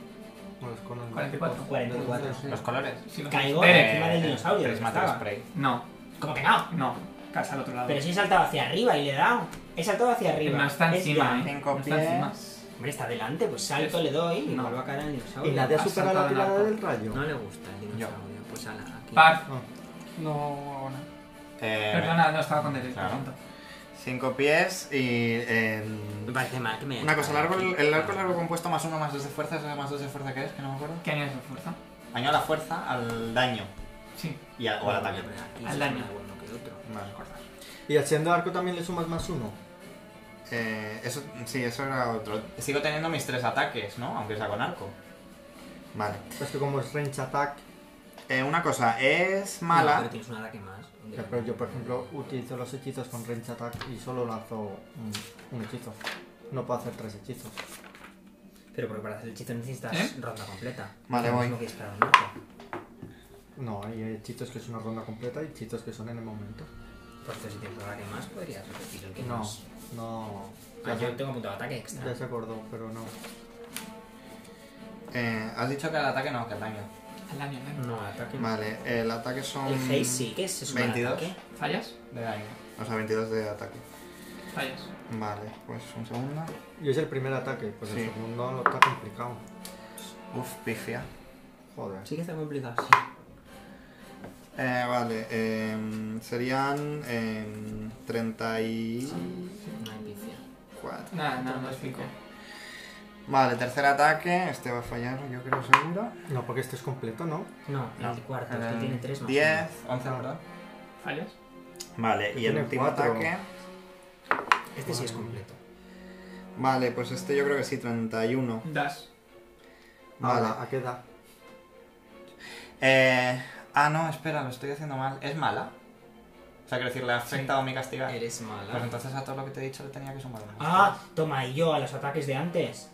O los conos, ¿no?
44.
44.
¿Los colores?
Si lo-
Caigo
Eh,
encima del dinosaurio.
Prisma
donde estaba.
spray.
No,
¿Cómo que no?
no. Casa al otro lado.
Pero si he saltado hacia arriba y le he dado. He saltado hacia arriba.
No está
Es
encima,
ya.
eh.
Cinco
no está
pies.
encima.
Hombre, está adelante, pues salto, le doy y
No.
vuelvo a caer al dinosaurio.
¿Y nadie ha
Has
superado la
saltado en
tirada
arco.
del rayo?
No le gusta el dinosaurio, pues ala, aquí.
Par.
Ah,
No hago nada.
Eh,
Perdona, no estaba con derecho.
Claro.
lo siento.
Cinco pies y... eh,
Me parece mal que me hayan
una cosa, el
sacado
árbol,
aquí.
el árbol largo compuesto más uno más dos de fuerza, ¿sabes más dos de fuerza que es? Que no me acuerdo.
¿Qué año es la fuerza?
Añado la fuerza al daño
Sí.
y a- o al ataque.
Hombre, aquí
Al
sí
daño.
que me da uno que otro.
No recuerdo.
Y haciendo arco también le sumas más uno.
Eh, eso, sí, eso era otro. Sigo teniendo mis tres ataques, ¿no? Aunque sea con arco. Vale.
Es Pues que como es range attack,
Eh, una cosa, es
No,
mala.
pero tienes un ataque más.
Ya, pero yo por ejemplo utilizo los hechizos con range attack y solo lanzo un, un hechizo. No puedo hacer tres hechizos.
Pero porque para hacer el hechizo necesitas
¿Eh?
ronda completa.
Vale,
Lo
voy.
mismo que disparar un arco.
No, hay hechizos que es una ronda completa y hechizos que son en el momento.
Entonces, si tienes un ataque más, podrías repetir el que
No,
más-
no.
Ah,
Ya,
yo
se,
tengo punto de ataque extra.
ya se acordó, pero no.
Eh, has dicho que el ataque no, que el daño.
Al ¿eh? daño, al daño.
No, ataque más.
Vale, el ataque son.
Hmm. El haze sí que se suma al
22.
ataque.
¿Fallas?
De daño. O sea, 22 de ataque.
Fallas.
Vale, pues un segundo.
Y es el primer ataque, pues
Sí.
el segundo no está complicado.
Uf, pifia.
Joder.
Sí que está complicado, sí.
Eh, vale, eh, serían. Eh, 34.
No hay pifia.
Nada, nada, no es 5.
Vale, tercer ataque. Este va a fallar, yo creo seguro.
No, porque este es completo, ¿no?
No, el cuarto, es Pues que
Eh,
tiene 3 más.
10, 11,
Ah.
¿verdad?
¿Fallas?
Vale,
Que
y el
tiene
último
cuatro.
ataque.
uno. Este sí es completo.
Vale, pues este yo creo que sí, 31.
Das.
Vale.
Ahora, ¿a qué edad?
Eh, ah, no, espera, lo estoy haciendo mal. ¿Es mala? O sea, quiero decir, ¿le ha afectado mi castigar?
Eres
Pues
mala.
entonces a todo lo que te he dicho le tenía que sumar uno.
Eh, Ah, toma y yo a los ataques de antes.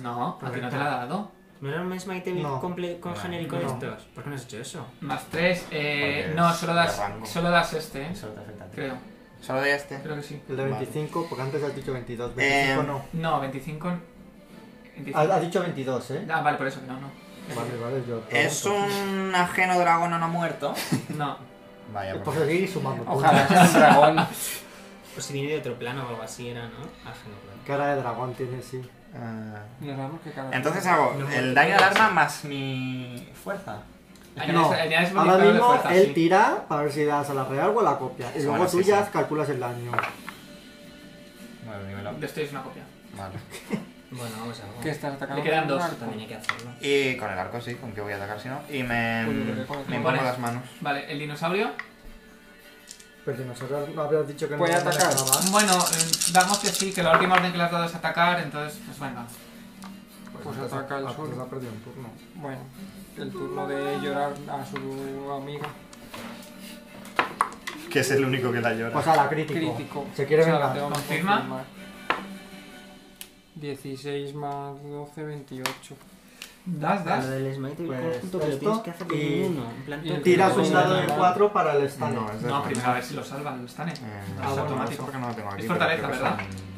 No, a ti no te la ha dado.
¿No era un mes My Devil
No.
comple- con
No.
genérico de
No.
estos? ¿Por qué no has hecho eso?
Más 3. Eh,
Porque
no,
es
solo
de
das,
rango.
solo das este, eh.
Solo te afecta a ti.
Creo,
Solo de este.
creo que sí.
El de
Vale.
25, porque antes has dicho 22. 25
Eh,
no.
No, 25.
Ha,
25.
ha dicho 22, ¿eh?
Ah, vale, por eso que no, no.
Vale, vale, yo.
Es
pregunto.
un ajeno dragón no muerto.
No.
Vaya,
Es por seguir sumando.
Ojalá sea un dragón.
Pues si viene de otro plano o algo así era, ¿no? Ah, sí, no, claro.
Cara de dragón tiene, sí.
Ah.
No sabemos qué cara.
Entonces hago
No,
el
no,
daño
no,
al arma más mi fuerza.
Añades- añades
Ahora
modificador de
mismo
este fuerza,
él
sí.
tira para ver si das a la real o a la copia. Y luego
Bueno, sí,
tú ya
sí.
calculas el daño.
Bueno, nivel up.
Destruyes una copia.
Vale.
Bueno, vamos a ver.
¿Qué estás atacando?
Le quedan
con un
dos
arco?
También hay que hacerlo.
Y con el arco sí, con qué voy a atacar si no. Y me,
Uy, uy, uy, con-
me
con
impongo
eso.
las manos.
Vale, el dinosaurio.
Pero si nosotros no habías dicho que
Puede
no nos
atacar.
dejaba.
Bueno, eh, damos que sí, que la última orden que le has dado es atacar, entonces, pues venga.
Pues,
Pues
entonces,
ataca al
ah, pues
sur.
ha perdido un turno.
Bueno, el turno de llorar a su amiga.
Que es el único que la llora.
Pues a la crítico.
Crítico.
Se quiere
O sea,
vengar.
tengo que
Confirma.
confirmar. 16 más 12, 28.
Das,
Lo
das.
del Smite
Pues
conjunto, pero
esto
tienes que hacer
y-
y... uno. En plan,
y
todo.
Tiras
Pues
un dado de
nada.
4 para el stand.
No, es de
No,
manos.
primero a ver si lo salvan, lo están. eh.
Eh,
Ah,
es
bueno,
automático
eso.
porque no lo tengo aquí.
Es fortaleza,
pero creo que
¿verdad?
son-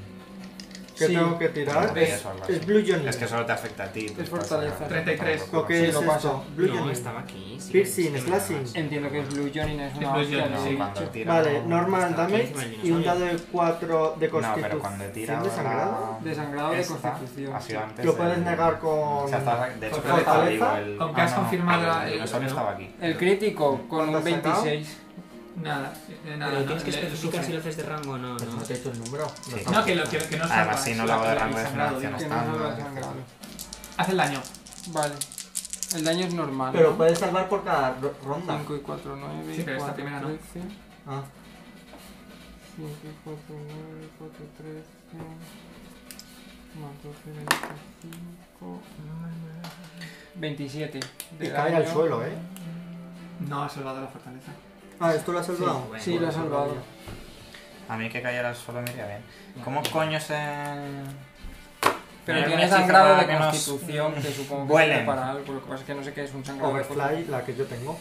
¿Qué
Sí.
tengo que tirar?
Fortaleza
Es,
o algo así.
es Blue Johnny.
Es que solo te afecta a ti. tus
Es fortaleza.
cosas.
33.
¿O qué
Sí,
es
lo
esto?
paso.
Blue
no,
Johnny.
estaba aquí. sí,
Piercing,
sí,
slashing.
sí,
Entiendo que es Blue Johnny, no es una
Blue
hostia,
Johnny,
¿no?
sí.
Cuando tira
Vale,
no-
normal
está
damage
encima del
y un
dinosaurio.
dado de 4 de
No,
constitución.
pero cuando tira
de sangrado?
ahora
Desangrado de
esta,
constitución.
ha sido antes
Lo puedes
del-
negar
O
con.
sea, está- de hecho,
Fortaleza.
estaba vivo el-
Aunque
ah,
has
no, no,
confirmado la-
El dinosaurio
el-
estaba aquí.
El crítico con un
¿Cuánto has sacado?
26.
Nada, eh,
Pero
nada. no,
tienes que
le- le
especificar
sufre.
si lo haces de rango o no,
Pues
¿no?
no te he hecho el número.
Sí.
está
No, que, lo, que, que no
Ahora
salva,
sí, no
es
lo hago de
el
rango de
sangrado,
acción,
Que
digo.
no
está-
salga desangrado.
Hace el daño.
Vale. El daño es normal.
Pero puedes salvar por cada ro- ronda.
5 y 4, 9.
Sí, pero esta primera no.
13,
Ah,
5 y 4, 9, 4, 13. Más 12, 25. 27. de
y cae al
daño.
suelo, ¿eh?
No ha salvado la fortaleza.
Ah, ¿esto lo has salvado?
Bueno,
Sí, lo ha salvado.
A mí que cayera al suelo me iría bien. ¿Cómo coño se...?
Pero
Mira,
tiene
una
sangrado
cifra
de
que nos
constitución que supongo que
vuelen.
sirve para algo. Lo que pasa es que no sé qué es un sangrado. de
Overfly, la que yo tengo.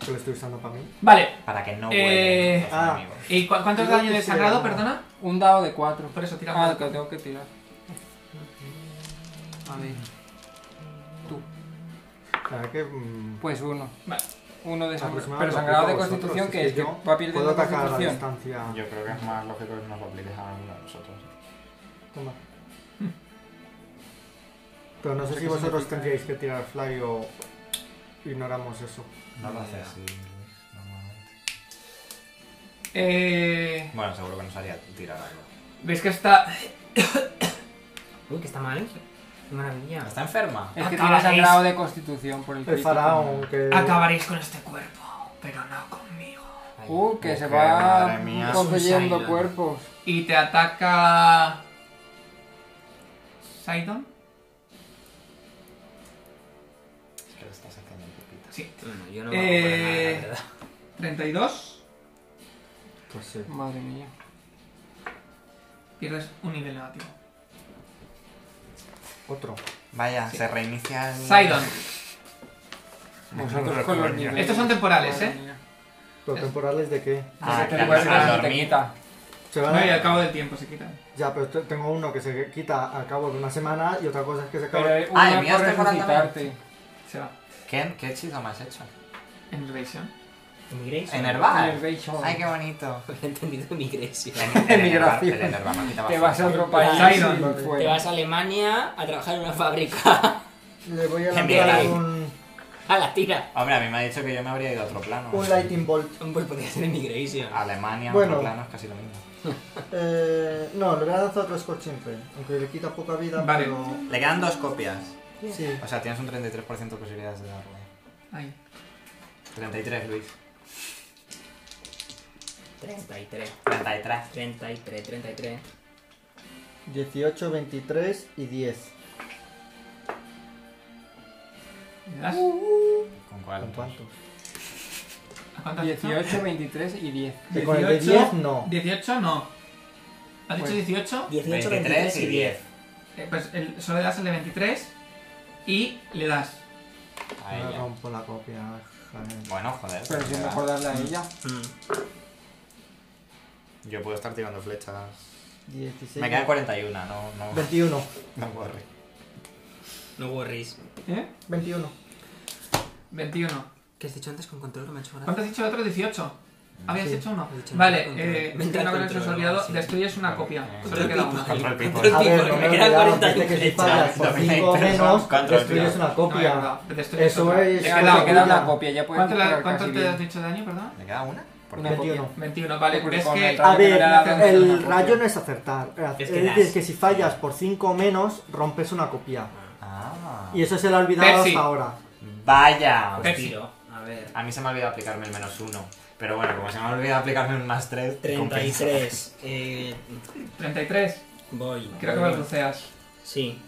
Que lo estoy usando para mí.
Vale.
Para que no
Eh,
vuelen los
ah.
enemigos.
¿Y cu- cuánto es
Creo
daño
que
de
sí,
sangrado,
no.
perdona?
constitu- Un dado de 4.
Por eso tira
Ah,
más.
que tengo que tirar.
A ver.
Claro que. mm,
Pues uno.
Vale.
Uno de sangrado.
aproximadamente
Pero
lo
sangrado de
aplico a vosotros,
constitución
es
que es que
yo
va a perder
Puedo
la
atacar a la
constitución.
distancia.
Yo creo que es más lógico que nos lo apliques a uno de nosotros.
Toma.
Hmm.
Pero no
No
sé
sé
si
qué
vosotros
significa.
tendríais que tirar fly o ignoramos eso.
No lo
Ni
haces
idea.
así, normalmente.
Eh,
Bueno, seguro que nos haría tirar algo.
¿Ves que está.
Uy, que está mal. Qué maravilla.
¿Está enferma?
Es que tiene
Acabaréis.
sangrado de constitución por el
El
crítico.
faraón que.
Acabaréis con este cuerpo, pero no conmigo.
Uh, que se
Mujer,
va
madre mía.
construyendo
Suicide.
cuerpos.
Y te ataca. Sidon?
Es que le estás haciendo un poquito.
Sí.
Bueno, yo no me acuerdo para nada,
Eh,
la verdad.
32.
Pues sí.
Madre mía.
Pierdes un nivel negativo.
Otro.
Vaya, se reinicia el...
Sidon.
Vosotros con los niveles.
Estos son temporales,
Madre
¿eh?
mía. Pues este
¿Pero temporales de qué?
Ah,
Ese
claro,
temporal
se va
no
a
te
dormir.
quita.
Se van a-
No, y al cabo del tiempo se quitan.
Ya, pero te- tengo uno que se quita al cabo de una semana y otra cosa es que se acaba.
eh,
Pero
Ah, el
una
mío es
por
temporal también.
resucitarte.
Se va.
¿Qué, ¿Qué hechizo me has hecho?
Emigration.
Migration.
Enervar.
Enervation.
Ay, qué bonito.
He entendido migration.
Emigración.
Emigración.
El Enervar me quitaba
Te
fuerza.
vas a otro país
Iron
y
Man.
fuera.
Te vas a Alemania a trabajar en una fábrica.
Le voy a
Enviar
lanzar
ahí.
un,
a la tira.
Hombre, a mí me ha dicho que yo me habría ido a otro plano.
un Lightning Bolt.
Pues podría ser migration.
Alemania,
Bueno.
otro plano es casi lo mismo.
Eh, no, le voy a lanzar otro Scorching Ray, aunque le quita poca vida,
Vale.
pero...
Le quedan dos copias.
Sí.
O sea, tienes un 33% de posibilidades de darle.
Ahí.
33, Luis.
33,
33.
33, 33.
18, 23 y 10.
¿Le das?
¿Con cuál?
¿Con cuánto?
¿A cuánto has dicho?
18, 23 y 10.
Que con el de 10 no.
18 no. ¿Has dicho
Pues-
18?
18,
23 y 10.
Eh, pues el- solo le das el de 23 y le das.
Ahí
Me
ya.
rompo la copia, joder.
Bueno, joder.
Pero
pues
si
ya.
mejor darle a ella.
Mm.
Yo puedo estar tirando flechas.
16...
Me quedan 41, no, no,
21.
no corre.
No worries.
¿Eh?
21.
21.
¿Qué has dicho antes con control? Me ha hecho
¿Cuánto has dicho otro? 18. ¿Habías
Sí,
hecho uno?
he dicho
Vale,
control.
eh,
Me
una vez que os
control,
olvidado,
sí.
destruyes una copia.
Eh,
Solo queda una.
Control people.
Control
A
Sí,
ver,
porque
no
me
me
quedan
olvidaron,
40
dice que si
flechas.
fallas por 5
Dominator,
menos,
control,
destruyes
tío.
una
No, es
copia.
verdad, destruyes
Eso
otra.
es...
Te
Ya
queda
le queda
una.
una copia, ya puedes
¿Cuánto, la-
tirar
cuánto
casi
te
bien.
has dicho de daño, perdón?
¿Me queda una? ¿Por
Una
qué?
copia.
21.
21, vale.
Porque
¿Ves
con
que
el
A
Claro,
ver,
pero era la-
el
una copia.
rayo no es acertar.
Es
Es
que das.
decir, que si fallas por 5 menos, rompes una copia.
Ah.
Y eso se lo ha olvidado
Percy.
hasta ahora.
Pues
Vaya.
Pepsi.
Tiro. A ver.
A mí se me ha olvidado aplicarme el menos uno. Pero bueno, como se me ha olvidado aplicarme el más 3,
33. Eh,
33.
voy.
Creo que
voy.
balbuceas.
Sí.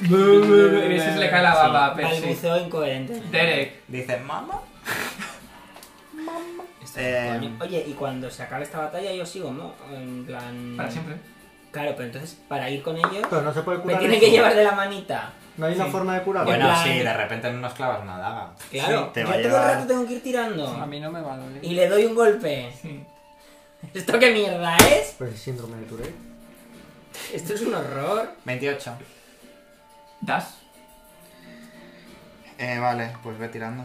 Y ves que se le cae la baba a
sí.
Percy.
Balbuceo incoherente.
Derek.
Dice, mamá.
Esto
Eh,
coño. Oye, y cuando se acabe esta batalla yo sigo, ¿no? En plan...
Para siempre.
Claro, pero entonces para ir con ellos
Pero no se puede
me
curar.
tienen
eso.
que llevar de la manita.
No hay una
Sí.
forma de curar.
Bueno,
plan-
sí, de repente no nos clavas una daga.
Claro,
Sí, te
yo
va a
todo
llevar-
el rato tengo que ir
A
tirando.
mí no me va a doler.
Y le doy un golpe.
Sí.
¿Esto qué mierda es?
Pues síndrome de Tourette.
Esto es un horror.
28.
Das.
Eh, vale, pues ve tirando.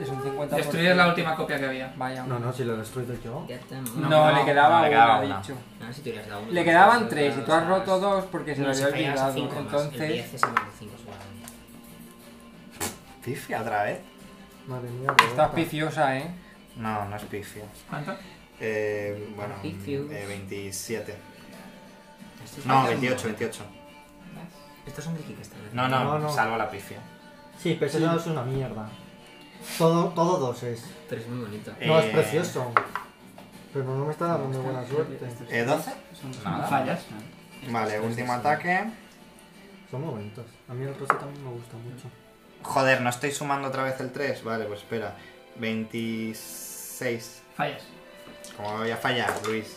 Es un 50%.
Destruyes la última copia que había.
Vaya.
No, no, si lo he destruido yo.
Ya está.
No,
No,
le quedaba
no,
una,
le quedaba una.
dicho.
Ah, si te hubieras dado uno,
Le
te
quedaban
hubieras
tres y tú
dado
has roto
más.
dos porque se
No,
lo
si
había
fallas,
olvidado.
cinco más. El
Entonces,
10 es el menos cinco, seguramente.
¿Pifia otra vez?
Madre mía, Rebeca.
estás piciosa, ¿eh?
No, no es pifia.
¿Cuánto?
Eh, bueno,
Pifius.
eh, 27.
Esto es
No,
un
28,
montón.
28.
Estos son del Kickstarter.
No, no,
No, no.
salvo la pifia.
Sí, pero eso no es una mierda. Todo, todo dos es.
Pero es muy bonito.
Eh,
No, es precioso. Pero no me está dando muy buena suerte.
Eh, 12.
No
Nada.
fallas.
Vale, último ataque.
Son momentos. A mí el rosa también me gusta mucho.
Joder, no estoy sumando otra vez el 3. Vale, pues espera. 26.
Fallas.
Como voy a fallar, Luis.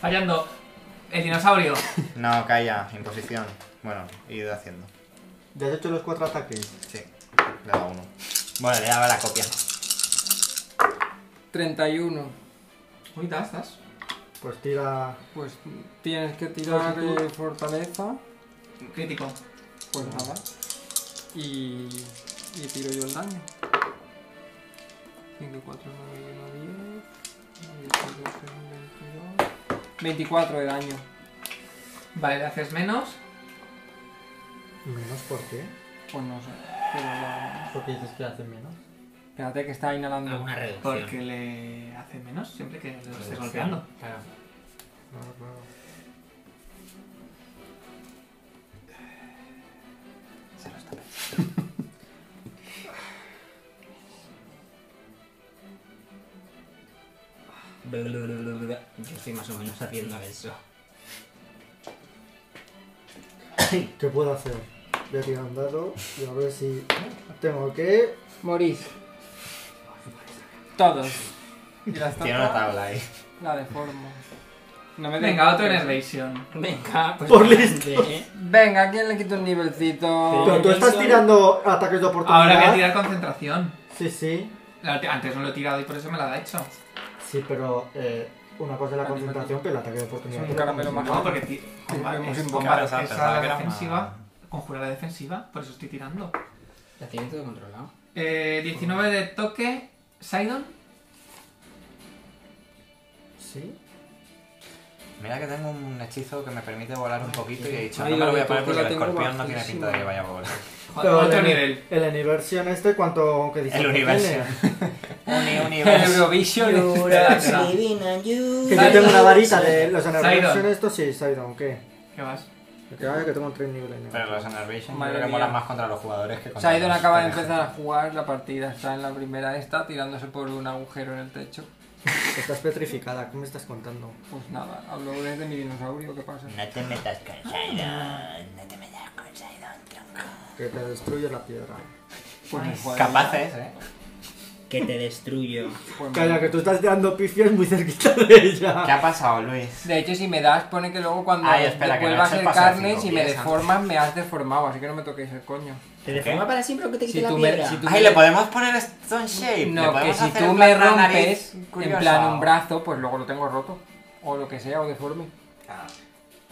Fallando. El dinosaurio.
No, calla, imposición. Bueno, he ido haciendo.
¿Ya has hecho los cuatro ataques?
Sí, le da uno. Bueno, le daba la copia.
31.
Uy, das, das.
Pues tira.
Pues tienes que tirar
Pues tú-
eh, fortaleza.
Crítico.
Pues nada. Y, y tiro yo el daño. 5, 4, 9, 1, 10. 24 de daño.
Vale, le haces menos.
Menos por qué.
Pues no sé. Pero la-
Porque dices que hacen menos.
Espérate que está
Ah,
inhalando.
una reducción.
Porque le hace menos siempre que lo estés
Reducción,
golpeando.
Claro.
Claro, claro.
Blablabla. Yo estoy más o menos haciendo eso.
¿Qué puedo hacer? Voy a tirar un dado y a ver si tengo que.
Morís. Todos. Y la
Tiene una
estatua
tabla ahí.
la deformo. No me
Venga, otro Ah,
nervio.
Enervation.
Venga, pues.
Por
adelante, ¿eh?
Venga, ¿a quién le quito un nivelcito?
Pero tú estás
eso-
tirando ataques de oportunidad.
Ahora voy a tirar concentración.
Sí, sí.
La ulti- Antes no lo he tirado y por eso me la ha hecho.
Sí, pero eh, una cosa es la concentración, pero el ataque de oportunidad.
Es un caramelo más.
No, porque ti- combat-
hemos
es
invocado
combat-
esa,
es a
pensaba
la
que era una-
defensiva. Conjura la defensiva, por eso estoy tirando.
La tiene todo controlado.
Eh, 19 de toque. Sidon.
Sí.
Mira que tengo un hechizo que me permite volar un poquito y he dicho,
Ay,
no me lo voy
la
a poner
virtud
porque
la
el
tengo
escorpión no tiene
bajísima.
pinta de que vaya a volar.
Joder, otro
el,
nivel.
El Universion este, ¿cuánto que dice?
El
que
universo.
tiene?
Uni,
El
universo.
Eurovision.
Que yo tengo una varita de los Universion
Sidon.
estos, sí, Sidon, ¿qué?
¿Qué vas?
Lo que vaya que tengo tres niveles. ¿no?
Pero los Enervation
Madre
creo que
mía.
molan más contra los jugadores que contra
Saidon
los
acaba de
pendejos.
empezar a jugar la partida, está en la primera esta, tirándose por un agujero en el techo.
Estás petrificada, ¿qué me estás contando?
Pues nada, hablo desde mi dinosaurio, ¿qué pasa?
No te metas con Sidon, no te metas con Sidon, tronco.
Que te destruye la piedra.
Pues me jode.
Capaces, eh.
Que te destruyo.
Pues me-
Calla, que tú estás tirando pifias muy cerquita de ella.
¿Qué ha pasado, Luis?
De hecho, si me das, pone que luego cuando
Ay, espera, que no
vuelva a
se
ser
pasa de
carne,
cinco
si me
pies,
deformas, me has deformado, así que no me toquéis el coño.
¿Te deforma para siempre o que te quite
Si
la
tú me-
piedra?
si tú-
Ay, le podemos poner Stone Shape. ¿Le
No, que
podemos
si
hacer
tú
en
me
plan una nariz
rompes, en
curiosa
plan
o-
un brazo, pues luego lo tengo roto. O lo que sea, o deforme.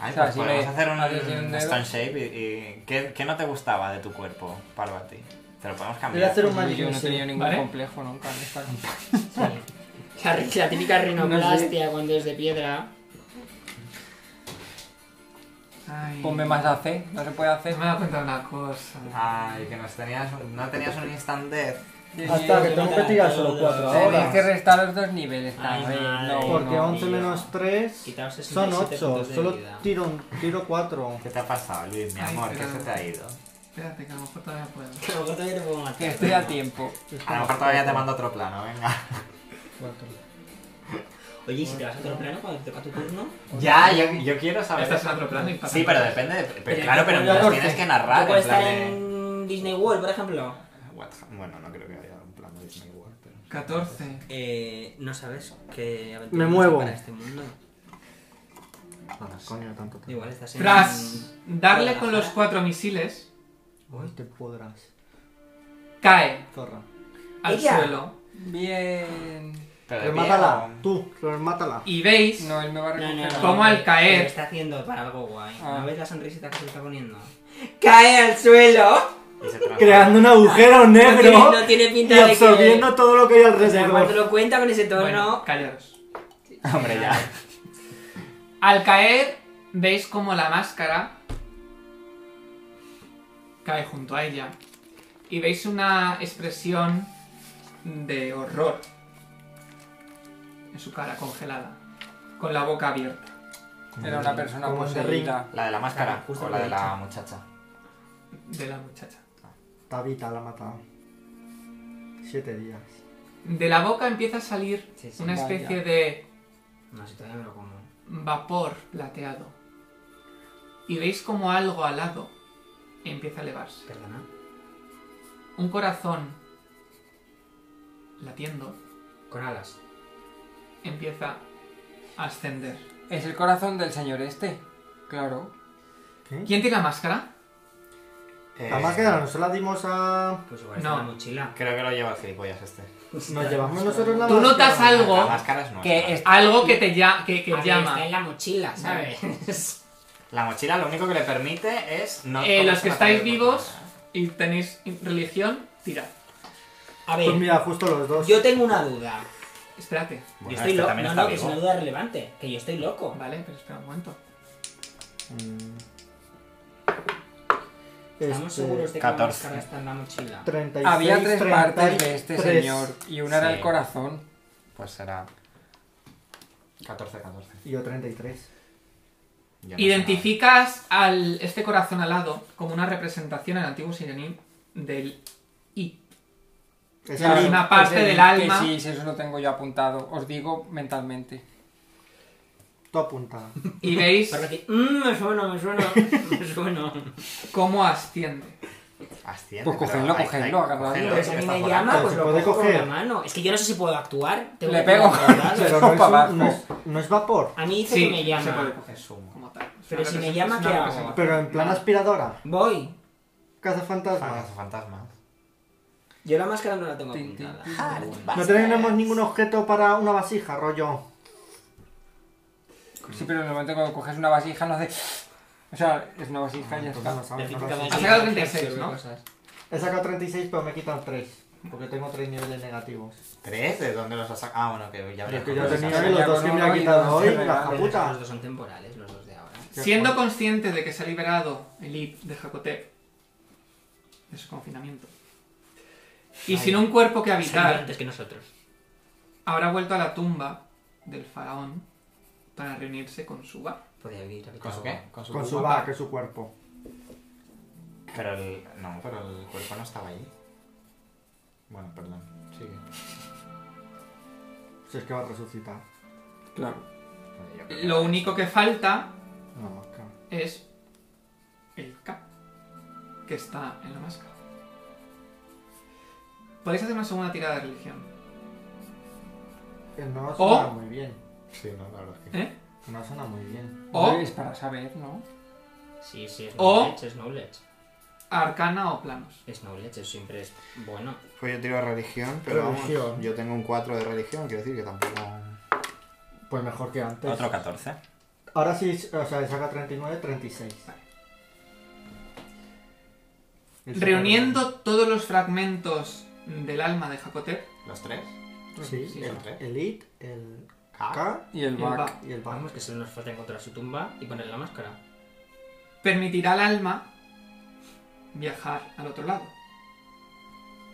Ay,
O sea,
pues
si
podemos
me-
hacer
haces un
un
dedo.
Stone Shape y... y- ¿qué, qué no te gustaba de tu cuerpo, Parvati? Te lo podemos
Voy a
cambiar.
hacer un
Pues Yo- Yo
Magic
no he tenido
Missile.
ningún
¿Vale?
complejo nunca. en esta-
Sí. La, ri- la típica rinoplastia cuando es de piedra.
Ay,
Ponme más AC, no se puede
No
hacer.
me he dado cuenta de una cosa.
Ay, que nos tenías, no tenías un instant death.
Hasta que tengo que tirar solo cuatro
Tenéis
ahora.
que restar los dos niveles
Ay,
también.
madre.
No,
Porque
no.
11 menos 3
Quitaos
son
67
8.
puntos de
Solo
vida.
tiro, un- tiro 4.
¿Qué te ha pasado, Luis, mi
Ay,
amor?
pero-
¿Qué se te ha ido?
Espérate, que a lo mejor todavía puedo.
Que luego todavía te puedo matar.
Que estoy a tiempo.
A lo mejor todavía te mando otro plano, venga.
Oye, ¿y si te vas a otro plano cuando te toca tu turno?
Ya, yo, yo quiero saber.
Estás en Este otro plano y pasa
Sí, pero depende de. pero
Pero
claro,
yo
pero
puedo
nos
hablar
tienes
porque-
que
Yo
narrar
puedo
en
estar
plan de.
en Disney World, por ejemplo.
What the- Bueno, no creo que haya un plano de Disney World, pero.
14.
Eh, no sabes qué aventura
Me muevo.
para este mundo.
Ah, Coño, tanto. te-
Igual estás en...
Tras darle
Guadalajara.
con los cuatro misiles,
Uy, te podrás.
cae
Zorra.
al
Ella.
suelo.
Bien.
Pero de pie,
Remátala,
o-
tú, remátala.
Y veis
No, él me va a
No,
recoger.
no, no,
¿Cómo al
eh,
caer?
lo está haciendo para algo guay.
Ah.
¿No ves la sonrisita que se está poniendo? ¡Cae al suelo!
y se transforma.
Creando un agujero
No tiene,
negro
no tiene pinta
y
de que...
absorbiendo todo lo que hay
O sea, cuando
alrededor.
lo cuenta con ese tono...
Bueno, callaros.
Hombre, ya.
Al caer, veis como la máscara cae junto a ella. Y veis una expresión de horror en su cara congelada, con la boca abierta.
Era una persona
Como
poseída.
La de la máscara
Justo
o la
lo
de
he
la muchacha.
De la muchacha.
Tabita la ha matado. Siete días.
De la boca empieza a salir
Sí, sí.
una especie
vaya.
de
No, si todavía me lo como.
vapor plateado. Y veis como algo alado empieza a elevarse.
Perdona.
Un corazón latiendo
Con alas.
empieza a ascender.
Es el corazón del señor este. Claro.
¿Quién tiene la máscara?
Eh,
La máscara no se la dimos a...
Pues igual
No.
está en la mochila.
Creo que lo lleva el gilipollas este.
Nos llevamos nosotros la
Tú notas
máscara.
algo.
La máscara este, es nuestra.
Que es-
Algo que te ya, que, que
A ver, Está
llama.
en la mochila, ¿sabes?
La mochila lo único que le permite es no.
Eh, los
tomarse
que
la
estáis
comida.
vivos y tenéis religión, tirad.
A
Pues
ver,
mira, justo los dos.
yo tengo una duda.
Espérate,
Bueno,
yo estoy
este
loco.
también
No,
está
no, que es
vivo.
una duda relevante. Que yo estoy loco.
vale, pero espera un momento.
Estamos
Este,
seguros de que la
14.
máscara está en la mochila.
36,
Había tres partes
33.
de este señor y una era
Sí.
el corazón.
Pues será. 14, 14.
Y yo 33.
Ya no
Identificas al este corazón alado como una representación en antiguo siraní del I.
Es
Claro,
el-
una parte
el
del
que
alma.
Sí, sí, eso lo tengo yo apuntado. Os digo mentalmente.
Tú apunta.
Y veis
Pero aquí, mmm, me suena, me suena, me suena.
cómo asciende.
sé nada. Asciende,
Pues
pero
cogedlo,
hay- hay-
cogedlo, agarradlo.
cogedlo,
Pues
sí
a
que
mí
está
me
por
llama,
ahí.
pues
Se
lo
puede
cojo con la
coger.
mano. Es que yo no sé si puedo actuar. Tengo
Le
que
pego.
tener cuidado.
Pero no es,
abajo.
un- no es- no es vapor.
A mí dice
Sí,
que me
se puede
llama.
coger como tal. Es
Pero
una
si me
representación-
llama,
es una
¿qué hago?
representación.
Pero en plan aspiradora.
Voy.
Ah,
Cazafantasmas.
fantasmas.
Yo la máscara no la tengo
Tin, tin,
apuntada. Ah,
tin.
pero bueno.
No tenemos ningún objeto para una vasija, rollo.
Sí, pero en el momento cuando coges una vasija no hace... O sea, es una vasija y ya está.
Entonces no sabes una
Especificaba
vasija.
así,
sacado 36, ¿no?
cosas.
He sacado 36, pero me quitan 3. Porque tengo 3 niveles negativos.
¿Tres? ¿De dónde los has sacado? Ah, bueno, que ya habría
Pero que yo
cogido
tenía
esa.
los dos que me ha quitado hoy, la
Pero es que Los
puta.
dos son temporales, los dos de ahora.
Siendo consciente de que se ha liberado el IP de Jacotep de su confinamiento y sin un cuerpo que
Salieron
habitar,
antes que nosotros.
habrá vuelto a la tumba del faraón para reunirse con Suba.
Podía vivir habitado.
¿Con su qué? Con su,
Con su
cuerpo.
va, que es su cuerpo.
Pero el. No, pero el cuerpo no estaba allí. Bueno, perdón. Sigue.
Si es que va a resucitar.
Claro.
Yo creo que-
Lo único que falta
No, claro.
es el K que está en la máscara. Podéis hacer una segunda tirada de religión.
Eh, No
O-
Oh.
suena muy bien.
Sí, no, la verdad es que.
¿eh?
No suena muy bien.
O-
Hombre, Es para saber, ¿no?
Sí, sí, es
O-
knowledge, es knowledge.
Arcana o planos.
Es knowledge, eso siempre es bueno.
Pues yo tiro religión, pero vamos,
Religión.
yo tengo un 4 de religión, quiero decir que tampoco...
Pues mejor que antes.
Otro 14.
Ahora sí, o sea, saca 39, 36. Eso
Reuniendo todos los fragmentos del alma de Jacotep,
¿Los tres?
también. Sí,
Sí,
el
son tres.
Elite, el
K.
K
Y el
Y el
back.
back.
y el Bang.
Vamos, que solo nos falta encontrar su tumba y ponerle la máscara.
permitirá al alma viajar al otro lado.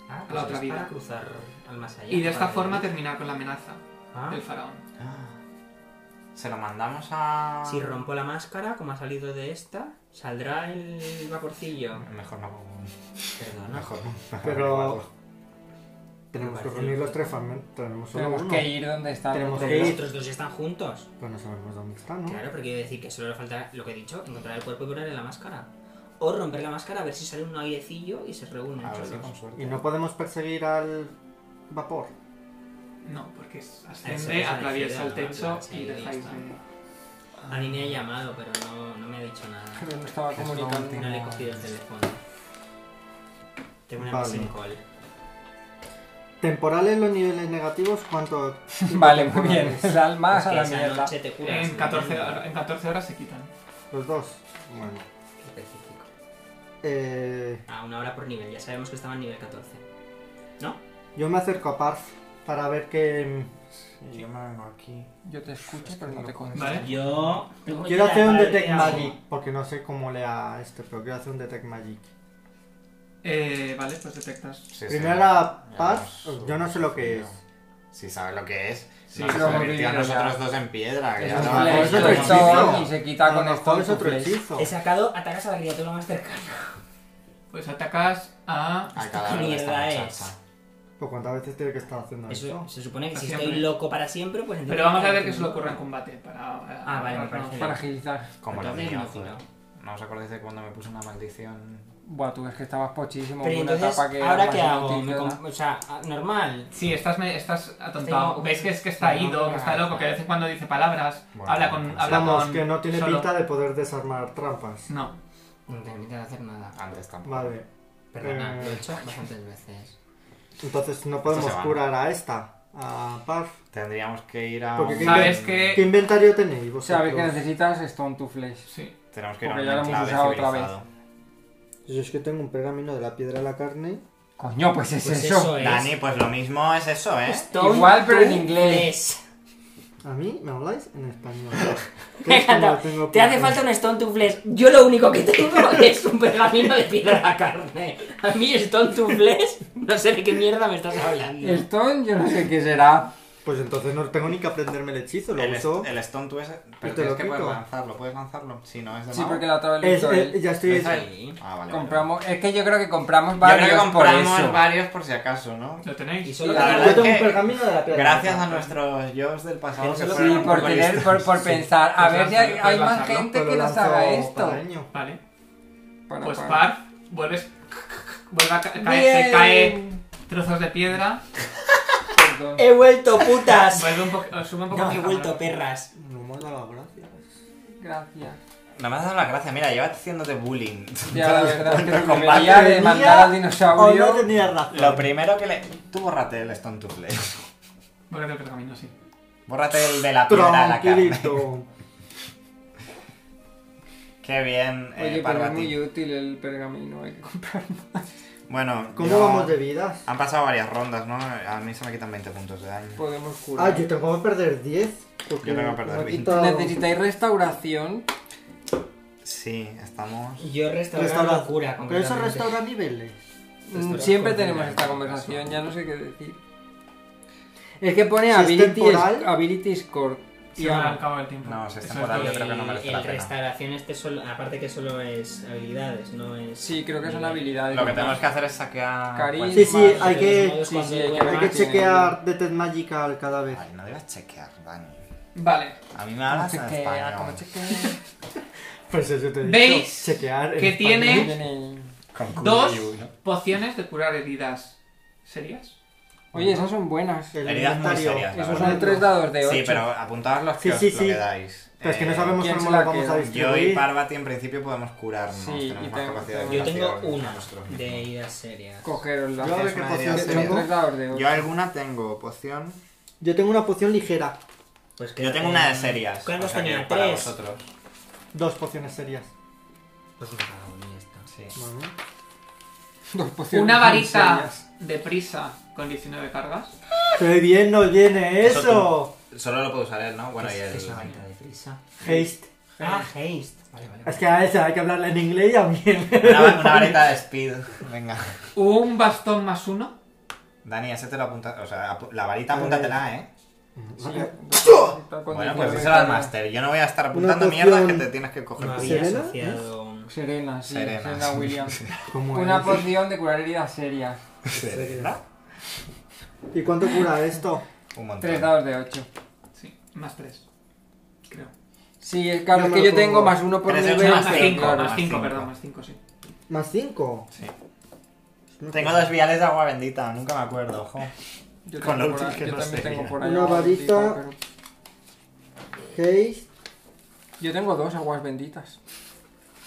Ah,
la otra
es
vida.
Para cruzar al más allá.
Y de esta
para
forma
vivir.
terminar con la amenaza
Ah,
del faraón.
Ah. Se lo mandamos a...
Si rompo la máscara, como ha salido de esta, saldrá el vaporcillo.
Mejor no.
Perdona.
Mejor no.
Pero-
Ah,
Tenemos que
Parece-
reunir los tres fragmentos. Tenemos solo
Tenemos
uno.
que ir donde está. el
Tenemos
otro.
Pero los
Sí.
otros dos ya están juntos.
Pues no sabemos dónde está, ¿no?
Claro, pero quiero decir que solo le falta lo que he dicho, encontrar el cuerpo y ponerle la máscara. O romper la máscara a ver si sale un airecillo y se reúnen.
A ver
todos.
si con suerte.
Y no podemos perseguir al vapor.
No, porque es-
Eso
asciende,
es
atraviesa
parecido,
el
¿no?
techo
Claro, sí,
y
ya
dejáis
está.
de...
A mí me ha llamado, pero no, no me ha dicho nada.
Pero no estaba comunicando.
No le he cogido el teléfono. Tengo una
Vale.
missing call.
Temporales los niveles negativos, ¿cuánto?
Vale, muy bien. El alma
Es
a
que
la
esa
mierda.
noche te curas.
En 14, hor- en 14 horas se quitan.
Los dos. Bueno.
Específico.
Eh,
Ah, una hora por nivel. Ya sabemos que estaba en nivel 14. ¿No?
yo me acerco a Parf para ver que...
Sí, yo me vengo aquí.
Yo te escucho, pero no te contesto.
¿Vale?
Yo...
Quiero hacer un Detect
detect
Magic, porque no sé cómo lea este, pero quiero hacer un Detect Magic.
Eh, vale, pues detectas.
Sí,
Primero
sí.
a
Ya
Parf,
nos-
yo no sé lo que es.
Si sabes lo que es,
Sí,
lo
nos
hemos
convirtió
vivido
a
ya.
nosotros dos en piedra. que
Es
ya
un
no
flash,
me
flex,
Ah, pues es otro
acuerdo.
hechizo.
y se quita
A
con
lo
esto
mejor
el
es otro
flex.
hechizo.
He sacado atacas a la criatura más cercana.
Pues atacas a.
Al cadáver de esta
mierda es?
muchacha.
Pues cuántas veces tiene que estar haciendo
Eso,
eso.
se supone que
Para
si estoy
siempre.
loco para siempre, pues entonces...
Pero vamos a ver qué se le ocurre en combate. Para, eh,
Ah, vale, me
para-
parece
Para agilizar.
Como lo
Entonces,
mío,
no,
tío.
no.
¿No os acordáis de cuando me puse una maldición?
Buah, tú ves que estabas pochísimo.
Pero
hubo una
entonces,
etapa que era
¿ahora
más
qué hago?
inútil,
Me
¿verdad?
com- o sea, a- normal.
Sí, estás, me- estás atontado.
Tengo-
Ves que es que está ido, que está loco, que de vez en cuando dice palabras.
Bueno,
habla con. Habla
Vamos,
con
que no tiene
solo.
pinta de poder desarmar trampas.
No.
No te permiten hacer nada.
Antes tampoco.
Vale,
Perdona,
Eh.
lo he hecho bastantes veces.
entonces no
Esto
podemos
se va.
curar a esta, a Parf.
Tendríamos que ir a.
Porque
un-
¿qué
Sabes
Eh,
¿Qué
que.
inventario tenéis
Sabes
vosotros?
que necesitas Stone to Flesh.
Sí.
Tenemos que ir a
Porque
un
ya lo hemos
enclave
usado otra vez.
civilizado.
Yo es que tengo un pergamino de la piedra a la carne.
Coño, pues es
Pues
eso.
eso es.
Dani, pues lo mismo es eso, ¿eh?
Pues,
Stone
Igual, pero en
to
inglés.
flesh.
A mí me habláis en español.
Me encanta. Te hace falta un Stone to Flesh. Yo lo único que tengo es un pergamino de piedra a la carne. A mí Stone to Flesh, no sé de qué mierda me estás hablando.
Stone, yo no sé qué será.
Pues entonces no tengo ni que aprenderme el hechizo, lo
El,
uso. Pues
est- el Stone tú es. Pero
te
tienes
lo
que poder
quito.
lanzarlo. ¿Puedes lanzarlo? Si no, es de
Sí,
mago.
porque la otra vez lo
Es-
hizo
eh,
él.
ya estoy.
¿Es ahí?
Sí.
Ah, vale.
Compramos, es que yo creo que compramos
vale. Yo
varios
creo que
por
compramos
eso.
varios por si acaso, ¿no?
¿Lo tenéis?
Y solo
La verdad
Yo tengo
es
un
que-
pergamino de la piedra.
Gracias a
a
nuestros yo's del pasado
Sí,
que
por
fueron
Sí,
un
por
poco
tener,
listos.
por, por pensar, a
Pues
ver si
lanzarlo,
hay,
pues
hay más
lanzarlo,
gente que nos haga esto.
Vale.
Para-
Pues
para-
Parf, vuelves. Vuelve a ca- caer, se cae
Bien.
trozos de piedra.
Perdón.
He vuelto, putas.
Vuelve un poco. eh, Sube un poco
No,
más
he
la
vuelto,
cámara.
perras.
No me ha dado las gracias.
Gracias.
No me has dado la gracia, mira, llevas haciéndote bullying.
Ya, la verdad es que
Combate.
debería de
¿Tenía
mandar al
O Oh, no Eh,
dinosaurio.
tenía razón.
Lo primero que le. Tú bórrate el Stone to Play.
Bórrate el pergamino, sí.
Bórrate el de la piedra a la carne.
Tranquilito.
Qué bien, eh,
Oye, pero es
Parvati.
muy útil el pergamino, eh, hay que comprarlo.
Bueno,
¿Cómo
yo-
vamos de vidas?
Han pasado varias rondas, ¿no? A mí se me quitan 20 puntos de daño.
Podemos curar.
Ah, yo tengo que perder 10. porque
Yo tengo que perder
me ha
20.
quitado-
Necesitáis restauración.
Sí, estamos.
Yo restauré
Restaurar.
la cura,
Pero eso
completamente.
restaura niveles.
Mm,
Restauración
Siempre
con
tenemos
el
esta
caso.
conversación, ya no sé qué decir. Es ah, que pone
Si es
ability,
temporal-
sc- ability score.
Se va al cabo del tiempo.
No, se
Eso
está
es
morando,
de-
creo que no merece la
el
pena.
Eh, restauración este solo, aparte que solo es habilidades, no es...
Sí, creo que son
nivel.
habilidades.
Lo que tenemos
¿verdad?
que hacer es saquear.
Carisma.
Sí, sí,
Vale,
hay que,
Entonces,
sí, sí, hay que
cuando-
hay
ver.
que
tiene-
chequear Detect Magic al cadáver.
Ay, no debas chequear, Dani.
Vale.
A mí me
Como
hablas en
chequea, como
español.
chequea.
Pues eso te he dicho.
¿Veis
Chequear en
que
español.
tiene-
Tiene-
Con culo
Dos
y uno.
pociones de curar heridas. ¿Serías?
Oye, esas son buenas.
El
Heridas muy
inventario.
serias, la
Esos
verdad.
son tres dados de 8.
Sí, pero apuntaos los que
Sí,
os
sí,
lo
sí.
que dais.
Pero es que no
Eh,
sabemos
¿quién
cómo
se
la
la
vamos a
queda?
Yo y
distribuir.
Parvati en principio podemos curarnos.
Sí,
tenemos
y
más
tengo-
capacidad de
Yo tengo
curación
una
nosotros mismos.
de ideas serias.
Cogeros las
Yo a ver qué
una
poción
idea
Son
seria.
tengo.
tres dados de 8.
Yo alguna tengo poción.
Yo tengo una poción ligera.
Pues que
Yo tengo una de serias.
Carlos
o sea que
tenía
para
tres.
vosotros.
Dos pociones serias.
Pues una cada uno y ya está.
Sí.
Vale.
Dos pociones
Una
muy
varita
serias.
de prisa con 19 cargas.
¡Qué bien nos viene
Eso
eso!
Solo lo puede usar él, ¿no? Bueno, y
¿Qué
el.
es la varita de frisa?
Haste.
Ah, haste. Vale, vale.
Es que a esa hay que hablarla en inglés y a mí en-
Una, una varita de speed. Venga.
Un bastón más uno.
Dani, ese te lo apunta. O sea, apu- la varita apúntatela, ¿eh?
Sí, dos- con
Bueno,
19
pues díselo al
cargas.
máster. Yo no voy a estar
Una
apuntando
poción-
mierdas que te tienes que coger.
No
tú.
había
¿Serena?
asociado...
Serena, sí,
Serena.
Serena Williams.
¿Cómo
Una
es?
poción de curar heridas serias.
¿Verdad?
¿Y cuánto cura esto?
Un
Tres
montón.
dados de 8.
Sí, más tres. Creo.
Sí, es claro,
Yo
es
me
que
lo
yo tengo
pongo.
más uno por
Tres de
nivel.
ocho
más
pero
cinco,
claro,
más
más
cinco,
cinco.
perdón, más cinco, sí.
¿Más 5?
Sí. Tengo dos viales de agua bendita, nunca me acuerdo, ojo.
Yo,
Con
tengo
lo
por
útil
ahí-
que
yo
no
también
sería.
tengo por ahí.
Una
algo de tipo,
varita.
pero-
Haste.
Yo tengo dos aguas benditas.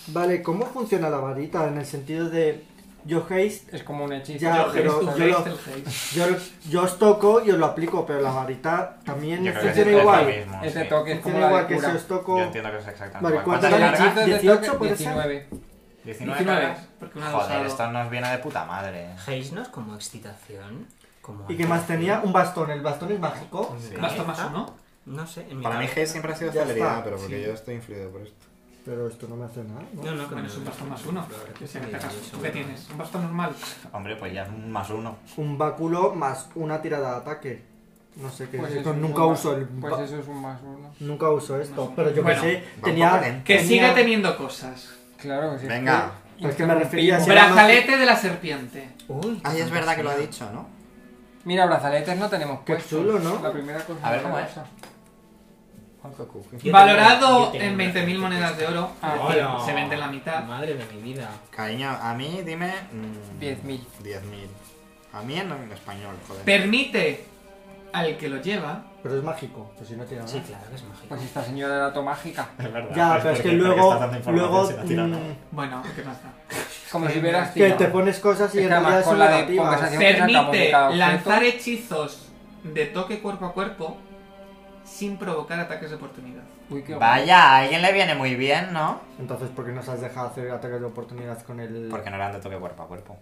Vale, ¿cómo funciona la varita? En el sentido de. Yo haste,
Es como un hechizo.
Ya,
Yo
pero
gesto,
yo lo-
gesto, gesto.
yo, yo os toco y os lo aplico, pero la varita también
Yo creo que
funciona
es
igual.
mismo,
Este
sí.
toque es como
Funciona
la
igual
de
que si
cura. Pues
os toco.
Yo entiendo que es exactamente
Vale,
igual.
¿cuántas
¿Cuántas
Son
largas?
cargas?
hechizos de
18
toque,
puede ser.
19.
19.
19.
cargas.
Porque una
Joder, esto nos viene de puta madre.
eh.
Haze no es como excitación. Como
Y que más tenía un bastón. El bastón es mágico.
Sí.
Basta más uno.
No sé, en mi
Para mí
cabeza-
G siempre ha sido
Ya
celeridad,
está,
pero porque
sí.
yo estoy influido por esto.
Pero esto no me hace nada. ¿no?
No, no, que
Bueno,
me-
es un bastón más uno.
Pero,
Que si
sí,
atajas,
yo
¿tú
seguro.
qué tienes? ¿Un bastón normal?
Hombre, pues ya es un más uno.
Un báculo más una tirada de ataque. No sé qué.
Pues
es esto.
eso es
nunca
un-
uso el.
Pues
ba-
eso es un más uno.
Nunca uso esto. Pero yo
Bueno,
pensé,
va un poco
tenía.
lento.
Que
tenía-
siga teniendo cosas.
Claro que sí.
Venga.
Pero Pues es que me refería a. si era más-
Brazalete de la serpiente.
Uy,
Ay,
qué
es verdad que lo ha
fantasía.
dicho, ¿no?
Mira, brazaletes no tenemos
Qué
puestos.
chulo, ¿no?
La primera cosa.
A ver
que
cómo
me
es.
gusta.
¿Cuánto coge?
Yo
Valorado
tengo- yo
en
tengo
20.000
brazalete
monedas de oro.
Ah,
aquí
Hola.
Se vende la mitad.
Madre de mi vida.
Cariño, a mí dime. mm,
10.000.
10.000. A mí en, en español, joder.
Permite al que lo lleva
Pero es mágico. Pues si no tiene nada.
Sí, claro que es mágico.
Pues esta señora era automágica.
es verdad.
Ya,
pues
pero es que
porque- porque
luego.
está dando información,
Luego.
se la tira, ¿no?
mm,
Bueno, ¿qué pasa?
Como Pues si hubieras
Que
tirado.
te pones cosas y
Es
en
que además
realidad son
con la de
negativas.
conversación- Siempre sacamos de
Permite
cada objeto.
lanzar hechizos de toque cuerpo a cuerpo sin provocar ataques de oportunidad.
Uy, qué guay.
Vaya, a alguien le viene muy bien, ¿no?
Entonces, ¿por qué nos has dejado hacer ataques de oportunidad con el.
Porque no eran de toque cuerpo a cuerpo.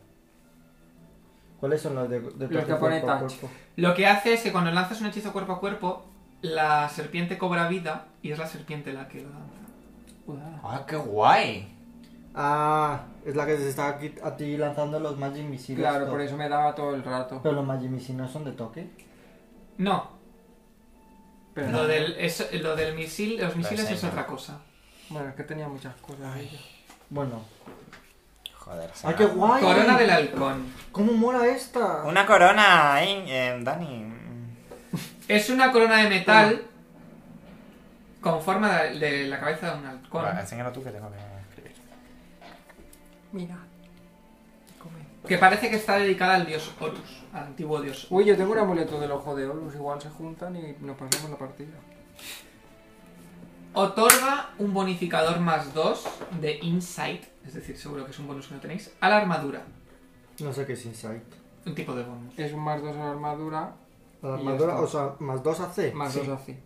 ¿Cuáles son los de, de toque
que pone
cuerpo a
touch.
cuerpo?
Lo que hace es que cuando lanzas un hechizo cuerpo a cuerpo, la serpiente cobra vida y es la serpiente la que lo lanza.
¡Ah, qué guay!
Ah, es la que se está aquí, a ti lanzando los Magic Missiles.
Claro,
to-
por eso me daba todo el rato.
Pero los Magic Missiles no son de toque.
No,
Pero
lo del, es- lo del misil, los misiles es
Reseña.
otra cosa.
Bueno, es que tenía muchas cosas. ella.
Bueno.
Joder,
¡Ah,
será.
qué guay!
Corona del halcón.
¿Cómo mola esta?
Una corona, eh, eh, Dani.
Es una corona de metal con forma de, de la cabeza de un halcón.
Bueno, enséñalo tú que tengo que escribir.
Mira.
Que parece que está dedicada al dios Horus, al antiguo dios.
Uy, yo tengo un amuleto del ojo de Horus. Igual se juntan y nos pasamos la partida.
Otorga un bonificador más 2 de Insight, es decir, seguro que es un bonus que no tenéis, a la armadura.
No sé qué es Insight.
Un tipo de bonus.
Es un más dos a la armadura.
La
Y ya
armadura,
está.
o sea, más 2 a C.
Más
Sí.
dos así.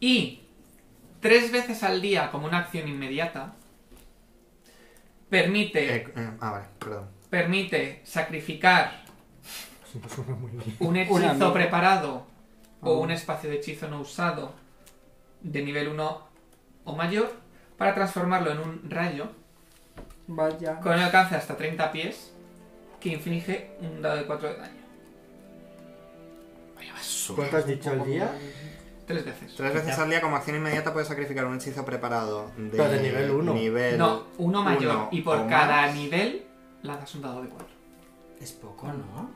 Y tres veces al día, como una acción inmediata, permite,
Eh, eh, ah, vale, perdón.
permite sacrificar
Sí, pues suena muy bien.
un
Un
hechizo
amigo.
preparado o
Ah.
un espacio de hechizo no usado de nivel 1 o mayor para transformarlo en un rayo
Vaya.
con alcance hasta 30 pies que inflige un dado de 4 de daño.
Pues
Vaya basura.
¿Cuánto has dicho al día?
Tres veces.
Tres veces al día como acción inmediata puedes sacrificar un hechizo preparado de,
Pero de nivel uno.
nivel-
No, uno mayor.
uno
y por
o
cada
más.
nivel lanzas un dado de 4.
Es poco, ¿no?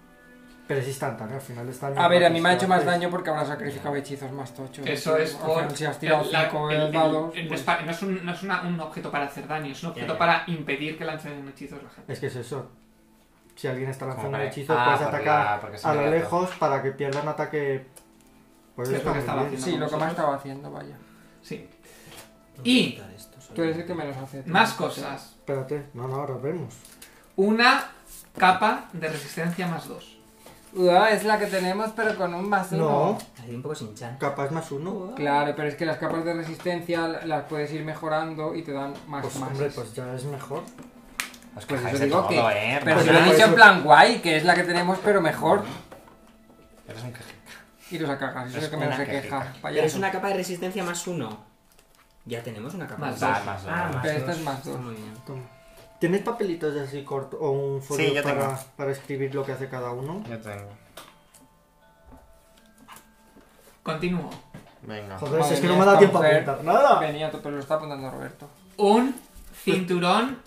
Pero es instantáneo, al final está...
A ver, a mí me ha hecho más daño porque ahora sacrificado hechizos más tochos.
Eso es
O sea,
por.
Si has tirado
la-
cinco
el- el-
dados.
el- no es
pues-
pa- No es, un, no es una- un objeto para hacer daño, es un objeto
ya.
para impedir que lancen hechizos la gente.
Es que es eso. Si alguien está lanzando un
para-
hechizo,
ah,
puedes
por
atacar
la- porque es
a lo
inmediato.
lejos para que pierdan ataque... Pues
Sí, es lo
está
que estaba
muy bien.
haciendo.
Sí, lo que
nosotros.
más estaba haciendo, vaya.
Sí.
Vamos
Y-
a quitar esto, solo.
Tú eres el que menos hace.
Más cosas.
Espérate, no, no, ahora vemos.
Una capa de resistencia más 2.
Uah, es la que tenemos, pero con un más
No,
uno.
Hay un poco sin chan.
capaz más uno.
Claro, pero es que las capas de resistencia las puedes ir mejorando y te dan más
Pues
más.
hombre, pues ya es mejor.
Os
Pues
quejáis
eso
de
digo
todo,
que.
eh.
pero
Ramón.
si lo he
Ramona.
dicho en plan guay, que es la que tenemos, pero mejor.
Eres un quejica.
Y los acagas, eso es lo
Es
que menos
una
se queja.
quejica.
Pero es
payaso.
una capa de resistencia más uno. Ya tenemos una capa
Más
de
dos.
resistencia.
Más dos.
Ah,
Pero esta
dos.
es más dos.
Está Muy bien.
Toma. ¿Tienes papelitos así corto o un folio
yo tengo.
para, para escribir lo que hace cada uno?
Yo tengo.
Continúo.
Venga.
Joder,
Madre
si es que
mía,
no me da
esta
tiempo a
mujer.
pintar nada.
Venía, tú, pero lo está apuntando Roberto.
Un cinturón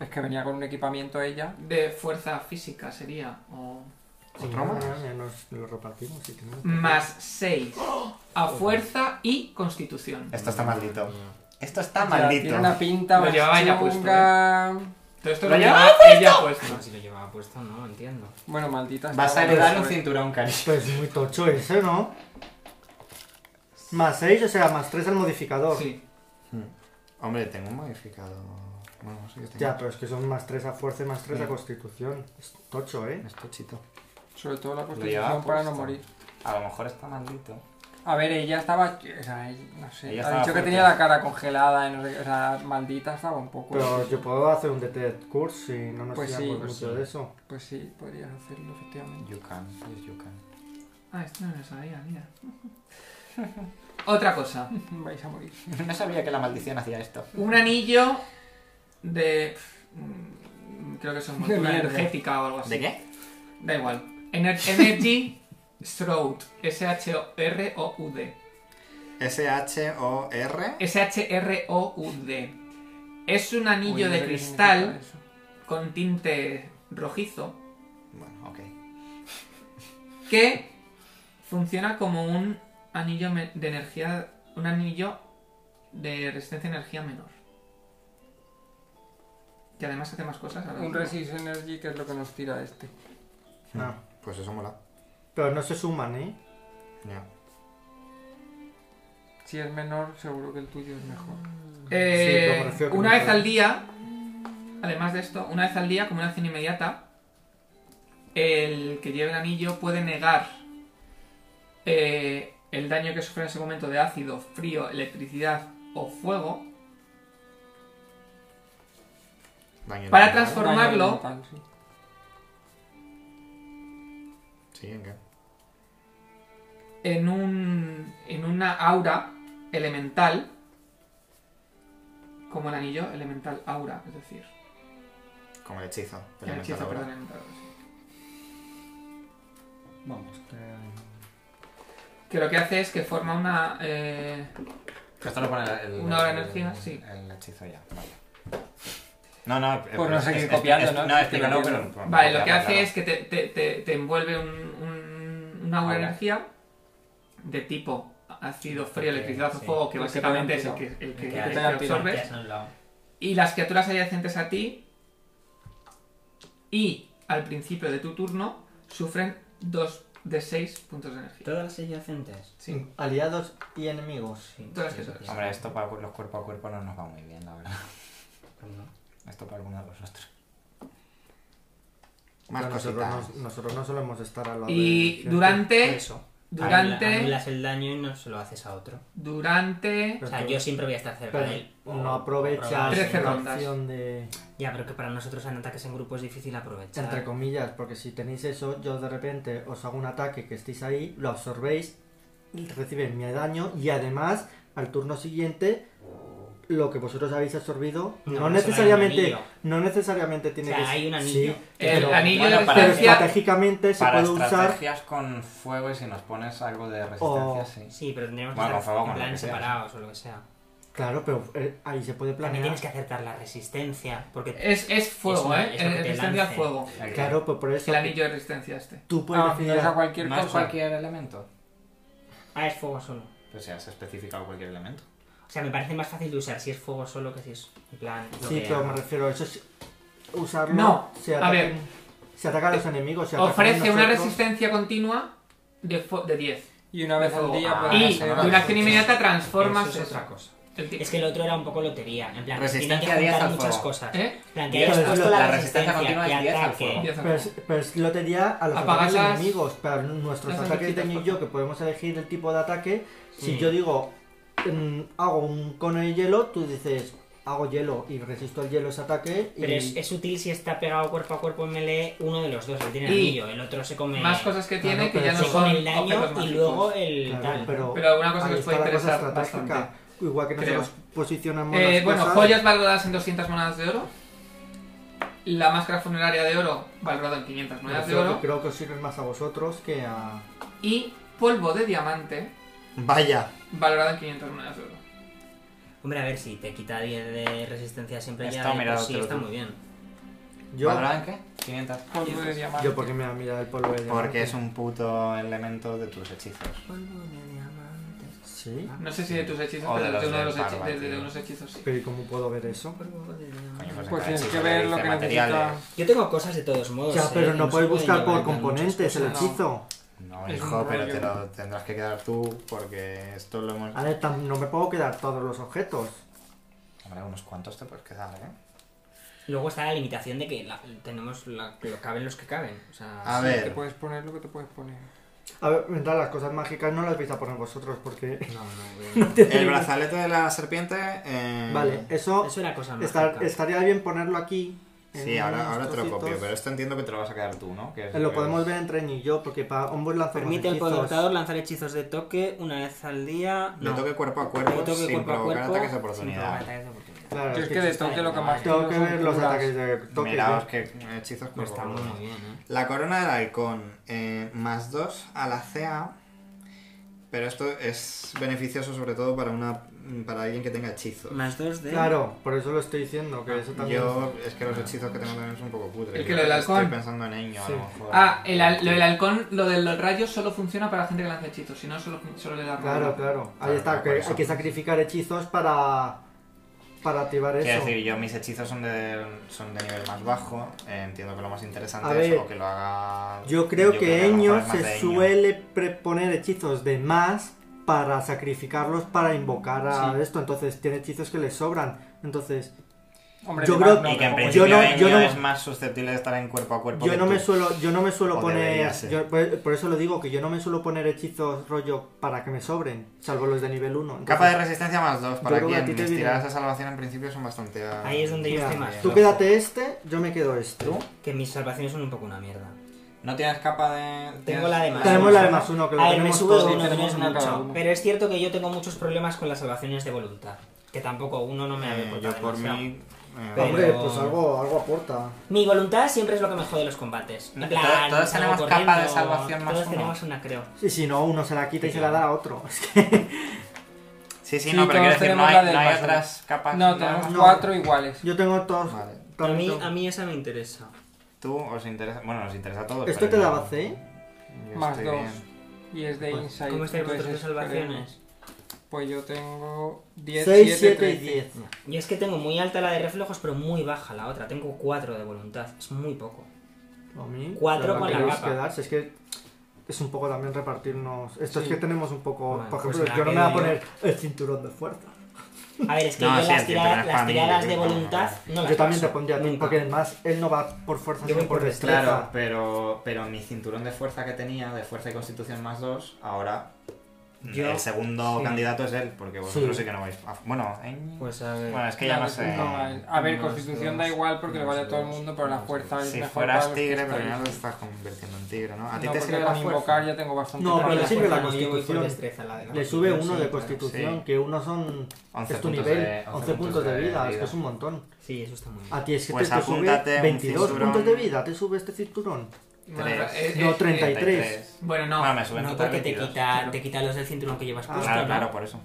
Es que venía con un equipamiento ella.
de fuerza física sería. O...
Sí,
¿Otro más?
ya, ya nos lo repartimos. si tenemos.
Más 6 a
Oh.
fuerza y constitución.
Esto está maldito. Esto está
Ya,
Ah, maldito.
Tiene una pinta
Lo
más
llevaba ella puesto,
chunga.
Todo esto
¿Lo
lo
llevaba
lleva ella puesto.
No, si lo llevaba puesto, no, entiendo.
Bueno, maldita.
Vas a
estaba.
heredar un cinturón, cariño.
Pues muy tocho ese, ¿no? Más 6, o sea, más 3 al modificador.
Sí.
Hombre, tengo un modificador. Bueno, sí que tengo.
Ya, pero es que son más 3 a fuerza y más 3 a
Sí.
constitución. Es tocho, ¿eh?
Es tochito.
Sobre todo la
llevaba
constitución para no
puesto.
morir.
A lo mejor está maldito.
A ver, ella estaba. O sea, ella- no sé.
Ella
ha
estaba
dicho que
fuerte.
tenía la cara congelada y no sé qué, O sea, maldita estaba un poco.
Pero yo puedo hacer un DT curse si no nos
Pues sí,
fiamos
pues
mucho
sí.
de eso.
Pues sí, podrías hacerlo, efectivamente.
You can, yes, you can.
Ah, esto no lo sabía, mira. Otra cosa.
Vais a morir.
No sabía que la maldición hacía esto.
Un anillo de. pf, mm, Creo que son montura
mierda.
energética o algo así.
¿De qué?
Da igual. Ener- Energy Shroud. S-H-R-O-U-D.
S-H-O-R.
S-H-R-O-U-D. Es un
Uy,
anillo
no sé
de
qué
cristal
significa eso.
con tinte rojizo
Bueno, ok.
que funciona como un anillo me- de energía. Un anillo de resistencia a energía menor. Que además hace más cosas. ahora
Un
mismo.
Resist Energy, que es lo que nos tira este.
Ah.
Pues eso mola.
Pero no se suman, ¿eh?
Ya.
Si es menor, seguro que el tuyo es mejor.
Eh,
pero me refiero que
una
no
vez
puede.
al día, además de esto, una vez al día, como una acción inmediata, el que lleve el anillo puede negar eh, el daño que sufre en ese momento de ácido, frío, electricidad o fuego
Daño
para
normal.
transformarlo
Daño mental, sí.
Sí, ¿en qué?
en un en una aura elemental como el anillo elemental aura, es decir,
Como el hechizo.
el hechizo,
elemental
perdón,
ahora.
elemental aura, sí.
Vamos, que...
Ah,
que lo que hace es que forma una eh,
Esto lo pone el... el-
Una hora de
el-
energía, sí.
El hechizo ya, vale. No, no... eh,
Pues no
es-
seguir
es- es-
copiando,
es-
¿no?
No, explícalo,
Explícalo.
pero... pero-
Vale, lo
ya,
que
ya,
hace
ya.
es que te, te- te- te envuelve un, un- una aura de
Aura.
energía de tipo ácido, frío,
Ok,
electricidad o
sí.
fuego, que
El que
básicamente es
te
el
han
que, el que-
El que
el
te
que
han tirado.
absorbes.
en un lado.
Y las criaturas adyacentes a ti y al principio de tu turno sufren 2 de 6 puntos de energía.
Todas las adyacentes.
Sí.
Aliados y enemigos.
Sí,
Todas
sí,
que todas.
sí, sí.
Hombre, esto para los cuerpo a cuerpo no nos va muy bien, la verdad.
No.
Esto para alguno de vosotros. Más
Pero nosotros,
cositas.
no, nosotros no solemos estar al lado de
Y
gente.
durante,
Eso. Anula-
durante,
Anulas el daño y no se lo haces a otro.
durante...
O sea, yo siempre voy a estar cerca
Pero
de él.
no
Probable.
aprovechas
Trece
la
rondas.
opción de...
Ya, pero que para nosotros en ataques en grupo es difícil aprovechar.
Entre comillas, porque si tenéis eso, yo de repente os hago un ataque que estéis ahí, lo absorbéis, recibís mi daño y además al turno siguiente lo que vosotros habéis absorbido no,
No,
necesariamente
solo hay un anillo.
no necesariamente
o
tiene
sea,
que
hay un
ser-
anillo.
sí,
El
pero,
anillo
bueno,
de
para
pero
resistencia...
estratégicamente se
Para
puede usar
estrategias con fuego y si nos pones algo de resistencia,
O-
sí.
Sí, pero tendríamos que
Bueno, con
estar
fuego,
en
con lo
plan
que sea.
separados o lo que sea.
claro pero eh, ahí se puede
También
planear
tienes que acertar la resistencia, porque
Es, es fuego,
una-
¿eh?
es lo que te
Resistencia al
lance.
fuego.
El que-
claro pero por eso
El anillo de resistencia este.
tú puedes
Ah, no
decidir
es a cualquier
No
cosa.
es cualquier elemento.
ah, es fuego solo.
Pues se has especificado cualquier elemento.
O sea, me parece más fácil de usar si es fuego solo que si es en plan. lo
sí
que
pero
haga.
me refiero eso es usarlo
No,
se
a
atacan-
ver.
se ataca a los enemigos se atacan
Ofrece una
nosotros.
resistencia continua de, fo- de 10.
Y una vez al día
Ah,
pues,
puedes
y
hacer
no,
de
no,
una acción
no,
inmediata transformas
Eso es otra
eso.
cosa.
El ti-
Es que el otro era un poco lotería. En plan, tienen que
Resistencia 10
juntar
al
muchas
fuego.
cosas.
¿Eh?
En plan, que
Diez
hayas
al
puesto
fuego.
la
La resistencia
resistencia
continua es
que
10 al
ataque.
fuego.
Diez al
Pero es,
cubo.
pero es lotería a los
Apagar
ataques
las-
enemigos, para nuestros
las
ataques de
lucecitas,
niño que podemos elegir el tipo de ataque. Si
Sí.
yo digo, mm, hago un cono de hielo, tú dices, hago hielo y resisto el hielo ese ataque. Y...
Pero es, es útil si está pegado cuerpo a cuerpo en melee uno de los dos, el tiene
Y
anillo, el otro se come,
Más cosas que tiene
Claro,
que ya
pero
no
se come
son
el daño
objetos
y
mágicos.
luego el
Claro,
tal.
pero,
Pero una cosa
ahí
que os
está
puede
la cosa
interesar
estratégica.
bastante.
Igual que
creo.
nosotros posicionamos.
Eh,
las
bueno,
cosas,
joyas valoradas en 200 monedas de oro. La máscara funeraria de oro valorada en 500
pero
monedas de
creo que-
oro.
Creo que os sirven más a vosotros que a.
Y polvo de diamante
Vaya.
valorado en 500 monedas de oro.
Hombre, a ver, si te quita 10 de resistencia siempre
Esto,
ya, de
mira,
por sí,
otro,
está
otro.
muy bien.
Yo,
¿Valoran qué? 500.
polvo de diamante.
yo porque me va a mirar el polvo de diamante?
Porque es un puto elemento de tus hechizos.
Sí.
No sé si de tus hechizos,
O de
pero
los
de uno de
del
los hechi-
Parvati.
de- de unos hechizos sí.
Pero ¿y cómo puedo ver eso?
Coño, pues,
Pues
cada
tienes que
hechizo
ver lo
dice
que necesita.
materiales.
Yo tengo cosas de todos modos.
Ya,
¿eh?
pero
que
no
se
puedes
pueden
buscar por
llevar tantas
componentes el
cosas.
hechizo.
No,
Es un
hijo, pero
rollo.
te lo tendrás que quedar tú porque esto lo
Ah.
hemos...
A ver, tam- no me puedo quedar todos los objetos.
Habrá unos cuantos te puedes quedar, ¿eh?
Luego está la limitación de que la- tenemos la- que lo caben los que caben. O sea,
Ah.
A
sí.
Te
ver,
puedes poner lo que te puedes poner.
A ver, mientras las cosas mágicas no las vais a poner vosotros porque...
No, no, eh, no.
el brazalete de la serpiente. eh,
Vale, eso
Es una cosa más.
estar- estaría bien ponerlo aquí. en
Sí, ahora,
unos
ahora te lo copio,
trocitos. Eh,
pero esto entiendo que te lo vas a quedar tú, ¿no? Que es
Lo
que-
podemos ver entre Ñi y yo porque para ambos lanzamos
Permite al
hechizos.
conectador lanzar hechizos de toque una vez al día.
Le
No.
toque cuerpo a cuerpo
Le toque
sin
cuerpo a
provocar
cuerpo,
ataques de
sin provocar
oportunidad.
ataques de oportunidad.
Claro,
Yo es
es
que de esto
está
que lo que
bien,
más
tengo que
son
ver los
curas.
ataques de toque.
Miraos
¿no?
que hechizos
No
cuerpo a
está
cuerpo.
muy bien, ¿eh?
La corona del halcón, eh, más 2 a la CA, pero esto es beneficioso sobre todo para una para alguien que tenga hechizos.
Más dos de.
Claro, por eso lo estoy diciendo, que eso también...
Yo, es que los hechizos que tengo también son un poco putres.
El que
Yo
lo del halcón.
Estoy pensando en Eño, a
Sí.
lo mejor.
Ah, el, al- lo del halcón, lo de los rayos solo funciona para la gente que lanza hechizos, si no solo, solo le da
Claro,
rollo.
claro. Ahí
Claro,
está, que
Ah, por eso.
hay que sacrificar hechizos para, para activar
Quiero
eso.
decir, yo mis hechizos son de, son de nivel más bajo. eh, entiendo que lo más interesante
A
es
ver,
o que lo haga.
Yo creo que
a lo mejor
Eño
es más de
se suele preponer hechizos de más para sacrificarlos para invocar a
Sí.
esto. Entonces tiene hechizos que le sobran. Entonces,
Hombre,
Yo
de
creo-
más no,
Y que en
tampoco.
principio
no-
Eño
yo no-
es más susceptible de estar en cuerpo a cuerpo.
yo
que
no me
tú.
suelo, yo no me suelo
O
poner.
debería ser.
yo- por, por eso lo digo, que yo no me suelo poner hechizos rollo para que me sobren, salvo los de nivel 1.
Capa de resistencia más 2 para
creo que a
quien
ti te
mis
viene.
tiradas de salvación en principio son bastante. ah,
Ahí es donde yo estoy
bastante
más.
Tú
bien.
quédate este, yo me quedo este.
Que mis salvaciones son un poco una mierda.
No tienes capa de.
Tengo
tienes-
la de más.
Tenemos la de más uno, que lo
A ver, me
tenemos
sube
todos.
uno, que no
tenemos
es
una cada
mucho.
uno.
Pero es cierto que yo tengo muchos problemas con las salvaciones de voluntad. Que tampoco uno no me ha
Eh,
importado
yo por
demasiado.
mí. eh,
Pero-
Hombre, pues algo, algo aporta.
Mi voluntad siempre es lo que me jode los combates. En
No,
plan,
todos- todos
salgo
tenemos capa de
corriendo,
salvación más
Todos
uno.
tenemos una, creo.
Y si no, uno se la quita y se la da a otro. Es que
Sí, sí,
Sí,
no, pero quiero
todos
decir, no
tenemos la
hay,
del
no hay
más uno.
otras capas.
No,
de-
tenemos
No.
cuatro iguales.
yo tengo todos.
Vale.
A
todos-
mí, a mí esa me interesa.
Tú os interesa. Bueno, nos interesa a todos.
¿Esto
pero
te
yo-
daba C? este
yo
Más
estoy
dos.
bien.
Y es de Insight.
¿Cómo estáis vosotros de
entonces
salvaciones?
esperemos. Pues yo tengo 10,
6,
7,
7 y
10.
10.
Y es que tengo muy alta la de reflejos, pero muy baja la otra. Tengo 4 de voluntad. Es muy poco.
A mí,
Cuatro
pero
con
que
la
nos
capa.
quedarse, es que es un poco también repartirnos. Esto es
Sí.
que tenemos un poco.
Vale,
por
pues
ejemplo,
la
yo no
que
me voy a
yo-
poner el cinturón de fuerza.
A ver, es que
No,
yo
sí,
las,
entiendo,
tiradas-
pero
las
es
tiradas de
familia, no,
voluntad no, las
yo también te
paso,
pondría a ti,
nunca.
porque además él no va por fuerza,
Yo
sino
voy
por
por
destreza.
Claro, pero, pero mi cinturón de fuerza que tenía, de fuerza y constitución más 2, ahora.
Yo-
El segundo
sí.
candidato es él, porque vosotros
Sí.
sí, que no vais. a- Bueno, Eñ-
Pues a ver.
bueno, es que ya no
Claro,
sé.
no, a ver, a ver,
Más
constitución
dos,
da igual porque le
más
vale a todo el
dos,
mundo, pero la
más
fuerza es
Si
mejor
fueras
para los que
tigre, pero
estáis.
ya lo estás convirtiendo en tigre, ¿no? A ti
No,
te
porque
sirve
con
la fuerza.
invocar ya tengo bastante.
No,
Pero
pero
la
le sirve
fuerza
la
no, yo voy por
constitución.
destreza, la de la
Le sube
constitución,
uno
sí,
de
claro.
constitución,
sí.
que uno son.
11
Es tu
puntos
nivel,
de-
11 puntos de vida, es que es un montón.
Sí, eso está muy bien.
A ti es que
Pues
te, te sube
apúntate un
22
cinturón.
puntos de vida, te sube este cinturón.
Bueno,
Tres.
eh,
No,
eh,
33.
Bueno, no.
Bueno, me suben
No,
total
porque pues te
22.
quita, te quita los del cinturón que llevas
Ah,
puesto.
Claro,
¿no?
claro, por eso.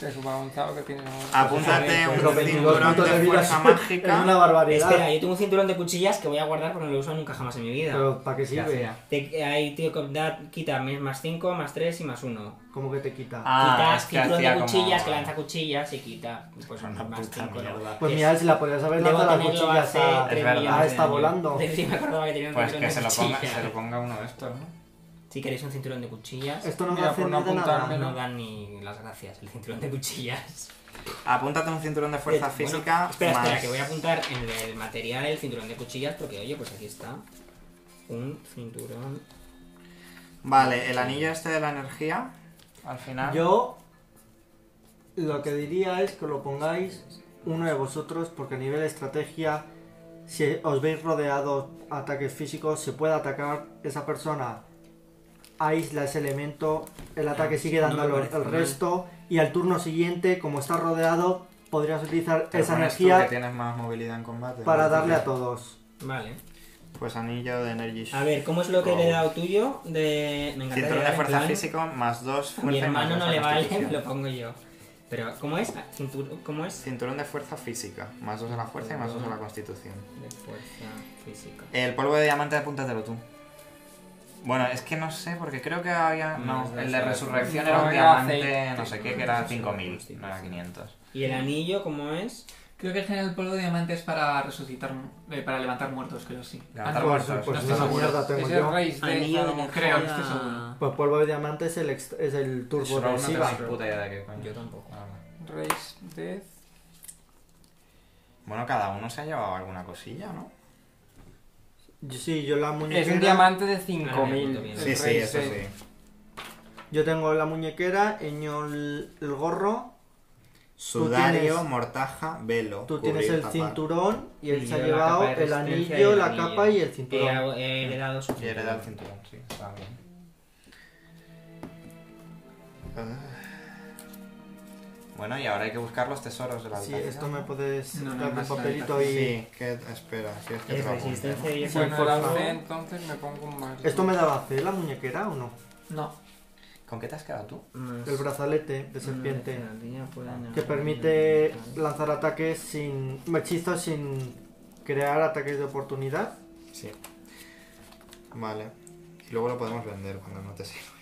Te suba un zado que tiene.
Ah,
Apúntate
Pero
un
22
cinturón
puntos de
de
vida
fuerza
es-
mágica.
Es una barbaridad.
Espera, yo tengo un cinturón de cuchillas que voy a guardar porque no lo he usado nunca jamás en mi vida.
Pero ¿para qué sirve?
Te- ahí, tío, que da- quita más 5, más 3 y más 1.
¿Cómo que te quita?
Ah,
Quitas
es que
cinturón
hacía
de
como-
cuchillas, que lanza cuchillas y quita pues,
Una
más
puta
5.
mierda.
Pues mira, si la podrías haber
Debo
lanzado las
tenerlo
cuchillas
hace
a...
tres
Es verdad.
millones
Ah,
de
está
años.
volando.
Sí, me acordaba que tenía un
Pues
cinturón
que
de Eh,
se lo, ponga,
cuchillas.
se lo ponga uno de estos, ¿no?
Si queréis un cinturón de cuchillas,
Este,
Esto no me
Mira,
hace
por no
nada de nada.
apuntármelo.
no dan ni las gracias el cinturón de cuchillas.
Apúntate un cinturón de fuerza
Eh, bueno,
física.
espera,
más...
espera, que voy a apuntar en el material el cinturón de cuchillas porque, oye, pues aquí está. Un cinturón.
Vale, el anillo este de la energía. Al final.
Yo lo que diría es que lo pongáis uno de vosotros porque a nivel estrategia, si os veis rodeados ataques físicos, se puede atacar esa persona, aísla ese elemento, el ataque sigue
Ah, no me
dándolo
parece
el
mal.
resto y al turno siguiente, como está rodeado, podrías utilizar
Te
esa
pones tú, que
energía
tienes más movilidad en combate.
para
¿no?
darle a todos.
Vale.
Pues anillo de energy.
A ver, ¿cómo es lo que
Roll.
le he dado tuyo? De... Me encantaría
Cinturón de
dar en
fuerza
plan-
físico más dos
A
fuerza
Mi
y más
hermano
dos
no
a
le vale, me
constitución.
lo pongo yo. Pero, ¿cómo es? Ah, cintur- ¿Cómo es?
Cinturón de fuerza física. Más dos a la fuerza y más dos a la constitución.
De fuerza física.
El polvo de diamante apúntatelo tú. Bueno, es que no sé, porque creo que había. No,
Más dos
el
a
de
la
resurrección
fuerza.
era un
No, era
diamante,
aceite.
no sé qué, que era 5000, no era 500.
¿Y el anillo cómo es?
Creo que en general el polvo de diamante es para resucitar, eh, para levantar muertos, creo sí.
Levantar
Ah, no,
muertos.
Pues, pues
no
esa
seguro.
mierda tengo
Es el
yo.
raíz de.
Anillo de energía.
creo, estoy seguro.
Pues polvo de diamante es el, ext- es el turbo
Solo
de
no tengo
Shiva.
ni puta idea de qué coño.
Yo tampoco.
Nada.
Raise Death.
Bueno, cada uno se ha llevado alguna cosilla, ¿no?
Yo- Sí, yo la muñequera.
Es un diamante de
Ah, me
5000.
El
Sí, sí, eso sí.
Yo tengo la muñequera, Eñol el gorro,
Sudario,
tienes-
mortaja, velo.
tú
cubrir,
tienes el
tapar.
cinturón y él
Y
se ha
yo la
llevado
capa de
el
resistencia
anillo,
y el
la
anillo.
capa y el
He,
cinturón.
hago- eh, he heredado su
Y hereda el cinturón, sí, está bien. Ah. Bueno, y ahora hay que buscar los tesoros de la
Si
habitación,
esto me
¿no?
puedes
No, no hay
dar un
más
papelito y...
Sí, que, espera, si es que te
Es
lo apunto.
resistencia y eso.
Bueno,
Bueno, la
por favor.
usé, entonces me pongo un más.
¿Esto me daba C la muñequera o no?
No.
¿Con qué te has quedado tú?
Pues
El brazalete de serpiente. Que permite
permite
lanzar ataques sin... hechizos sin crear ataques de oportunidad.
Sí. Vale. Y luego lo podemos vender cuando no te sirva.